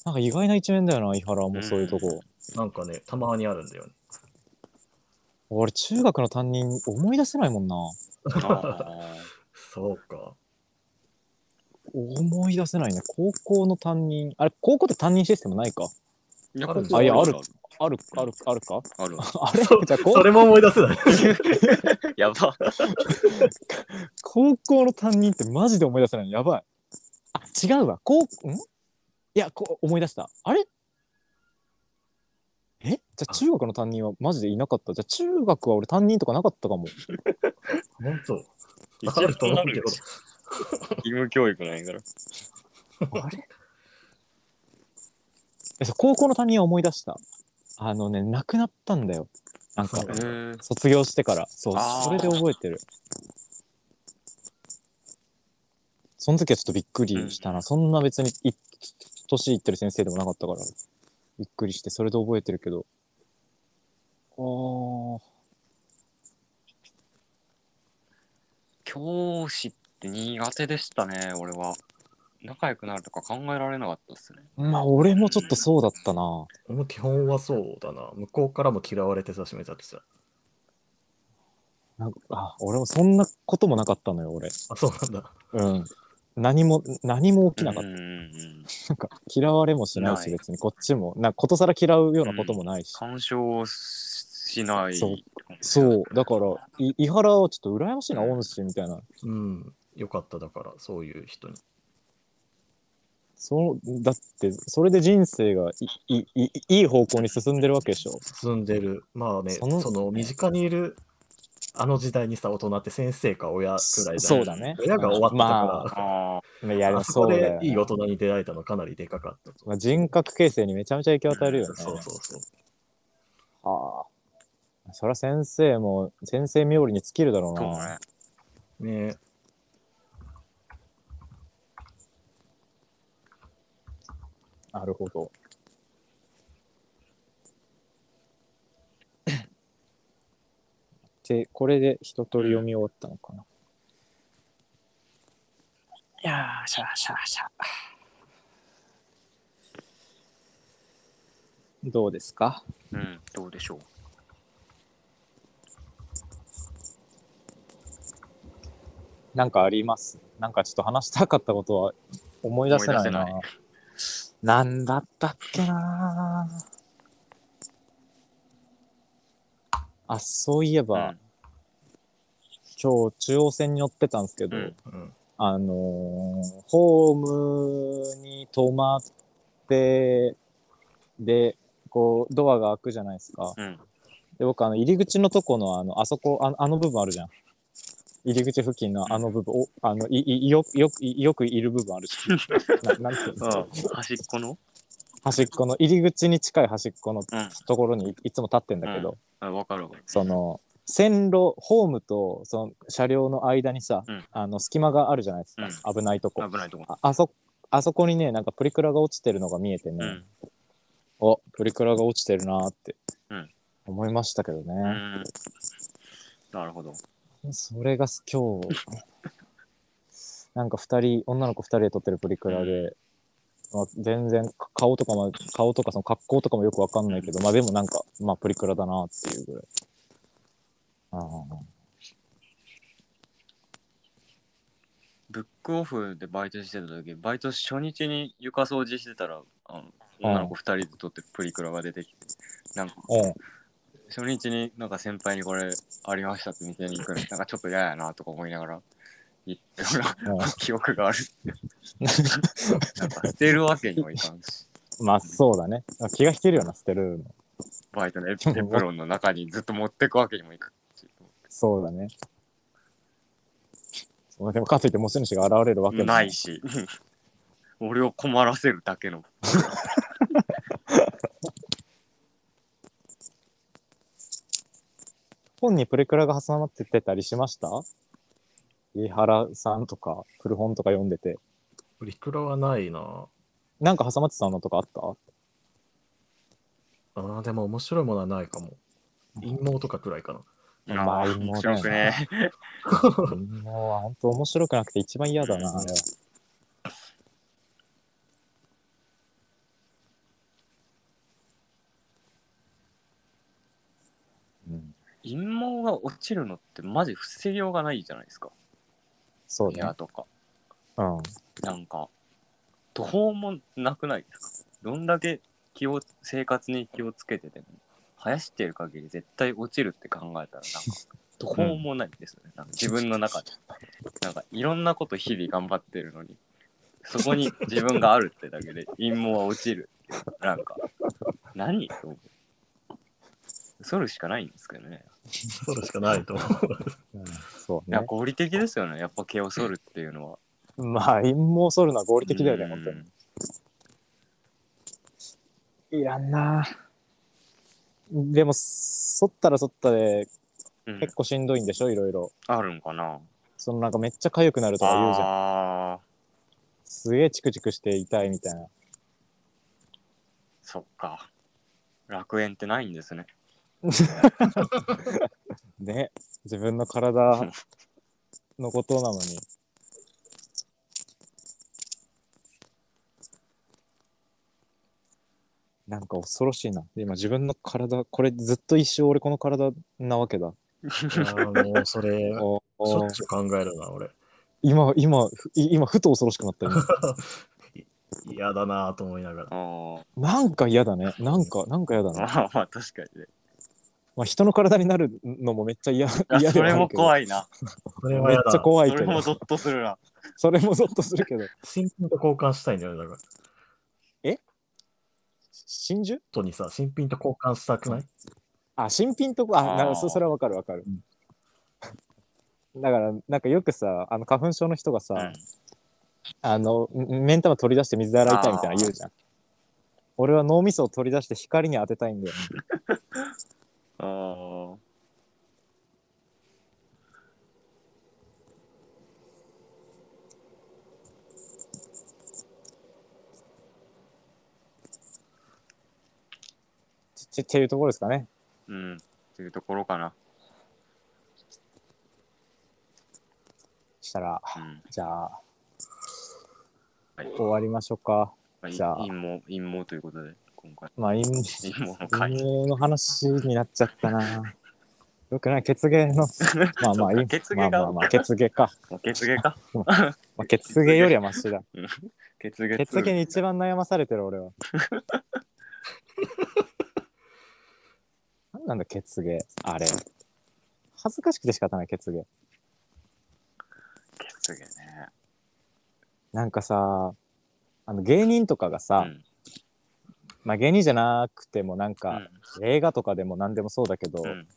Speaker 3: なんか意外な一面だよな伊原もそういうとこ、
Speaker 2: なんかね、たまにあるんだよね。
Speaker 3: 俺中学の担任思い出せないもんな
Speaker 1: あ
Speaker 2: そうか。
Speaker 3: 思い出せないね高校の担任あれ高校って担任システムないか
Speaker 1: ーいや
Speaker 2: あるん
Speaker 3: だあいやある
Speaker 1: ある
Speaker 3: あるあるあるか
Speaker 1: ある
Speaker 3: あれ
Speaker 2: そう
Speaker 3: じゃあ
Speaker 2: そ
Speaker 3: 高
Speaker 2: れも思い出せない。
Speaker 1: やば
Speaker 3: 高校の担任ってマジで思い出せないやばいあ違うわ高んいやこ思い出したあれえじゃあ中学の担任はマジでいなかったじゃあ中学は俺担任とかなかったかも
Speaker 2: 本当。
Speaker 1: 一
Speaker 2: あると思うけど。
Speaker 1: 義務教育ないから
Speaker 3: あれえそう高校の担任は思い出した。あのね、亡くなったんだよ。なんか
Speaker 2: そ、うなんだ
Speaker 1: うん
Speaker 3: 卒業してから。そう
Speaker 1: あー、
Speaker 3: それで覚えてる。その時はちょっとびっくりしたな。そんな別にい、年いってる先生でもなかったから、びっくりして、それで覚えてるけど。あ
Speaker 1: 教師って苦手でしたね俺は仲良くなるとか考えられなかったっすね
Speaker 3: あ。まあ、俺もちょっとそうだったな。
Speaker 2: 俺も基本はそうだな。向こうからも嫌われてさ、しめちゃってさ。
Speaker 3: なんか、あ、俺もそんなこともなかったのよ、俺。
Speaker 2: あ、そうなんだ。
Speaker 3: うん。何も、何も起きなかった
Speaker 1: うんうんうん
Speaker 3: なんか嫌われもしないし
Speaker 1: ない
Speaker 3: 別にこっちもなんかことさら嫌うようなこともないし、
Speaker 1: 干渉しない
Speaker 3: そう そうだからい伊原はちょっと羨ましいな恩師みたいな
Speaker 2: うん。よかっただから、そういう人に。
Speaker 3: そのだってそれで人生がいいいいい方向に進んでるわけでしょ
Speaker 2: 進んでる。まあね、そ
Speaker 3: そ
Speaker 2: の
Speaker 3: の
Speaker 2: 身近にいるあの時代にさ、大人って先生か親くらいだ
Speaker 3: そうだね
Speaker 2: 親が終わった
Speaker 3: ま
Speaker 2: か
Speaker 1: あ
Speaker 2: ら、
Speaker 3: あいやでも
Speaker 2: あそこ
Speaker 3: そうだよ
Speaker 2: で
Speaker 3: ね、
Speaker 2: いい大人に出会えたのかなりでかかったと。
Speaker 3: まあ、人格形成にめちゃめちゃ影響与えるよね
Speaker 2: そうそうそう。
Speaker 3: はあそりゃ先生も先生冥利に尽きるだろう
Speaker 1: そう
Speaker 3: な
Speaker 1: ね
Speaker 2: ね
Speaker 3: なるほどでこれで一通り読み終わったのかな、いやーしゃあしゃあしゃあどうですか
Speaker 1: うんどうでしょう
Speaker 3: なんかありますなんかちょっと話したかったことは思い出せないな
Speaker 1: 思い出
Speaker 3: なんだったっけなあそういえば、今日中央線に乗ってたんですけど、
Speaker 1: うん
Speaker 2: うん。
Speaker 3: あのーホームに止まってでこうドアが開くじゃないですか
Speaker 1: うんうん
Speaker 3: で僕あの入り口のとこのあのあそこああの部分あるじゃん入り口付近のあの部分おあのいいよよくよくいる部分あるじゃんななんていうんですか
Speaker 1: 端っこの
Speaker 3: 端っこの入り口に近い端っこの
Speaker 1: うん
Speaker 3: ところにいつも立ってんだけど、
Speaker 1: あ分かるわかる
Speaker 3: その線路ホームとその車両の間にさ、
Speaker 1: うん
Speaker 3: あの隙間があるじゃないですか、危ないとこ
Speaker 1: 危ないとこ
Speaker 3: ああそあそこにねなんかプリクラが落ちてるのが見えてね、
Speaker 1: うん
Speaker 3: おプリクラが落ちてるなーって
Speaker 1: うん
Speaker 3: 思いましたけど
Speaker 1: う
Speaker 3: ね、
Speaker 1: んなるほど
Speaker 3: それがす今日なんか2人女の子2人で撮ってるプリクラで、まあ、全然か顔とかも顔とかその格好とかもよくわかんないけど、まあでもなんかまあプリクラだなっていうぐらいあー
Speaker 1: ブックオフでバイトしてた時バイト初日に床掃除してたらあの女の子2人で撮ってるプリクラが出てきてなんか
Speaker 3: うん
Speaker 1: 初日になんか先輩にこれありましたって店 に行くのなんかちょっと嫌やなとか思いながら行ってほら
Speaker 3: うん
Speaker 1: 記憶があ るなんか捨てるわけにもいかんし
Speaker 3: まあそうだね。気が引けるよな、捨てるの。
Speaker 1: バイトのエプエプロンの中にずっと持ってくわけにもいかんし
Speaker 3: そうだね。そうでもかといって持ち主が現れるわけも
Speaker 1: ない。し 俺を困らせるだけの
Speaker 3: 本にプリクラが挟まっててたりしました飯原さんとか古本とか読んでて。
Speaker 2: リクラはないな。
Speaker 3: なんか挟まってたのとかあった
Speaker 2: ああ、でも面白いものはないかも。陰謀とかくらいかな。
Speaker 3: まあ
Speaker 1: ー面白くね。
Speaker 3: もう本当面白くなくて一番嫌だな、あれは。うん、
Speaker 1: 陰謀が落ちるのってマジ防ぎようがないじゃないですか。
Speaker 3: そう
Speaker 1: い
Speaker 3: ね
Speaker 1: や。とか。
Speaker 3: うん。
Speaker 1: なんか、途方もなくないですかどんだけ気を、生活に気をつけてても、生やしてる限り絶対落ちるって考えたら、なんか、途方もないですよね。なんか自分の中で。なんか、いろんなこと日々頑張ってるのに、そこに自分があるってだけで陰謀は落ちるっていう。なんか、何と思う。そるしかないんですけどね。
Speaker 2: それしかないと思
Speaker 3: うん、そう
Speaker 1: いや、
Speaker 3: ね。
Speaker 1: 合理的ですよね。やっぱ毛を剃るっていうのは。
Speaker 3: まあ、陰謀剃るのは合理的だよね、
Speaker 1: うん
Speaker 3: 本当に。いらんなでも、剃ったら剃ったで、
Speaker 1: うん
Speaker 3: 結構しんどいんでしょ、いろいろ。
Speaker 1: あるんかな
Speaker 3: そのなんかめっちゃ痒くなるとか言うじゃん。
Speaker 1: ああ、
Speaker 3: すげえチクチクして痛いみたいな。
Speaker 1: そっか。楽園ってないんですね。
Speaker 3: ね、自分の体のことなのに。なんか恐ろしいな。今自分の体、これずっと一生俺この体なわけだ。
Speaker 2: う。ああ、もうそ れ、し
Speaker 3: お
Speaker 2: ょ
Speaker 3: お
Speaker 2: っちゅう考えるな、俺。
Speaker 3: 今、今、ふい今、ふと恐ろしくなった今。
Speaker 2: 嫌だなと思いながら。
Speaker 1: あ
Speaker 3: なんか嫌だね。なんか、なんか嫌だ
Speaker 1: あ、
Speaker 3: な。
Speaker 1: まあまあ確かにね。
Speaker 3: まあ、人の体になるのもめっちゃ嫌
Speaker 1: あ
Speaker 3: 嫌
Speaker 1: そ
Speaker 3: では
Speaker 1: れ
Speaker 3: あ
Speaker 1: も
Speaker 3: るけど。
Speaker 1: 怖いな。
Speaker 2: それは
Speaker 3: めっ
Speaker 2: 嫌だ。
Speaker 3: ちゃ
Speaker 1: そ
Speaker 3: 怖いけ
Speaker 1: れも
Speaker 3: ど。
Speaker 1: ゾッとする な。
Speaker 3: それもゾッとするけど。
Speaker 2: 新品と交換したいんだよね、だから。
Speaker 3: 真珠
Speaker 2: とにさ、新品と交換したくない
Speaker 3: あ、新品とか、
Speaker 1: あ
Speaker 3: あ、
Speaker 1: ー
Speaker 3: なそそれはわかるわかる
Speaker 2: う。
Speaker 3: だから、なんかよくさ、あの花粉症の人がさ、
Speaker 1: うん
Speaker 3: あの、ん目ん玉取り出して水で洗いたいみたいな言うじゃん。俺は脳みそを取り出して光に当てたいんだよ。
Speaker 1: ああ。
Speaker 3: ちっていうところですかね。
Speaker 1: うん。っていうところかな。
Speaker 3: したら、
Speaker 1: うん。
Speaker 3: じゃあ、
Speaker 1: はい
Speaker 3: 終わりましょうか。
Speaker 1: まあ、い
Speaker 3: じゃあ
Speaker 1: 陰謀、陰謀ということで、今 回。
Speaker 3: まあ、陰
Speaker 1: 陰謀の回。
Speaker 3: 謀の話になっちゃっ たな。よくない、血芸の。まあまあ、
Speaker 1: そ
Speaker 3: 陰
Speaker 1: っか血
Speaker 3: ま
Speaker 1: 芸
Speaker 3: あ
Speaker 1: が
Speaker 3: まあまあ、血芸か。
Speaker 1: もう血芸か。
Speaker 3: まあ、血芸よりはマシだ。
Speaker 1: 血芸
Speaker 3: 血芸に一
Speaker 1: 番。
Speaker 3: 番悩まされて る俺は。なんなんだ血芸あれ。恥ずかしくて仕方ない血芸。
Speaker 1: 血芸ね。
Speaker 3: なんかさ、あの芸人とかが
Speaker 1: う
Speaker 3: さ、
Speaker 1: ん。
Speaker 3: まあ芸人じゃなくてもなん
Speaker 1: う
Speaker 3: か、
Speaker 1: ん
Speaker 3: 映画とかでも何でもそうだけど、
Speaker 1: うん。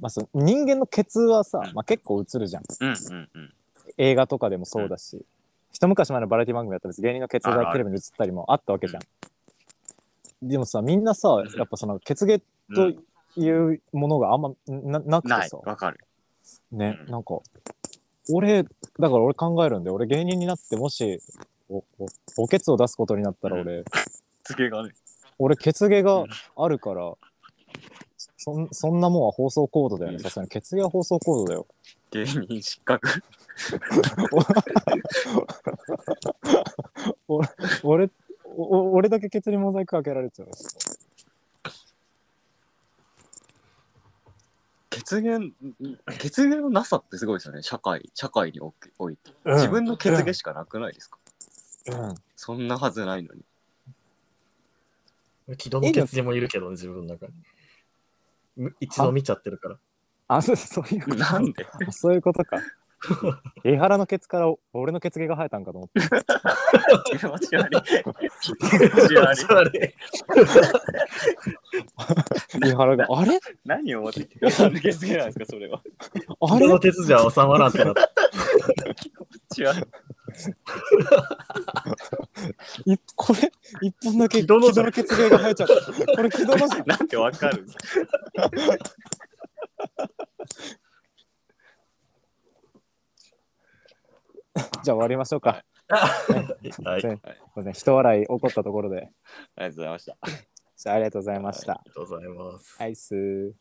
Speaker 3: まあその人間のケツはさ
Speaker 1: う、ん
Speaker 3: まあ結構映るじゃん。
Speaker 1: うん。うん。うん。
Speaker 3: 映画とかでもそうだし、一昔前のバラエティ番組だったら別に芸人のケツ
Speaker 1: あるあ
Speaker 3: が
Speaker 1: る
Speaker 3: テレビに映ったりもあったわけじゃん。でもさ、みんなさ、やっぱそのケツ芸
Speaker 1: う
Speaker 3: と
Speaker 1: ん
Speaker 3: いうものがあんまななく
Speaker 1: な
Speaker 3: て
Speaker 1: い。
Speaker 3: さ、
Speaker 1: わかる。
Speaker 3: ね、
Speaker 1: うん
Speaker 3: なんか、俺、だから俺考えるんで、俺芸人になって、もし、お、お、おケツを出すことになったら俺、
Speaker 1: 血芸がね。
Speaker 3: 俺、ケツ毛
Speaker 1: う
Speaker 3: が
Speaker 1: ん
Speaker 3: あるから、そん、そんなもんは放送コードだよ
Speaker 1: う
Speaker 3: ね。
Speaker 1: ん
Speaker 3: さすがに、ケツ毛は放送コードだよ。
Speaker 1: 芸人失格。
Speaker 3: 俺、おお俺だけケツにモザイクかけられちゃう。
Speaker 1: 血源、血源のなさってすごいですよね、社会、社会におけおいて。自分の血源しかなくないですか、
Speaker 3: うん。
Speaker 1: そんなはずないのに。
Speaker 2: 軌道のケツでもいるけどね、自分の中に。む一度見ちゃってるから。
Speaker 3: あ、そう、そういうこと。
Speaker 1: なんで
Speaker 3: あそういう ことか。江原のケツからお俺のケツ毛が生えたんかと思 って。
Speaker 1: 気持ち悪 い。気持ち 悪い。
Speaker 3: 江原が、あれ
Speaker 1: 何を思ってなんで血源なんですか、それは。
Speaker 3: あ
Speaker 2: あ
Speaker 3: れ
Speaker 2: れの鉄じゃ収まらんってなった。
Speaker 1: 気持ち悪い。
Speaker 3: いこれ、一本だけ、
Speaker 2: 気
Speaker 3: 気
Speaker 2: 道
Speaker 3: 道
Speaker 2: の
Speaker 3: の血芸が生えちゃった。これ、気道 の、
Speaker 1: なんでわかるんですか
Speaker 3: じゃあ終わりましょうか。
Speaker 2: はい。あ
Speaker 3: すい
Speaker 2: り
Speaker 3: ません人笑い起こったところで。
Speaker 1: ありがとうございました。
Speaker 3: じゃあありがとうございました。
Speaker 2: がとうございます。
Speaker 3: アイスー。